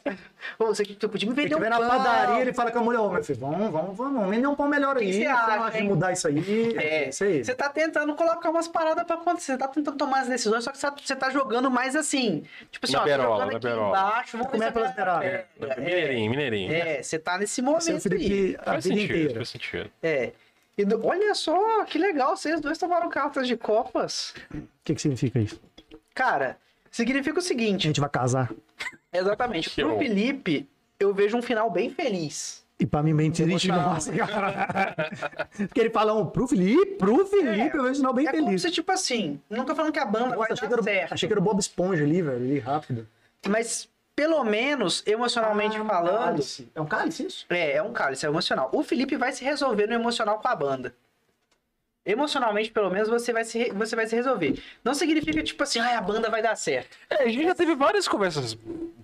Pô, você, você podia me
Ele
vender um
tiver na
pão.
padaria, ele fala com a mulher, ô, meu filho, vamos, vamos, vamos, vamos, vender um pão melhor
O que
aí.
que
Você
você
acha,
acha,
de
hein?
mudar isso aí?
É,
isso aí.
Você tá tentando colocar umas paradas pra acontecer, você tá tentando tomar as decisões, só que você tá- você tá jogando mais assim. Tipo assim,
Na
ó, tô
berola,
jogando
na
aqui
berola.
embaixo, vamos ver
Começa
se a
pelas
galera
beiradas.
pega.
É, Mineirinho, mineirinho.
É, você tá nesse
Assim, o
momento aí.
Felipe a
Faz
vida
sentido,
inteira.
faz sentido.
É. E do- olha só, que legal, vocês dois tomaram cartas de copas.
O que, que significa isso?
Cara, significa o
A
seguinte,
gente vai casar.
exatamente,
Que
pro
bom.
Felipe, eu vejo um final bem feliz.
E pra mim, bem triste,
falar.
nossa, cara. Porque ele fala, um, pro Felipe, pro Felipe, eu vejo um sinal bem
é como
feliz.
se, tipo assim, não tô falando que a banda vai
Nossa, achei que,
dar
era,
certo,
achei que era o Bob Esponja ali, velho, ali rápido. Ah,
mas pelo menos, emocionalmente falando,
Cálice. É um cálice isso?
é, é um cálice, é emocional. O Felipe vai se resolver no emocional com a banda. Emocionalmente, pelo menos, você vai se, re- você vai se resolver. Não significa, tipo assim, ai, a banda vai dar certo.
É, a gente já teve várias conversas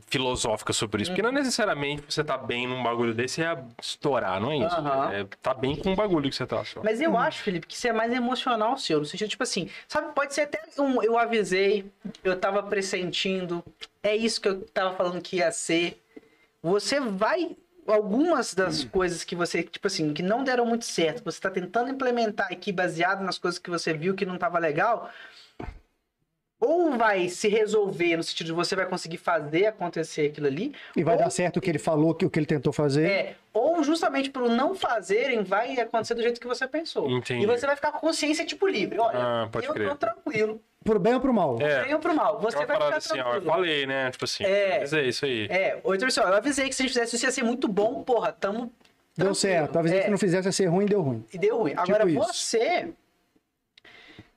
filosóficas sobre isso, porque
Uhum.
não é necessariamente você tá bem num bagulho desse é estourar, não é isso?
Aham.
É, tá bem com o bagulho que você tá só.
Mas eu acho, Felipe, que isso é mais emocional seu. No sentido, tipo assim, sabe, pode ser até um eu avisei, eu tava pressentindo, é isso que eu tava falando que ia ser. Você vai. Algumas das coisas que você, tipo assim, que não deram muito certo, você tá tentando implementar aqui baseado nas coisas que você viu que não tava legal. Ou vai se resolver no sentido de você vai conseguir fazer acontecer aquilo ali,
E vai
Ou-
dar certo o que ele falou, que o que ele tentou fazer.
é, ou justamente por não fazerem, vai acontecer do jeito que você pensou.
Entendi.
E você vai ficar com consciência, tipo, livre. Olha,
Ah, pode
eu
crer.
tô tranquilo,
Pro bem ou pro mal?
É,
bem ou pro mal.
é
Você
uma
vai
parada assim,
ficar
ó, eu
tranquilo.
falei, né? Tipo assim,
É.
mas é isso aí.
É, ou então assim, ó, eu avisei que se a gente fizesse isso ia ser muito bom, porra, tamo.
deu
tranquilo.
certo. Talvez
É,
se não fizesse ia ser ruim, deu ruim.
E deu ruim. Agora
isso.
você.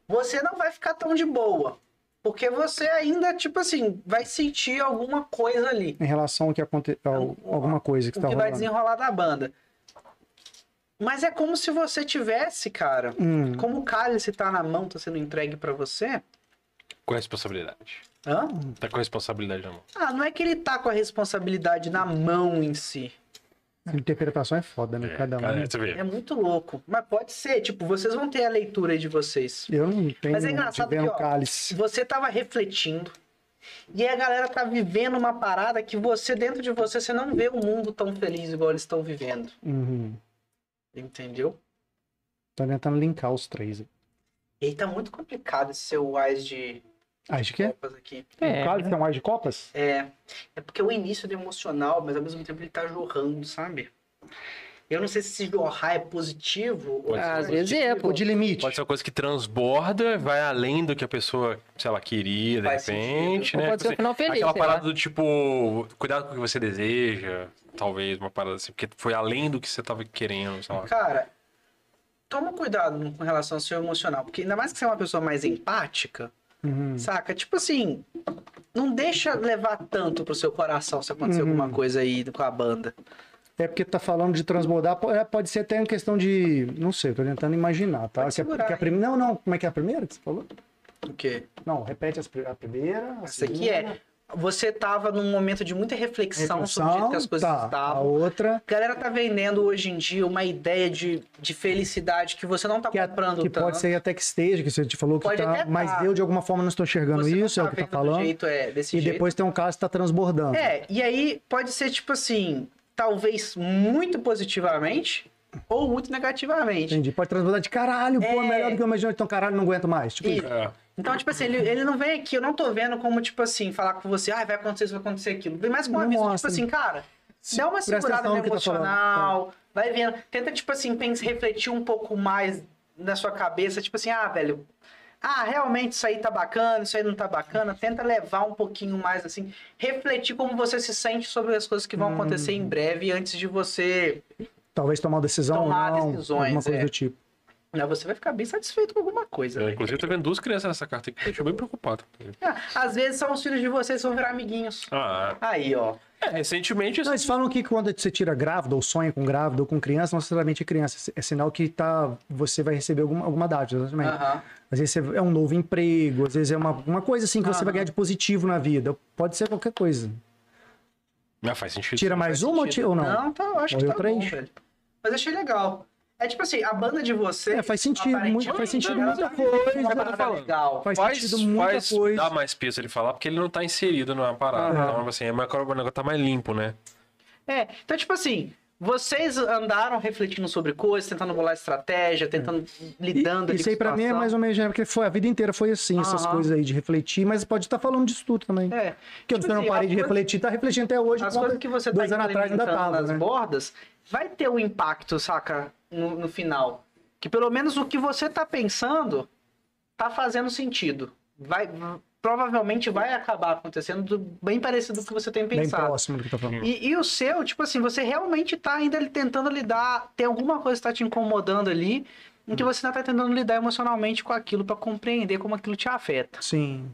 Você não vai ficar tão de boa. Porque você ainda, tipo assim, vai sentir alguma coisa ali.
Em relação ao que aconteceu. Alguma coisa que
O
tá
que vai
rolando.
desenrolar da banda. Mas é como se você tivesse, cara.
Hum.
Como o cálice tá na mão, tá sendo entregue pra você.
Com responsabilidade.
hã?
Tá com responsabilidade na mão.
Ah, não é que ele tá com a responsabilidade na mão em si.
Interpretação é foda, né? Cada um.
cara,
né?
você vê.
É muito louco. Mas pode ser, tipo, vocês vão ter a leitura aí de vocês.
Eu não tenho.
Mas é engraçado
tiver
que,
um
ó,
cálice.
Você tava refletindo. E a galera tá vivendo uma parada que você, dentro de você, você não vê o mundo tão feliz igual eles estão vivendo.
Uhum.
Entendeu?
Tô tentando linkar os três.
E aí tá muito complicado esse seu wise de
Acho que é.
copas aqui.
É.
Claro que tem mais um de copas.
É, é porque o início ele é emocional, mas ao mesmo tempo ele tá jorrando, sabe? Eu não sei se esse jorrar é positivo. ou
Pode
se
ser
não
Às vezes é, pô.
O de limite.
Pode ser uma coisa que transborda, vai além do que a pessoa, sei lá, queria, de
Faz
repente,
Ou
né?
pode ser
Tipo
um
assim,
final feliz.
Aquela
sei lá.
parada do tipo, cuidado com o que você deseja, talvez, uma parada assim, porque foi além do que você tava querendo, sei lá.
é, Cara, toma cuidado com relação ao seu emocional, porque ainda mais que você é uma pessoa mais empática,
Uhum.
saca? Tipo assim, não deixa levar tanto pro seu coração se acontecer
Uhum.
alguma coisa aí com a banda.
É porque tá falando de transbordar, po- é, pode ser até uma questão de. Não sei, tô tentando imaginar, tá?
Pode
Que a-
segurar
que a
aí.
prim- Não, não, como é que é a primeira que você falou?
O quê?
Não, repete as pri- a primeira. a
Essa aqui
segunda,
é. Você tava num momento de muita reflexão, sobre o jeito
reflexão,
que as coisas
tá, A
estavam.
outra,
A galera tá vendendo hoje em dia uma ideia de, de felicidade que você não tá
que, a-
comprando
que
tanto.
pode ser até que esteja, que você te falou que
Pode
tá,
até
mas
tá.
eu de alguma forma não estou enxergando
Você não
isso, é o que tá
vendo do
falando.
jeito, é, desse
e
jeito.
depois tem um caso que tá transbordando.
É, e aí pode ser tipo assim, talvez muito positivamente ou muito negativamente.
Entendi. Pode transbordar de caralho, pô, é
É.
melhor do que eu imaginava, então caralho, não aguento mais. Tipo,
E-
isso.
É.
então, tipo assim, ele, ele não vem aqui, eu não tô vendo como, tipo assim, falar com você, ah, vai acontecer isso, vai acontecer aquilo. Vem mais com um
Não
aviso, tipo
mostra.
assim, cara,
Se-
dá uma
presta
segurada
atenção
no
no que tá falando.
emocional, vai vendo. Tenta, tipo assim, pensa, refletir um pouco mais na sua cabeça, tipo assim, ah, velho, ah, realmente isso aí tá bacana, isso aí não tá bacana. Tenta levar um pouquinho mais, assim, refletir como você se sente sobre as coisas que vão acontecer
Hum.
em breve antes de você
É. Talvez tomar uma decisão
Tomar
ou não,
decisões,
alguma coisa
é.
do tipo.
Não, você vai ficar bem satisfeito com alguma coisa.
É,
né?
Inclusive, eu tô vendo duas crianças nessa carta aqui que me deixou bem preocupado.
Ah, Às vezes são os filhos de vocês que vão virar amiguinhos.
Ah,
Aí, ó.
é, recentemente,
Não,
assim,
eles falam que quando você tira grávida, ou sonha com grávida, ou com criança, não necessariamente é criança. É sinal que tá, você vai receber alguma, alguma dádiva, exatamente.
Aham.
Às vezes é um novo emprego, às vezes é uma, uma coisa assim que você
Aham.
vai ganhar de positivo na vida. Pode ser qualquer coisa.
não faz sentido.
Tira mais uma ou, ti- ou não? É,
Não, tá, eu acho que
Morreu
tá bom,
três.
velho. Mas achei legal. É tipo assim, a banda de vocês...
É, faz sentido,
aparentemente,
muito- faz sentido
ela
muita
tá
coisa.
uma
Eu tô
parada
falando.
legal.
Faz,
Faz,
sentido muita
faz
coisa.
dá mais peso ele falar, porque ele não tá inserido na parada.
Aham.
Então, assim, é mais- o negócio tá mais limpo, né?
É, então tipo assim... Vocês andaram refletindo sobre coisas, tentando bolar estratégia, tentando lidando
É. E-
ali
Isso
com
aí pra mim é
situação.
mais ou menos, é porque foi, a vida inteira foi assim, essas
Aham.
coisas aí de refletir, mas pode estar falando disso tudo também.
É,
Porque
tipo
eu não
assim,
parei
as
de
coisas-
refletir, tá refletindo até hoje.
as
quando-
coisas que você tá
dois anos atrás ainda
implementando
tava,
nas
né?
bordas, vai ter um impacto, saca? No, no final. Que pelo menos o que você tá pensando tá fazendo sentido. Vai, provavelmente vai acabar acontecendo do- bem parecido com o que você tem
Bem
pensado.
próximo do que tá falando.
E, e o seu, tipo assim, você realmente tá ainda ali tentando lidar, tem alguma coisa que tá te incomodando ali, em que
Hum.
você ainda tá tentando lidar emocionalmente com aquilo pra compreender como aquilo te afeta.
Sim,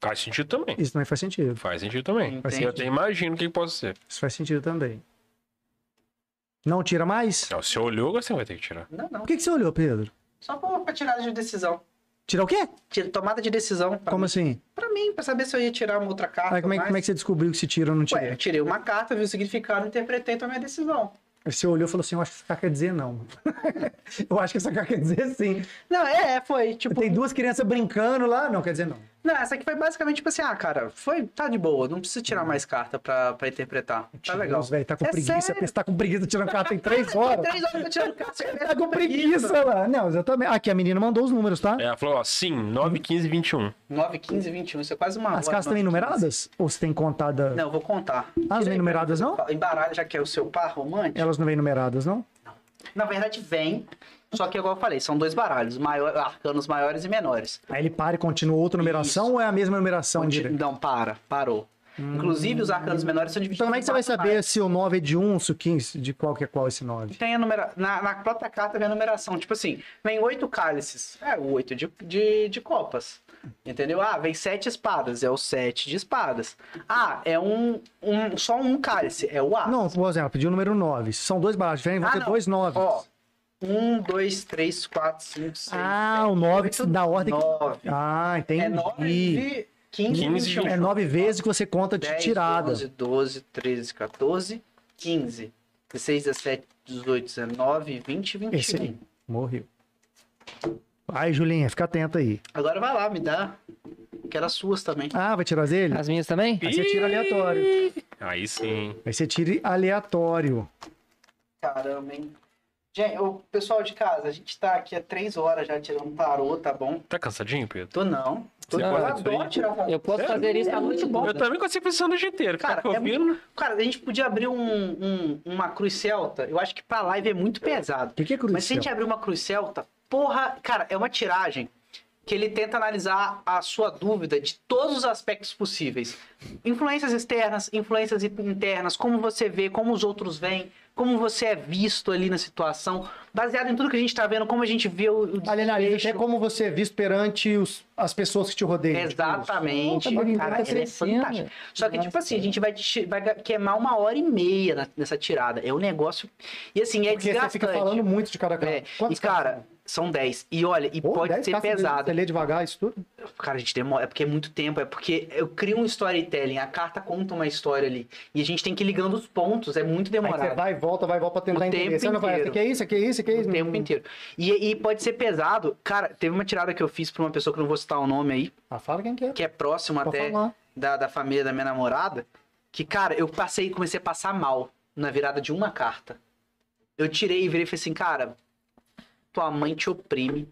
Faz sentido também.
isso também faz sentido.
Faz sentido também.
Entende?
Eu até imagino o que que pode ser.
Isso faz sentido também. Não tira mais?
Então, se olhou, você vai ter que tirar.
Não, não.
Por que, que você olhou, Pedro?
Só pra, pra tirada de decisão.
Tirar o quê?
Tira- Tomada de decisão. pra
Como assim?
Pra mim, pra saber se eu ia tirar uma outra carta.
Aí como, é,
mas-
como é que você descobriu que se tira ou não tira?
Ué, eu tirei uma carta, vi o significado, interpretei, tomei a decisão.
Aí Você olhou e falou assim: eu acho que essa cara quer dizer não. eu acho que essa cara quer dizer sim.
Não, é, é, foi, tipo...
Tem duas crianças brincando lá, não quer dizer não. Tá
Não, essa aqui foi basicamente tipo assim, ah, cara, foi, tá de boa, não precisa tirar mais carta pra, pra interpretar. Tá legal.
Deus, Hum. velho, tá com
É
preguiça,
sério.
você tá com preguiça tirando carta em três horas.
Três horas que eu tirando carta, você
tá com preguiça lá. Não, exatamente. Aqui a menina mandou os números, tá?
É, Ela falou, ó, sim, 9, 15, 21.
9, 15, 21, isso é quase uma
As
hora,
cartas também
9, 15.
numeradas? Ou você tem contada?
Não, eu vou contar.
Ah, as vem numeradas não?
Embaralho, já que é o seu par romântico.
Elas não vêm numeradas, não?
Na verdade, vem, só que igual eu falei, são dois baralhos, maior, arcanos maiores e menores.
Aí ele para e continua outra numeração
Isso.
ou é a mesma numeração
Conti-
direto?
Não, para, parou. Inclusive, os arcanos menores são divididos
Hum. Então como é que você
em
vai
quatro
saber se o 9 é de 1, se o 15, de qual que é qual esse 9?
Tem a numera... na, na própria carta vem a numeração. Tipo assim, vem oito cálices. É o oito de, de, de copas. Entendeu? Ah, vem sete espadas. É o sete de espadas. Ah, é um, um só um cálice. É o A.
Não, por exemplo, pediu o número 9. São dois baralhos diferentes, vão
Ah,
ter
não.
dois 9.
Ó, um, dois, três, quatro, cinco, seis.
Ah, o 9
oito,
da ordem que...
Nove.
Ah, entendi.
É nove, quinze,
Quinze,
vinte e um.
É nove vezes que você conta de
10,
tirada.
11, 12, 13, 14, 15, 16, 17, 18, 19, 20, 21.
Esse aí. Morreu. Aí, Julinha, fica atenta aí.
Agora vai lá, me dá. Quero as suas também.
Ah, vai tirar as dele?
As minhas também?
Aí você tira aleatório.
Aí sim.
Aí você tira aleatório.
Caramba, hein? Gente, o pessoal de casa, a gente tá aqui há três horas já tirando tarô, tá bom?
Tá cansadinho, Pedro?
Tô não. Tô,
Você
eu
pode isso
adoro
aí?
tirar tarô.
Eu posso
Sério?
fazer isso
É
a noite
muito bom.
toda.
Eu também consigo pensar no dia inteiro.
Cara,
Ficar
é
ouvindo.
muito- cara, a gente podia abrir um, um- uma cruz celta. Eu acho que pra live é muito pesado.
O que, que é cruz?
Mas se a gente abrir uma cruz celta, porra, cara, é uma tiragem que ele tenta analisar a sua dúvida de todos os aspectos possíveis. Influências externas, influências internas, como você vê, como os outros veem, como você é visto ali na situação, baseado em tudo que a gente tá vendo, como a gente vê o, o
Alienalista é
desfecho.
como você é visto perante os- as pessoas que te rodeiam. tipo isso.
Exatamente.
Puta,
Cara,
tá
ela é
crescendo.
fantástica. Só que, tipo
Nossa.
assim, a gente vai, te- vai queimar uma hora e meia na- nessa tirada. É um negócio. E assim, é
Porque você
desgastante.
fica falando muito de cada cara.
É, E,
Quantos caras
cara, são 10. E olha, e
são? Pô,
pode
10
ser
caras você-
pesado.
Você lê devagar isso tudo?
Cara, a gente demora. É porque é muito tempo. É porque eu crio um storytelling. A carta conta uma história ali. E a gente tem que ir ligando os pontos. É muito
Aí você
demorado.
vai e volta, vai e volta pra
O
tentar entender.
tempo
Você não vai,
inteiro.
"Esse aqui é isso, esse aqui é isso, esse aqui é isso.
O tempo inteiro. E, e pode ser pesado. Cara, teve uma tirada que eu fiz pra uma pessoa que eu não vou citar o nome aí,
Ah, fala quem que é.
que é próximo
Pode
até
falar.
da, da família da minha namorada, que, cara, eu passei, comecei a passar mal na virada de uma carta. Eu tirei e virei e falei assim, cara, tua mãe te oprime,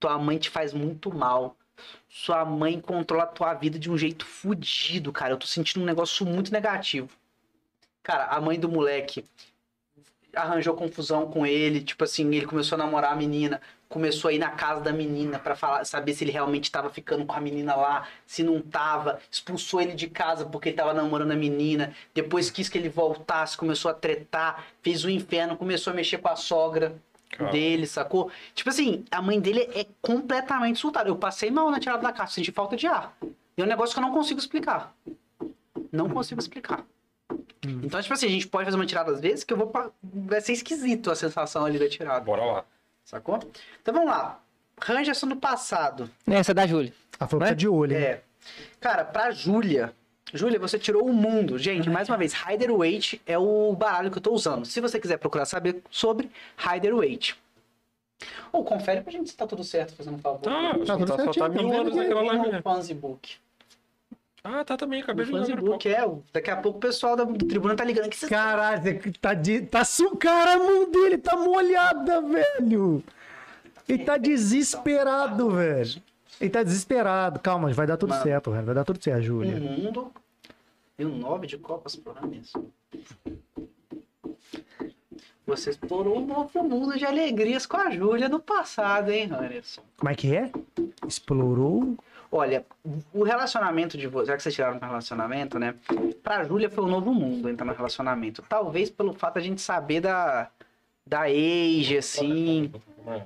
tua mãe te faz muito mal, sua mãe controla a tua vida de um jeito fudido, cara. Eu tô sentindo um negócio muito negativo. Cara, a mãe do moleque arranjou confusão com ele, tipo assim, ele começou a namorar a menina, começou a ir na casa da menina pra falar, saber se ele realmente tava ficando com a menina lá, se não tava, expulsou ele de casa porque ele tava namorando a menina, depois quis que ele voltasse, começou a tretar, fez o inferno, começou a mexer com a sogra
Cara.
dele, sacou? Tipo assim, a mãe dele é completamente surtada. Eu passei mal na tirada da casa, senti falta de ar. E é um negócio que eu não consigo explicar. Não consigo explicar.
Hum.
Então, tipo assim, a gente pode fazer uma tirada às vezes que eu vou. pa- Vai ser esquisito a sensação ali da tirada.
Ah, Bora lá.
Sacou? Então vamos lá. Rangerson no passado.
Essa é da Júlia.
Ah, foi é? de olho, hein?
É. Cara, pra Júlia. Júlia, você tirou o mundo. Gente, mais uma vez, Rider Waite é o baralho que eu tô usando. Se você quiser procurar saber sobre Rider Waite. Ou confere pra gente se tá tudo certo, fazendo um favor.
Tá, só
tudo
tá, só
certinho,
tá
tá
mil
vendo
anos
que
naquela
Tem
live.
no
né?
Fanzibook.
Ah, tá também,
No
acabei de ver
um
agora há pouco.
Fanzibook, é. o- Daqui a pouco o pessoal da tribuna tá ligando. Que vocês
Caralho, você tá de. Tá su... Cara, a mão dele tá molhada, velho. Ele tá desesperado, velho. Ele tá desesperado. Calma, vai dar tudo
Mano. Hum.
certo, velho. Vai dar tudo certo,
O
Júlia.
Um mundo e o nove de copas por ano mesmo. Você explorou um novo mundo de alegrias com a Júlia no passado, hein, Anderson?
Como é que é? Explorou.
Olha, o relacionamento de vocês, já que vocês tiraram para relacionamento, né? Pra Júlia foi um novo mundo entrar no relacionamento. Talvez pelo fato da gente saber da da age, assim,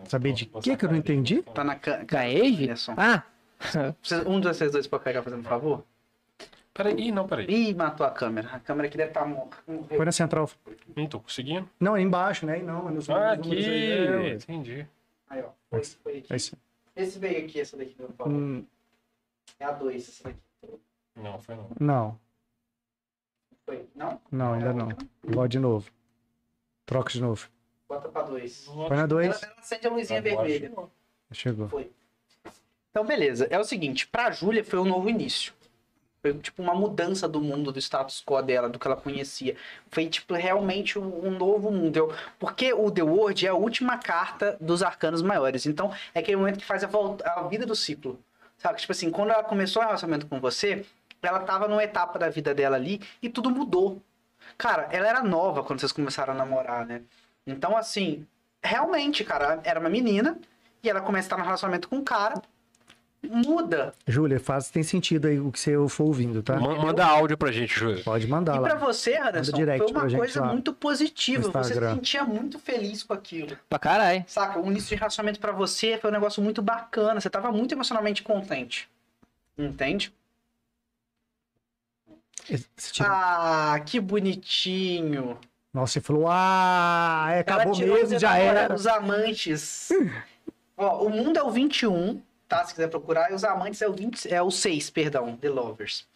Saber de que que eu não entendi?
tá na ca-
Da Age?
Anderson.
Ah,
Vocês- Um de vocês dois pode pegar fazendo um favor?
Peraí, ih, não, peraí.
Ih, matou a câmera. A câmera aqui deve tá estar morta.
Foi na central.
Não tô conseguindo.
Não, é embaixo, né? Não, é nos
Ah,
nos números aí, é,
aqui.
ué.
Entendi.
Aí, ó. Foi, foi.
É isso.
Esse veio aqui, essa daqui do Paulo.
Hum,
É a 2, essa daqui.
Não, foi não.
Não,
Foi. Não?
não, ainda não. Bora de novo. Troca de novo.
Bota pra 2.
Foi na
Ela,
2.
ela acende a luzinha
Agora
vermelha.
chegou.
Chegou.
Então, beleza. É o seguinte, pra Júlia foi um novo início. Foi, tipo, uma mudança do mundo, do status quo dela, do que ela conhecia. Foi, tipo, realmente um, um novo mundo. Eu- porque o The Word é a última carta dos arcanos maiores. Então, é aquele momento que faz a, volta, a vida do ciclo. Sabe? Tipo assim, quando ela começou o relacionamento com você, ela tava numa etapa da vida dela ali e tudo mudou. Cara, ela era nova quando vocês começaram a namorar, né? Então, assim, realmente, cara, era uma menina e ela começa a estar no relacionamento com um cara muda.
Júlia, faz, tem sentido aí o que você for ouvindo, tá?
Ma- Manda áudio pra gente, Júlio.
Pode mandar
e pra
lá.
você, Anderson,
direct
foi uma
pra gente
coisa
lá
muito positiva.
no
Você se
Instagram.
sentia muito feliz com aquilo.
pra caralho.
Saca? O início de relacionamento pra você foi um negócio muito bacana. Você tava muito emocionalmente contente. Entende?
Esse tipo tiro.
Ah, que bonitinho.
Nossa, você falou, ah, é,
Ela
acabou
tirou
mesmo,
os
já
namora-
era.
Os amantes. Ó, o mundo é o 21, tá? Se quiser procurar. E os amantes é o, 20, é o 6, perdão. The Lovers.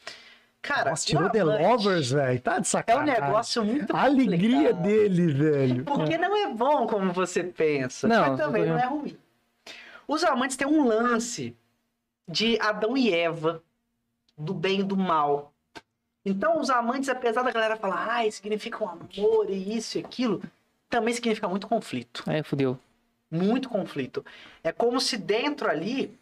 Cara,
Nossa,
o
tirou The
amante
Lovers, velho. Tá de
É um
sacanagem.
negócio muito
A alegria
complicado.
dele, velho.
Porque não é bom como você pensa.
Não,
mas também não é ruim. Os amantes têm um lance de Adão e Eva, do bem e do mal. Então, os amantes, apesar da galera falar, ai, significam amor e um isso e aquilo, também significa muito conflito.
Aí fudeu.
Muito conflito. É como se dentro ali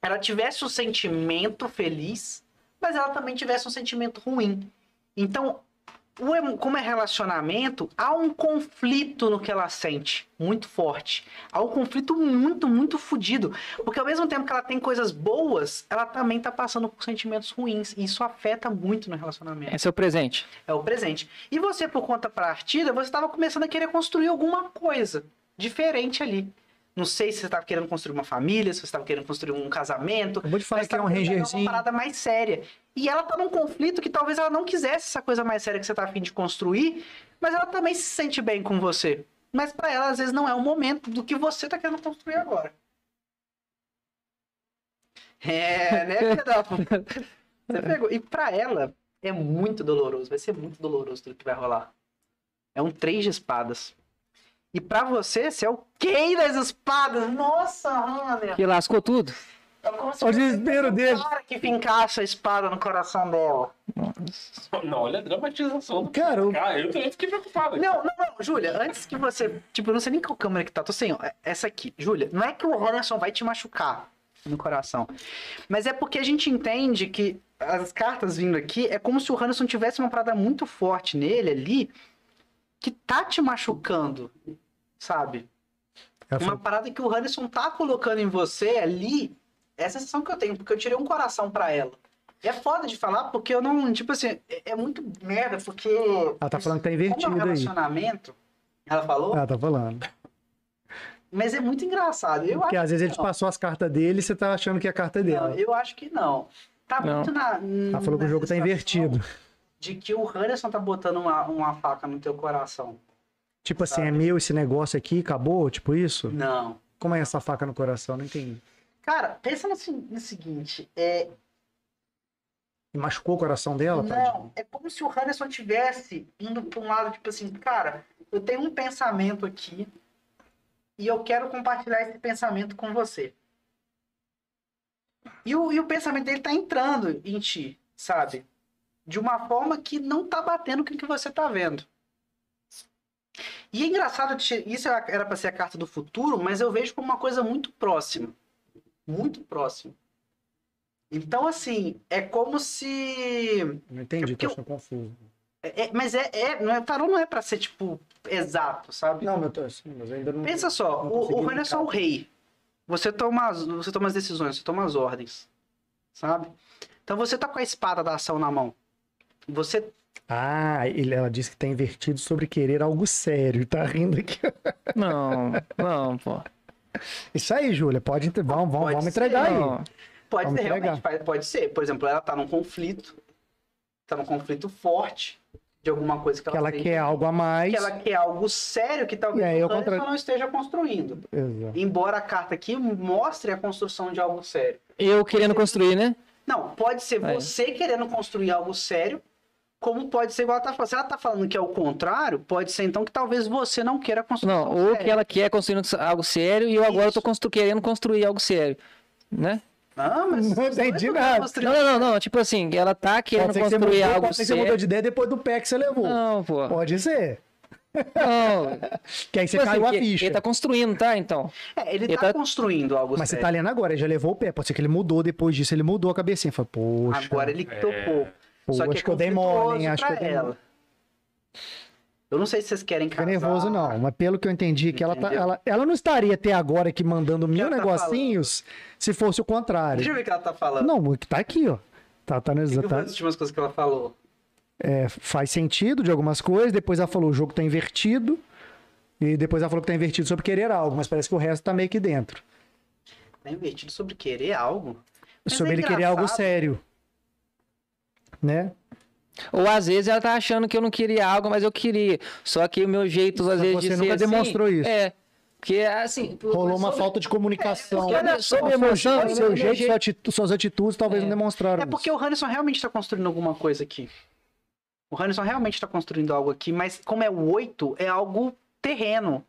ela tivesse um sentimento feliz, mas ela também tivesse um sentimento ruim. Então, o emo- como é relacionamento, há um conflito no que ela sente, muito forte. Há um conflito muito, muito fodido. Porque ao mesmo tempo que ela tem coisas boas, ela também tá passando por sentimentos ruins. E isso afeta muito no relacionamento.
Esse é o presente.
É o presente. E você, por conta partida, você estava começando a querer construir alguma coisa diferente ali. Não sei se você estava querendo construir uma família, se você estava querendo construir um casamento.
Acabou de falar
Mas
que é um
tava querendo
rangerzinho.
Uma parada mais séria. E ela tá num conflito que talvez ela não quisesse essa coisa mais séria que você tá afim de construir, mas ela também se sente bem com você. Mas pra ela, às vezes, não é o momento do que você tá querendo construir agora. É, né, Pedro? Você pegou. E pra ela, é muito doloroso. Vai ser muito doloroso tudo que vai rolar. É um três de espadas. E pra você, você é o quem das espadas? Nossa, Hanner!
Que lascou tudo.
É como se
O
fosse
desespero
um
dele.
cara que fincasse a espada no coração dela.
Não, olha a dramatização do
Cara, o-
cara. Eu também fiquei preocupado.
Não, não, não, Júlia, antes que você. Tipo, eu não sei nem qual câmera que tá, tô sem. ó, Essa aqui. Júlia, não é que o Henderson vai te machucar no coração. Mas é porque a gente entende que as cartas vindo aqui é como se o Henderson tivesse uma parada muito forte nele ali que tá te machucando, sabe?
Ela
É Uma
falou,
parada que o Henderson tá colocando em você ali, é a sensação que eu tenho, porque eu tirei um coração pra ela. E é foda de falar, porque eu não, tipo assim, é, é muito merda, porque.
ela tá falando que tá
Como é um
invertido aí.
relacionamento, ela falou,
Ela tá falando.
mas é muito engraçado. Eu
Porque
acho,
às vezes ele te passou as cartas dele e você tá achando que é a carta
não,
dela.
eu acho que não. Tá
Não.
muito na.
Ela falou que o jogo tá
é
invertido.
De que o Henderson tá botando uma, uma faca no teu coração.
Tipo assim, é meu esse negócio aqui, acabou? Tipo isso?
Não.
Como é essa faca no coração? Não entendi.
Cara, pensa no, se- no seguinte: é,
E machucou o coração dela,
Não,
tadinho?
é como se o Henderson tivesse indo para um lado, tipo assim, cara, eu tenho um pensamento aqui e eu quero compartilhar esse pensamento com você. E o, e o pensamento dele tá entrando em ti, sabe? De uma forma que não tá batendo com o que você tá vendo. E é engraçado, que isso era- era para ser a carta do futuro, mas eu vejo como uma coisa muito próxima. Muito próxima. Então, assim, é como se.
Não entendi,
É porque
tô achando confuso.
É, é, mas é, é, não é, tarô não é pra ser, tipo, exato, sabe?
Não, meu tô assim, mas eu ainda não.
Pensa só,
não
o,
consegui
o Rony é só o
linkar.
rei. Você toma, as, você toma as decisões, você toma as ordens, sabe? Então você tá com a espada da ação na mão. Você,
Ah, ele- ela disse que tá invertido sobre querer algo sério. Tá rindo aqui.
Não, não, pô.
Isso aí, Júlia. Pode entre... Vamos, vamos,
Pode
vamos
ser,
entregar aí.
Não.
pode
Vamos
ser, realmente,
entregar.
pode, pode ser. Por exemplo, ela tá num conflito, tá num conflito forte de alguma coisa que ela,
Que ela
tem,
quer algo a mais.
que ela quer algo sério que talvez
E aí,
o
ao
Rony
contrário-
não esteja construindo.
Exato.
Embora a carta aqui mostre a construção de algo sério.
Eu querendo construir, né?
Não, pode ser
É.
você querendo construir algo sério, como pode ser igual ela tá falando. Se ela tá falando que é o contrário, pode ser então que talvez você não queira construir
Não,
algo
ou
sério.
que ela quer construir algo sério e eu agora
Isso.
tô constru- querendo construir algo sério, né?
Não, mas
Não
os dois
entendi
não tá
nada.
querem construir-
Não, não, não, não, tipo assim, ela tá
Pode
querendo
ser que você
construir
mudou,
algo
pode ser que você
sério.
mudou de ideia depois do pé que você levou.
Não, pô.
Pode ser.
Não.
Que aí você
Tipo
caiu
assim,
a
que-
ficha.
Ele tá construindo, tá? Então.
É, ele
Ele
tá
tá-
construindo algo
Mas você
sério.
tá lendo agora, ele já levou o pé. Pode ser que ele mudou depois disso, ele mudou a cabecinha. Fala, poxa.
Agora ele topou.
pô,
Só que
acho
é
que eu dei mole, hein?
conflituoso pra
Acho que eu dei
ela.
mole.
Eu não sei se vocês querem
Fica
casar.
nervoso, não. Mas pelo que eu entendi, que ela, tá,
Entendeu?
ela, ela não estaria até agora aqui mandando mil
ela tá
negocinhos se fosse o contrário.
Deixa eu ver o que ela tá falando.
Não, o que tá aqui, ó. Tá, tá, no-
Eu vou
tá-
assistir umas coisas que ela falou.
é, faz sentido de algumas coisas. Depois ela falou o jogo tá invertido. E depois ela falou que tá invertido sobre querer algo, mas parece que o resto tá meio que dentro.
Tá invertido sobre querer algo? Mas
sobre
é
ele querer algo
engraçado.
sério. Né?
Ou às vezes ela tá achando que eu não queria algo, mas eu queria. Só que o meu jeito, às vezes,
você
de
nunca
ser
demonstrou
assim,
isso.
É. Porque assim.
Rolou uma
sobre- É,
falta de comunicação.
porque olha só,
Sobre
meu
emoção,
jeito,
é seu
meu
jeito,
jeito.
sua atitu- suas atitudes talvez
É.
não demonstraram.
É porque o Hanson realmente tá construindo alguma coisa aqui. O Hanson realmente tá construindo algo aqui, mas como é o 8, é algo terreno.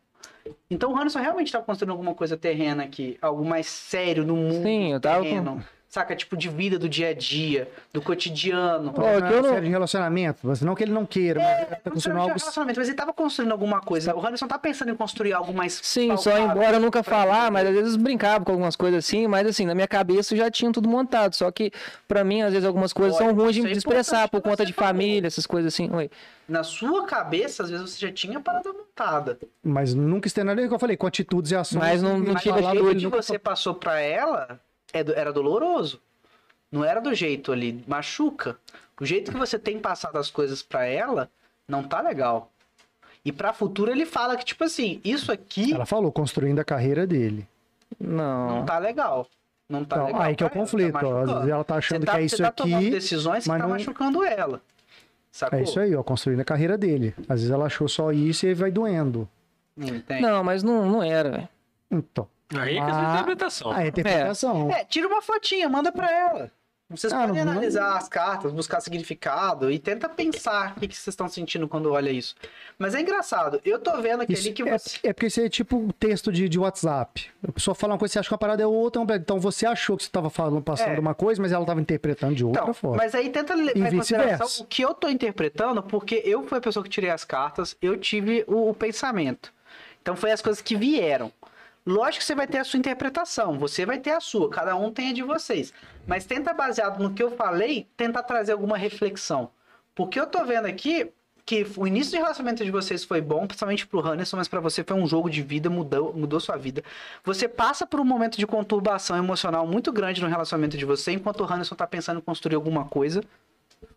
Então o Hanson realmente tá construindo alguma coisa terrena aqui, algo mais sério no mundo.
Sim, eu tava com-
terreno, saca? Tipo, de vida do dia a dia, do cotidiano.
Ó, que eu não-
de relacionamento. mas Não que ele não queira, mas ele tá
Não sei
construindo
onde é
algo.
relacionamento, mas ele tava construindo alguma coisa. O Anderson tá pensando em construir algo mais.
Sim, só
palpável.
embora eu nunca falar, mas às vezes brincava com algumas coisas assim, mas assim, na minha cabeça eu já tinha tudo montado. Só que, pra mim, às vezes algumas coisas
Olha,
são ruins de
isso é
expressar
importante
por
que
conta
você
de
falou.
família, essas coisas assim. Oi.
Na sua cabeça, às vezes você já tinha a parada montada.
Mas nunca externalizei, como eu falei, com atitudes e ações.
Mas não- não
Mas
chega
Mas o
falava,
cheio
jeito
ele
que
nunca
você passou pra ela é do- era doloroso. Não era do jeito ali, machuca. O jeito que você tem passado as coisas pra ela não tá legal. E pra futuro ele fala que, tipo assim, isso aqui
Ela falou, construindo a carreira dele.
não
Não.
tá legal. Não tá
Então,
legal.
aí que é o
pra ela,
conflito.
tá
ó. Às vezes
machucando.
ela tá achando
Você tá-
que é
você
isso
tá tomando
aqui.
decisões que
mas
tá
não-
machucando ela. Sacou?
É isso aí, ó, construindo a carreira dele. Às vezes ela achou só isso e aí vai doendo.
Entende?
Não, mas não, não era, velho.
Então,
Aí é que é
Ah,
a interpretação.
a interpretação.
É, tira uma fotinha, manda pra ela. Vocês
Ah,
podem
não-
analisar as cartas, buscar significado e tenta pensar o que, que vocês estão sentindo quando olha isso. Mas é engraçado, eu tô vendo aqui
Isso
ali que
é,
você.
é porque isso é tipo um texto de, de WhatsApp. A pessoa fala uma coisa, você acha que uma parada é outra. uma- Então você achou que você estava falando, passando
É.
uma coisa, mas ela estava interpretando de outra
Então,
forma.
mas aí tenta levar em
vice-versa.
consideração o que eu tô interpretando, porque eu fui a pessoa que tirei as cartas, eu tive o, o pensamento. Então foi as coisas que vieram. Lógico que você vai ter a sua interpretação, você vai ter a sua, cada um tem a de vocês. Mas tenta, baseado no que eu falei, tentar trazer alguma reflexão. Porque eu tô vendo aqui que o início de relacionamento de vocês foi bom, principalmente pro Hannerson, mas pra você foi um jogo de vida, mudou, mudou sua vida. Você passa por um momento de conturbação emocional muito grande no relacionamento de você, enquanto o Hannerson tá pensando em construir alguma coisa.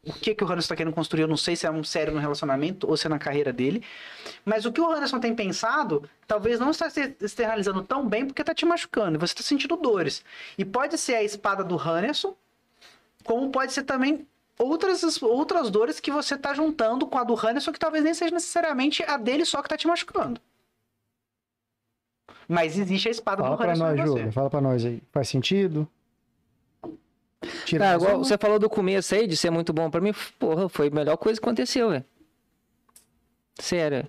O que, que o Hannerson tá querendo construir, eu não sei se é um sério no relacionamento ou se é na carreira dele. Mas o que o Handerson tem pensado, talvez não está se externalizando tão bem porque tá te machucando, você tá sentindo dores. E pode ser a espada do Handerson, como pode ser também outras, outras dores que você tá juntando com a do Handerson, que talvez nem seja necessariamente a dele só que tá te machucando. Mas existe a espada
Fala
do
pra
Handerson
nós,
em você.
Júlio. Fala pra nós aí. Faz sentido? Tira
Ah,
Tá,
mais
igual
uma.
você falou do começo aí, de ser muito bom pra mim, porra, foi a melhor coisa que aconteceu, velho. Sério.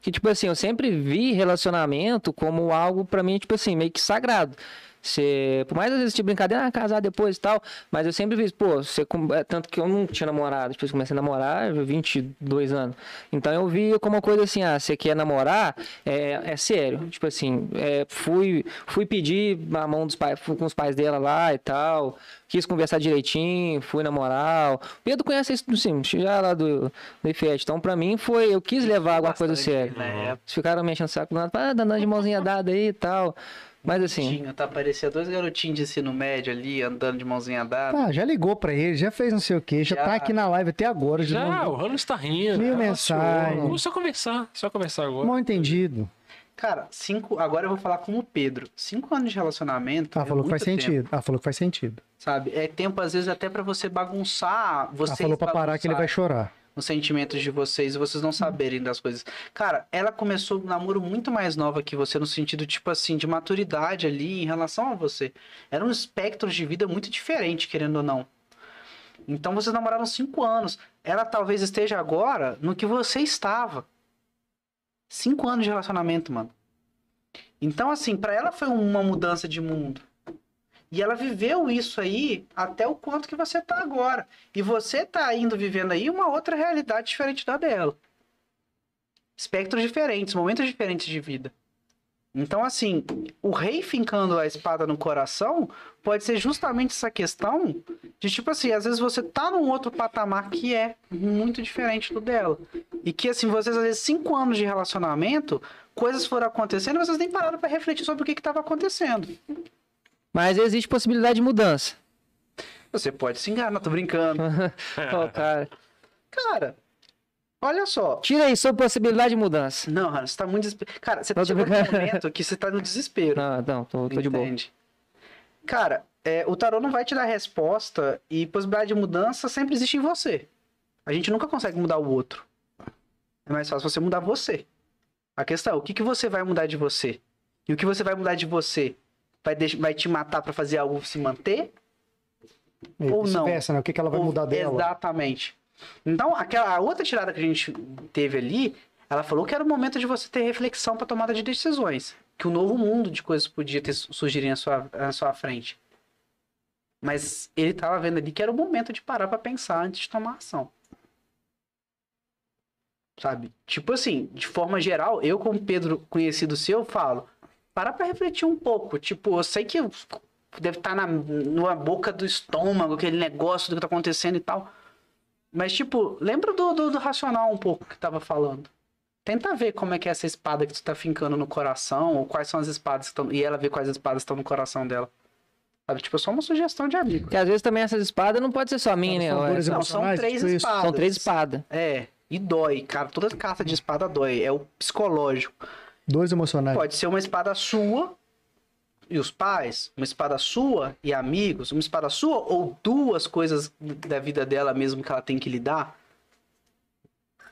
Que, tipo assim, eu sempre vi relacionamento como algo pra mim, tipo assim, meio que sagrado. Você, por mais às vezes de brincadeira, ah, casar depois e tal, mas eu sempre vi, pô, você, com- é, tanto que eu não tinha namorado, depois que eu comecei a namorar, eu 22 anos. Então eu vi como uma coisa assim, ah, você quer namorar, é, é sério. Tipo assim, é, fui, fui pedir a mão dos pais, fui com os pais dela lá e tal, quis conversar direitinho, fui na moral. Pedro conhece isso, sim, já lá do, do IFET. Então pra mim foi, eu quis levar alguma coisa
Bastante,
séria.
né?
Eles ficaram me enchendo o saco, ah, dando de mãozinha dada aí e tal. Mas assim,
Tinha, tá aparecendo dois garotinhos de ensino médio ali, andando de mãozinha dada.
Ah, já ligou pra ele, já fez não sei o quê, já,
Já.
tá aqui na live até agora. Já,
Já,
não-
o Rano está rindo.
Mil
tá
mensagem.
ansioso. Vamos só conversar, só conversar agora.
Mal entendido.
Cara, cinco. Agora eu vou falar como o Pedro. Cinco anos de relacionamento.
Ah,
é
falou
muito
que faz
tempo,
sentido. Ah, falou que faz sentido.
Sabe? É tempo, às vezes, até pra você bagunçar. Vocês
Ah, falou pra parar que ele vai
bagunçarem
chorar.
Os sentimentos de vocês e vocês não saberem das coisas. Cara, ela começou um namoro muito mais nova que você, no sentido, tipo assim, de maturidade ali em relação a você. Era um espectro de vida muito diferente, querendo ou não. Então vocês namoraram cinco anos. Ela talvez esteja agora no que você estava. Cinco anos de relacionamento, mano. Então, assim, pra ela foi uma mudança de mundo. E ela viveu isso aí até o quanto que você tá agora. E você tá indo vivendo aí uma outra realidade diferente da dela. Espectros diferentes, momentos diferentes de vida. Então, assim, o rei fincando a espada no coração pode ser justamente essa questão de tipo assim, às vezes você tá num outro patamar que é muito diferente do dela. E que assim, vocês às vezes cinco anos de relacionamento, coisas foram acontecendo e vocês nem pararam pra refletir sobre o que que tava acontecendo.
mas existe possibilidade de mudança.
Você pode se enganar, tô brincando.
Ó,
É,
cara.
Cara, olha só.
Tira aí sua possibilidade de mudança.
Não, Hannah, você tá muito desesperado. Cara, você
Não, tô
chegou num
brincando.
momento que você tá no desespero.
Não, não, tô, tô de boa.
entende? Cara, é, o tarô não vai te dar resposta e possibilidade de mudança sempre existe em você. A gente nunca consegue mudar o outro. É mais fácil você mudar você. A questão é o que, que você vai mudar de você? E o que você vai mudar de você? Vai, deix- vai te matar pra fazer algo se manter?
E
Ou não.
vice-versa, Né? O que, que ela vai
Ou-
mudar dela?
Exatamente. Então, aquela a outra tirada que a gente teve ali, ela falou que era o momento de você ter reflexão para tomada de decisões. Que um novo mundo de coisas podia ter surgirem à sua, à sua frente. Mas ele tava vendo ali que era o momento de parar pra pensar antes de tomar ação. Sabe? Tipo assim, de forma geral, eu como Pedro conhecido seu, falo, para pra refletir um pouco. Tipo, eu sei que deve estar na, na boca do estômago, aquele negócio do que tá acontecendo e tal. Mas, tipo, lembra do, do, do racional um pouco que tava falando. Tenta ver como é que é essa espada que tu tá fincando no coração, ou quais são as espadas que estão. E ela vê quais espadas estão no coração dela. Sabe? Tipo, é só uma sugestão de amigo.
Porque às vezes também essas espadas não pode ser só minha, né?
São
Olha,
dores
São,
Não, são
emocionais,
três
tipo isso.
espadas.
são três espadas.
É, e dói, cara. Toda carta de espada dói. É o psicológico.
Dores emocionais.
Pode ser uma espada sua e os pais, uma espada sua e amigos, uma espada sua ou duas coisas da vida dela mesmo que ela tem que lidar.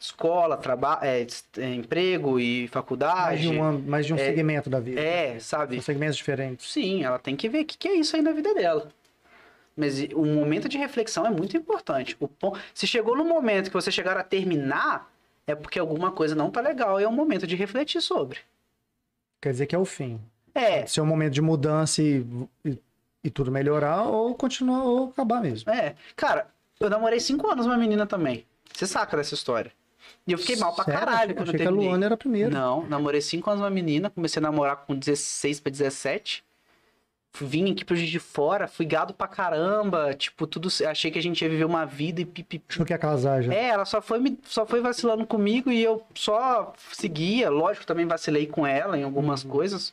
Escola, trabalho, é, es- é, emprego e
mais
faculdade.
de um, ano- mais de um
é-
segmento da vida.
É, sabe?
São segmentos diferentes.
Sim, ela tem que ver o que, que é isso aí na vida dela. Mas e- o momento de reflexão é muito importante. O pon- Se chegou no momento que você chegar a terminar, é porque alguma coisa não tá legal e é o momento de refletir sobre.
Quer dizer que é o fim.
É,
Se é um momento de mudança e, e, e tudo melhorar, ou continuar, ou acabar mesmo.
é. Cara, eu namorei cinco anos uma menina também. Você saca dessa história. E eu fiquei mal pra
Sério?
caralho quando eu
Achei que a
terminei.
Luana era a primeira.
Não, namorei cinco anos uma menina, comecei a namorar com 16 pra 17. Fui- Vim aqui pro Juiz de Fora, fui gado pra caramba, tipo, tudo, c- achei que a gente ia viver uma vida e pipipi.
Achou que ia casar já.
É, ela só foi, me, só foi vacilando comigo e eu só seguia. Lógico, também vacilei com ela em algumas
Uhum.
coisas.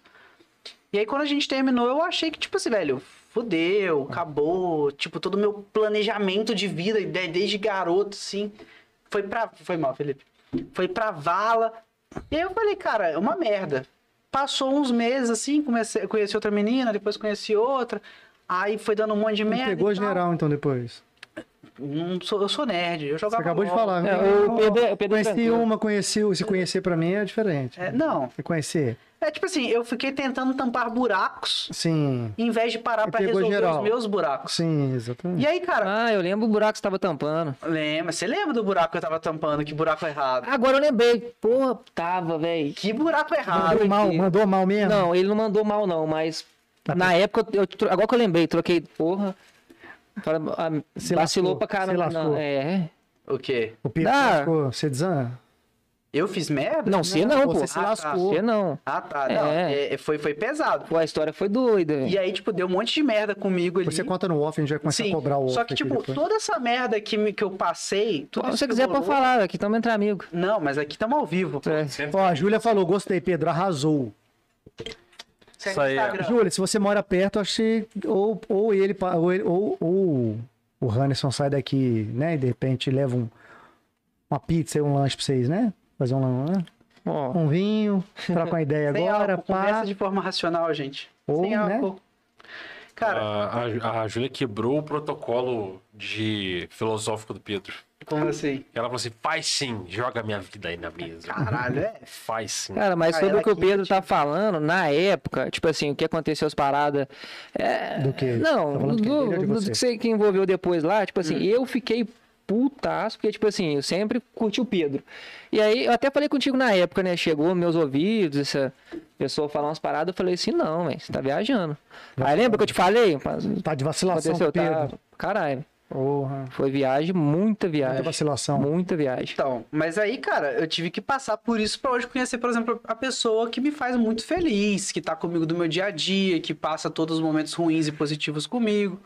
E aí, quando a gente terminou, eu achei que, tipo assim, velho, fudeu, acabou. Tipo, todo o meu planejamento de vida, de- desde garoto, assim, foi pra. Foi mal, Felipe. Foi pra vala. E aí eu falei, cara, é uma merda. Passou uns meses, assim, comecei, conheci outra menina, depois conheci outra. Aí foi dando um monte de merda.
Pegou
e tal.
geral, então, depois.
Não sou- eu sou nerd, eu
Você
jogava.
acabou de
LOL.
falar.
É, o Pedro- o Pedro
conheci
tranquilo.
uma, conheci o- Se conhecer pra mim é diferente.
É, não.
Se conhecer,
É tipo assim, eu fiquei tentando tampar buracos
sim.
em vez de parar
E
pra
pegou
resolver
geral.
os meus buracos.
Sim, exatamente.
E aí, cara,
Ah, eu lembro o buraco que você tava tampando.
lembra? Você lembra do buraco que eu tava tampando? Que buraco errado?
Ah, Agora eu lembrei. Porra, tava, velho.
Que buraco errado?
Mandou mal,
que-
mandou mal mesmo?
Não, ele não mandou mal, não, mas.
Tá
na época, eu, eu tro- agora que eu lembrei, troquei, porra. Fala, ah,
Se
vacilou
lascou,
pra caramba.
se
Não,
lascou.
é.
O quê?
O Pedro
Ah.
ficou, você desan...
Eu fiz merda?
Não, você não, pô.
Você se
Ah, tá.
lascou.
Você não.
Ah, tá. Não,
É.
é, foi, foi pesado.
Pô, a história foi doida, velho.
E aí, tipo, deu um monte de merda comigo ali.
Você conta no off, a gente vai começar
Sim,
a cobrar o off.
só que,
aqui
tipo,
depois.
toda essa merda que, me- que eu passei... Tudo
Se
isso
você
que
quiser, pode
rolou-
falar, aqui estamos entre amigos.
Não, mas aqui tamo ao vivo.
É.
Ó, a Júlia falou, gostei, Pedro, arrasou.
Segue
Isso
o
aí, é.
Instagram.
Júlia, se você mora perto, acho que ou, ou ele, pa- ou, ele- ou, ou o Hannerson sai daqui, né, e de repente leva um- uma pizza e um lanche pra vocês, né? Fazer um, lan- né?
Ó,
um vinho, trocar uma ideia
Sem
agora,
álcool, conversa
pá.
de forma racional, gente.
Ou,
Sem
né?
álcool. Cara,
A, a, a Júlia quebrou o protocolo de filosófico do Pedro.
como assim?
Ela falou assim: faz sim, joga minha vida aí na mesa.
Caralho, é.
Faz sim.
Cara, mas
Ah,
sobre
ela
o que o
que
Pedro tá falando, na época, tipo assim, o que aconteceu as paradas. é,
Do quê? Tá
Não, do,
falando de dele ou de
do
você? Hum.
que você que envolveu depois lá, tipo assim, eu fiquei putaço, porque, tipo assim, eu sempre curti o Pedro. E aí, eu até falei contigo na época, né? Chegou aos meus ouvidos, essa pessoa falar umas paradas, eu falei assim, não, velho, você tá viajando. Aí lembra que eu te falei?
Tá de vacilação,
Aconteceu, tá...
Pedro.
Caralho,
Porra,
foi viagem, muita
muita
viagem.
é
vacilação.
Muita viagem.
Então, mas aí, cara, eu tive que passar por isso pra hoje conhecer, por exemplo, a pessoa que me faz muito feliz, que tá comigo do meu dia a dia, que passa todos os momentos ruins e positivos comigo.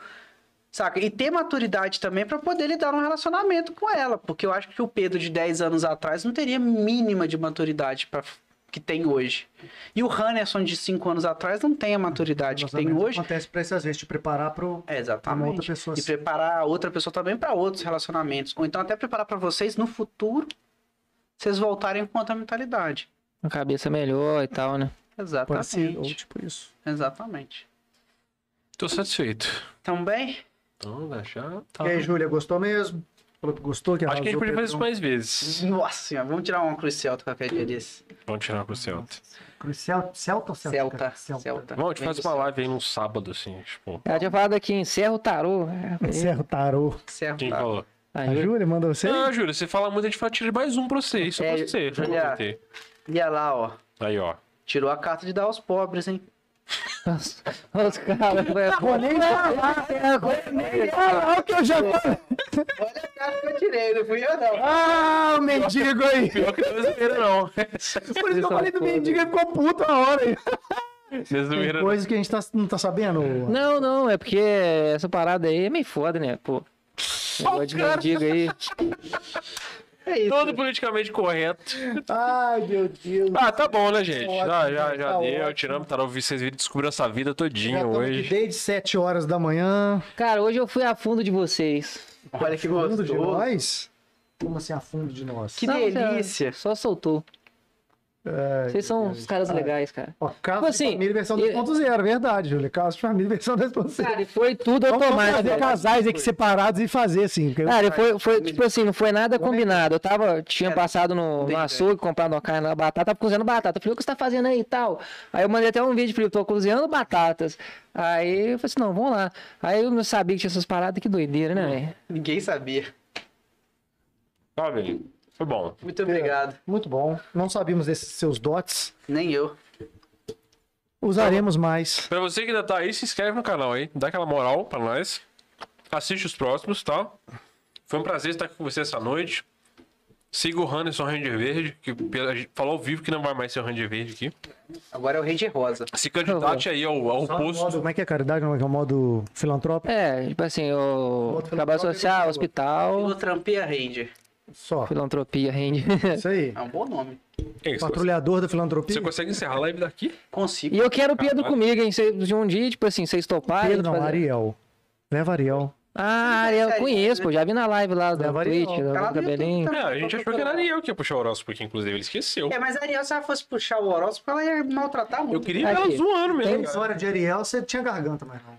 Saca? E ter maturidade também pra poder lidar num relacionamento com ela, porque eu acho que o Pedro de 10 anos atrás não teria mínima de maturidade para que tem hoje. E o Hannerson de 5 anos atrás não tem a maturidade que tem hoje.
Acontece pra essas vezes, te preparar pro...
É,
Pra uma
exatamente.
outra
E
pessoa, assim.
preparar a outra pessoa também para outros relacionamentos. Ou então até preparar para vocês no futuro, vocês voltarem com outra mentalidade.
Uma cabeça melhor e tal, né?
Pode ser, ou
Exatamente.
tipo isso.
Exatamente.
Tô satisfeito.
Também?
Então, já tá.
E aí, Júlia, gostou mesmo? Falou que gostou, que
Acho que a gente
arrasou,
podia fazer isso
Pedrão.
mais vezes.
Nossa senhora, vamos tirar um cruz celta qualquer dia desse.
Vamos tirar pro Celta.
Cruz Cel- Celta ou
Celta,
Celta?
celta.
Vamos, a gente
Vem
faz
do
uma
céu.
live aí num sábado, assim, tipo.
Ela tinha falado aqui, encerra o tarô. É,
Cerro Tarô.
Certo,
Quem
tá.
falou?
A Júlia mandou você?
Ah, Júlio, você fala muito, a gente fala, tira mais um pra você. Isso é,
É,
pra você.
Júlia.
Júlia.
E olha lá, ó.
Aí, ó.
Tirou a carta de dar aos pobres, hein?
Os, os caras.
Vou nem falar, nem falar o que eu já
Olha a cara que eu tirei, não fui eu não.
Ah, o mendigo aí.
Pior que não é zoeira, não.
Por isso que eu falei do mendigo, ele ficou puto na hora. aí.
Não é zoeira, não.
Coisa que a gente tá- não tá sabendo.
Não, não, é porque essa parada aí é meio foda, né? Pô. Negócio de mendigo aí.
É isso.
Todo politicamente correto.
Ai, meu Deus.
Ah, tá bom, né, gente?
Ótimo,
Já, já,
tá
já deu.
ótimo.
Tiramos, tá, vocês viram, descobriram essa vida
Já
todinha
tamo aqui
hoje.
Desde 7 horas da manhã.
Cara, hoje eu fui a fundo de vocês.
Olha que
Fundo de
gostoso.
nós? Como assim, a fundo de nós?
Que
Não,
delícia.
Só soltou.
Ai,
Vocês são os caras legais, cara.
Ó, Caso
Tipo assim,
de família versão
eu-
2.0, verdade, Júlio. Caso de família versão 2.0.
Cara, e foi tudo
Vamos vamos
automático.
fazer casais aqui separados e fazer assim. porque-
Cara, foi, foi, tipo assim, não foi nada
é
combinado. Eu tava, tinha passado no, no
Entendi.
açougue, comprado uma carne, uma batata, tava cozinhando batata. Eu falei, o que você tá fazendo aí e tal? Aí eu mandei até um vídeo, falei, tô cozinhando batatas. Aí eu falei assim, não, vamos lá. Aí eu não sabia que tinha essas paradas, que doideira,
Uhum.
né, velho?
Ninguém sabia.
Tá bem. Foi bom.
É.
Muito obrigado.
Muito bom. Não sabíamos desses seus dotes.
Nem eu.
Usaremos mais.
Pra você que ainda tá aí, se inscreve no canal aí. Dá aquela moral pra nós. Assiste os próximos, tá? Foi um prazer estar aqui com você essa noite. Siga o Handerson Ranger Verde, que pela- a gente falou ao vivo que não vai mais ser o Ranger Verde aqui.
Agora é o Ranger Rosa.
Se candidate aí ao,
Um
ao
Modo-
posto.
como é que é caridade? Como é que é o modo filantrópico?
É, tipo assim, o
Outro
trabalho
filantrópico, é
social,
outro.
hospital,
Filotrampeia Ranger.
Só.
filantropia, rende.
Isso aí.
É um bom nome.
É isso.
Patrulhador da
Você
filantropia.
consegue encerrar a live daqui?
Consigo.
E eu quero o Pedro comigo, hein? Cê- De um dia, tipo assim, vocês toparem.
Pedro, não,
fazer-
Ariel. Leva Ariel.
Ah, Ariel,
Ariel,
conheço,
né?
pô. Já vi na live lá da
Leva Ariel.
Twitch, do
Tá lá no
Gabelinho.
YouTube
É, a gente achou que era Ariel que ia puxar o horóscopo aqui, inclusive. Ele esqueceu.
É, mas a Ariel, se ela fosse puxar o horóscopo, ela ia maltratar muito.
Tá
Eu queria ver ela
Aqui.
zoando mesmo.
Tem-
cara.
de Ariel, você tinha garganta, mas não.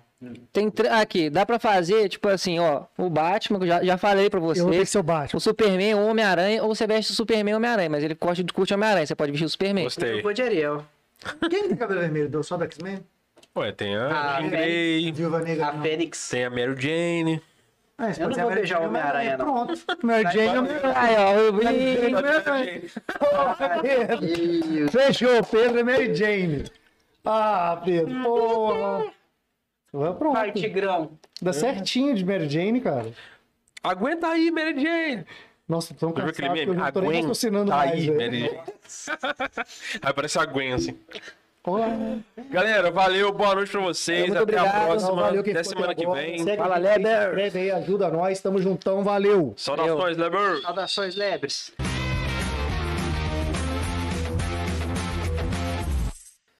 Tem tre- aqui, dá pra fazer, tipo assim, ó, o Batman, que eu já, já falei pra
Eu vou ter que
vocês.
ser o Batman.
O Superman ou Homem-Aranha, ou você veste o Superman ou Homem-Aranha, mas ele curte, curte Homem-Aranha, você pode vestir o Superman.
Eu
Gostei.
vou de Ariel.
Quem tem cabelo vermelho? Deu só do X-Men?
Ué, tem a
Ah,
Jean
velho.
né?
Grey,
Viúva Negra.
A Fênix.
tem a Mary Jane.
Ah, isso
Eu
pode
não
ser
vou
Mary
beijar
Jane,
o Homem-Aranha,
mas-
não.
Pronto. Mary Jane é o Homem-Aranha.
Aí, ó, eu vi-
Fechou, Pedro é Mary Jane. Ah, Pedro, porra. Ué, pronto.
Vai, Tigrão.
Dá certinho de Mary Jane, cara.
Aguenta aí, Mary Jane!
Nossa, tão
Já viu
cansado
aquele
que eu
meme?
não tô nem
Aguenta
raciocinando mais.
aí,
velho.
Mary Jane. Aí parece a Gwen, assim.
Olá.
Galera, valeu, boa noite pra vocês.
Muito
Até a
obrigado,
próxima.
É, Valeu quem
Até
ficou
semana
até
que
agora.
vem.
Segue
Fala,
a gente aí, se
Leder.
inscreve aí, ajuda nós. Tamo juntão, valeu.
Saudações, Leber!
Saudações, lebres.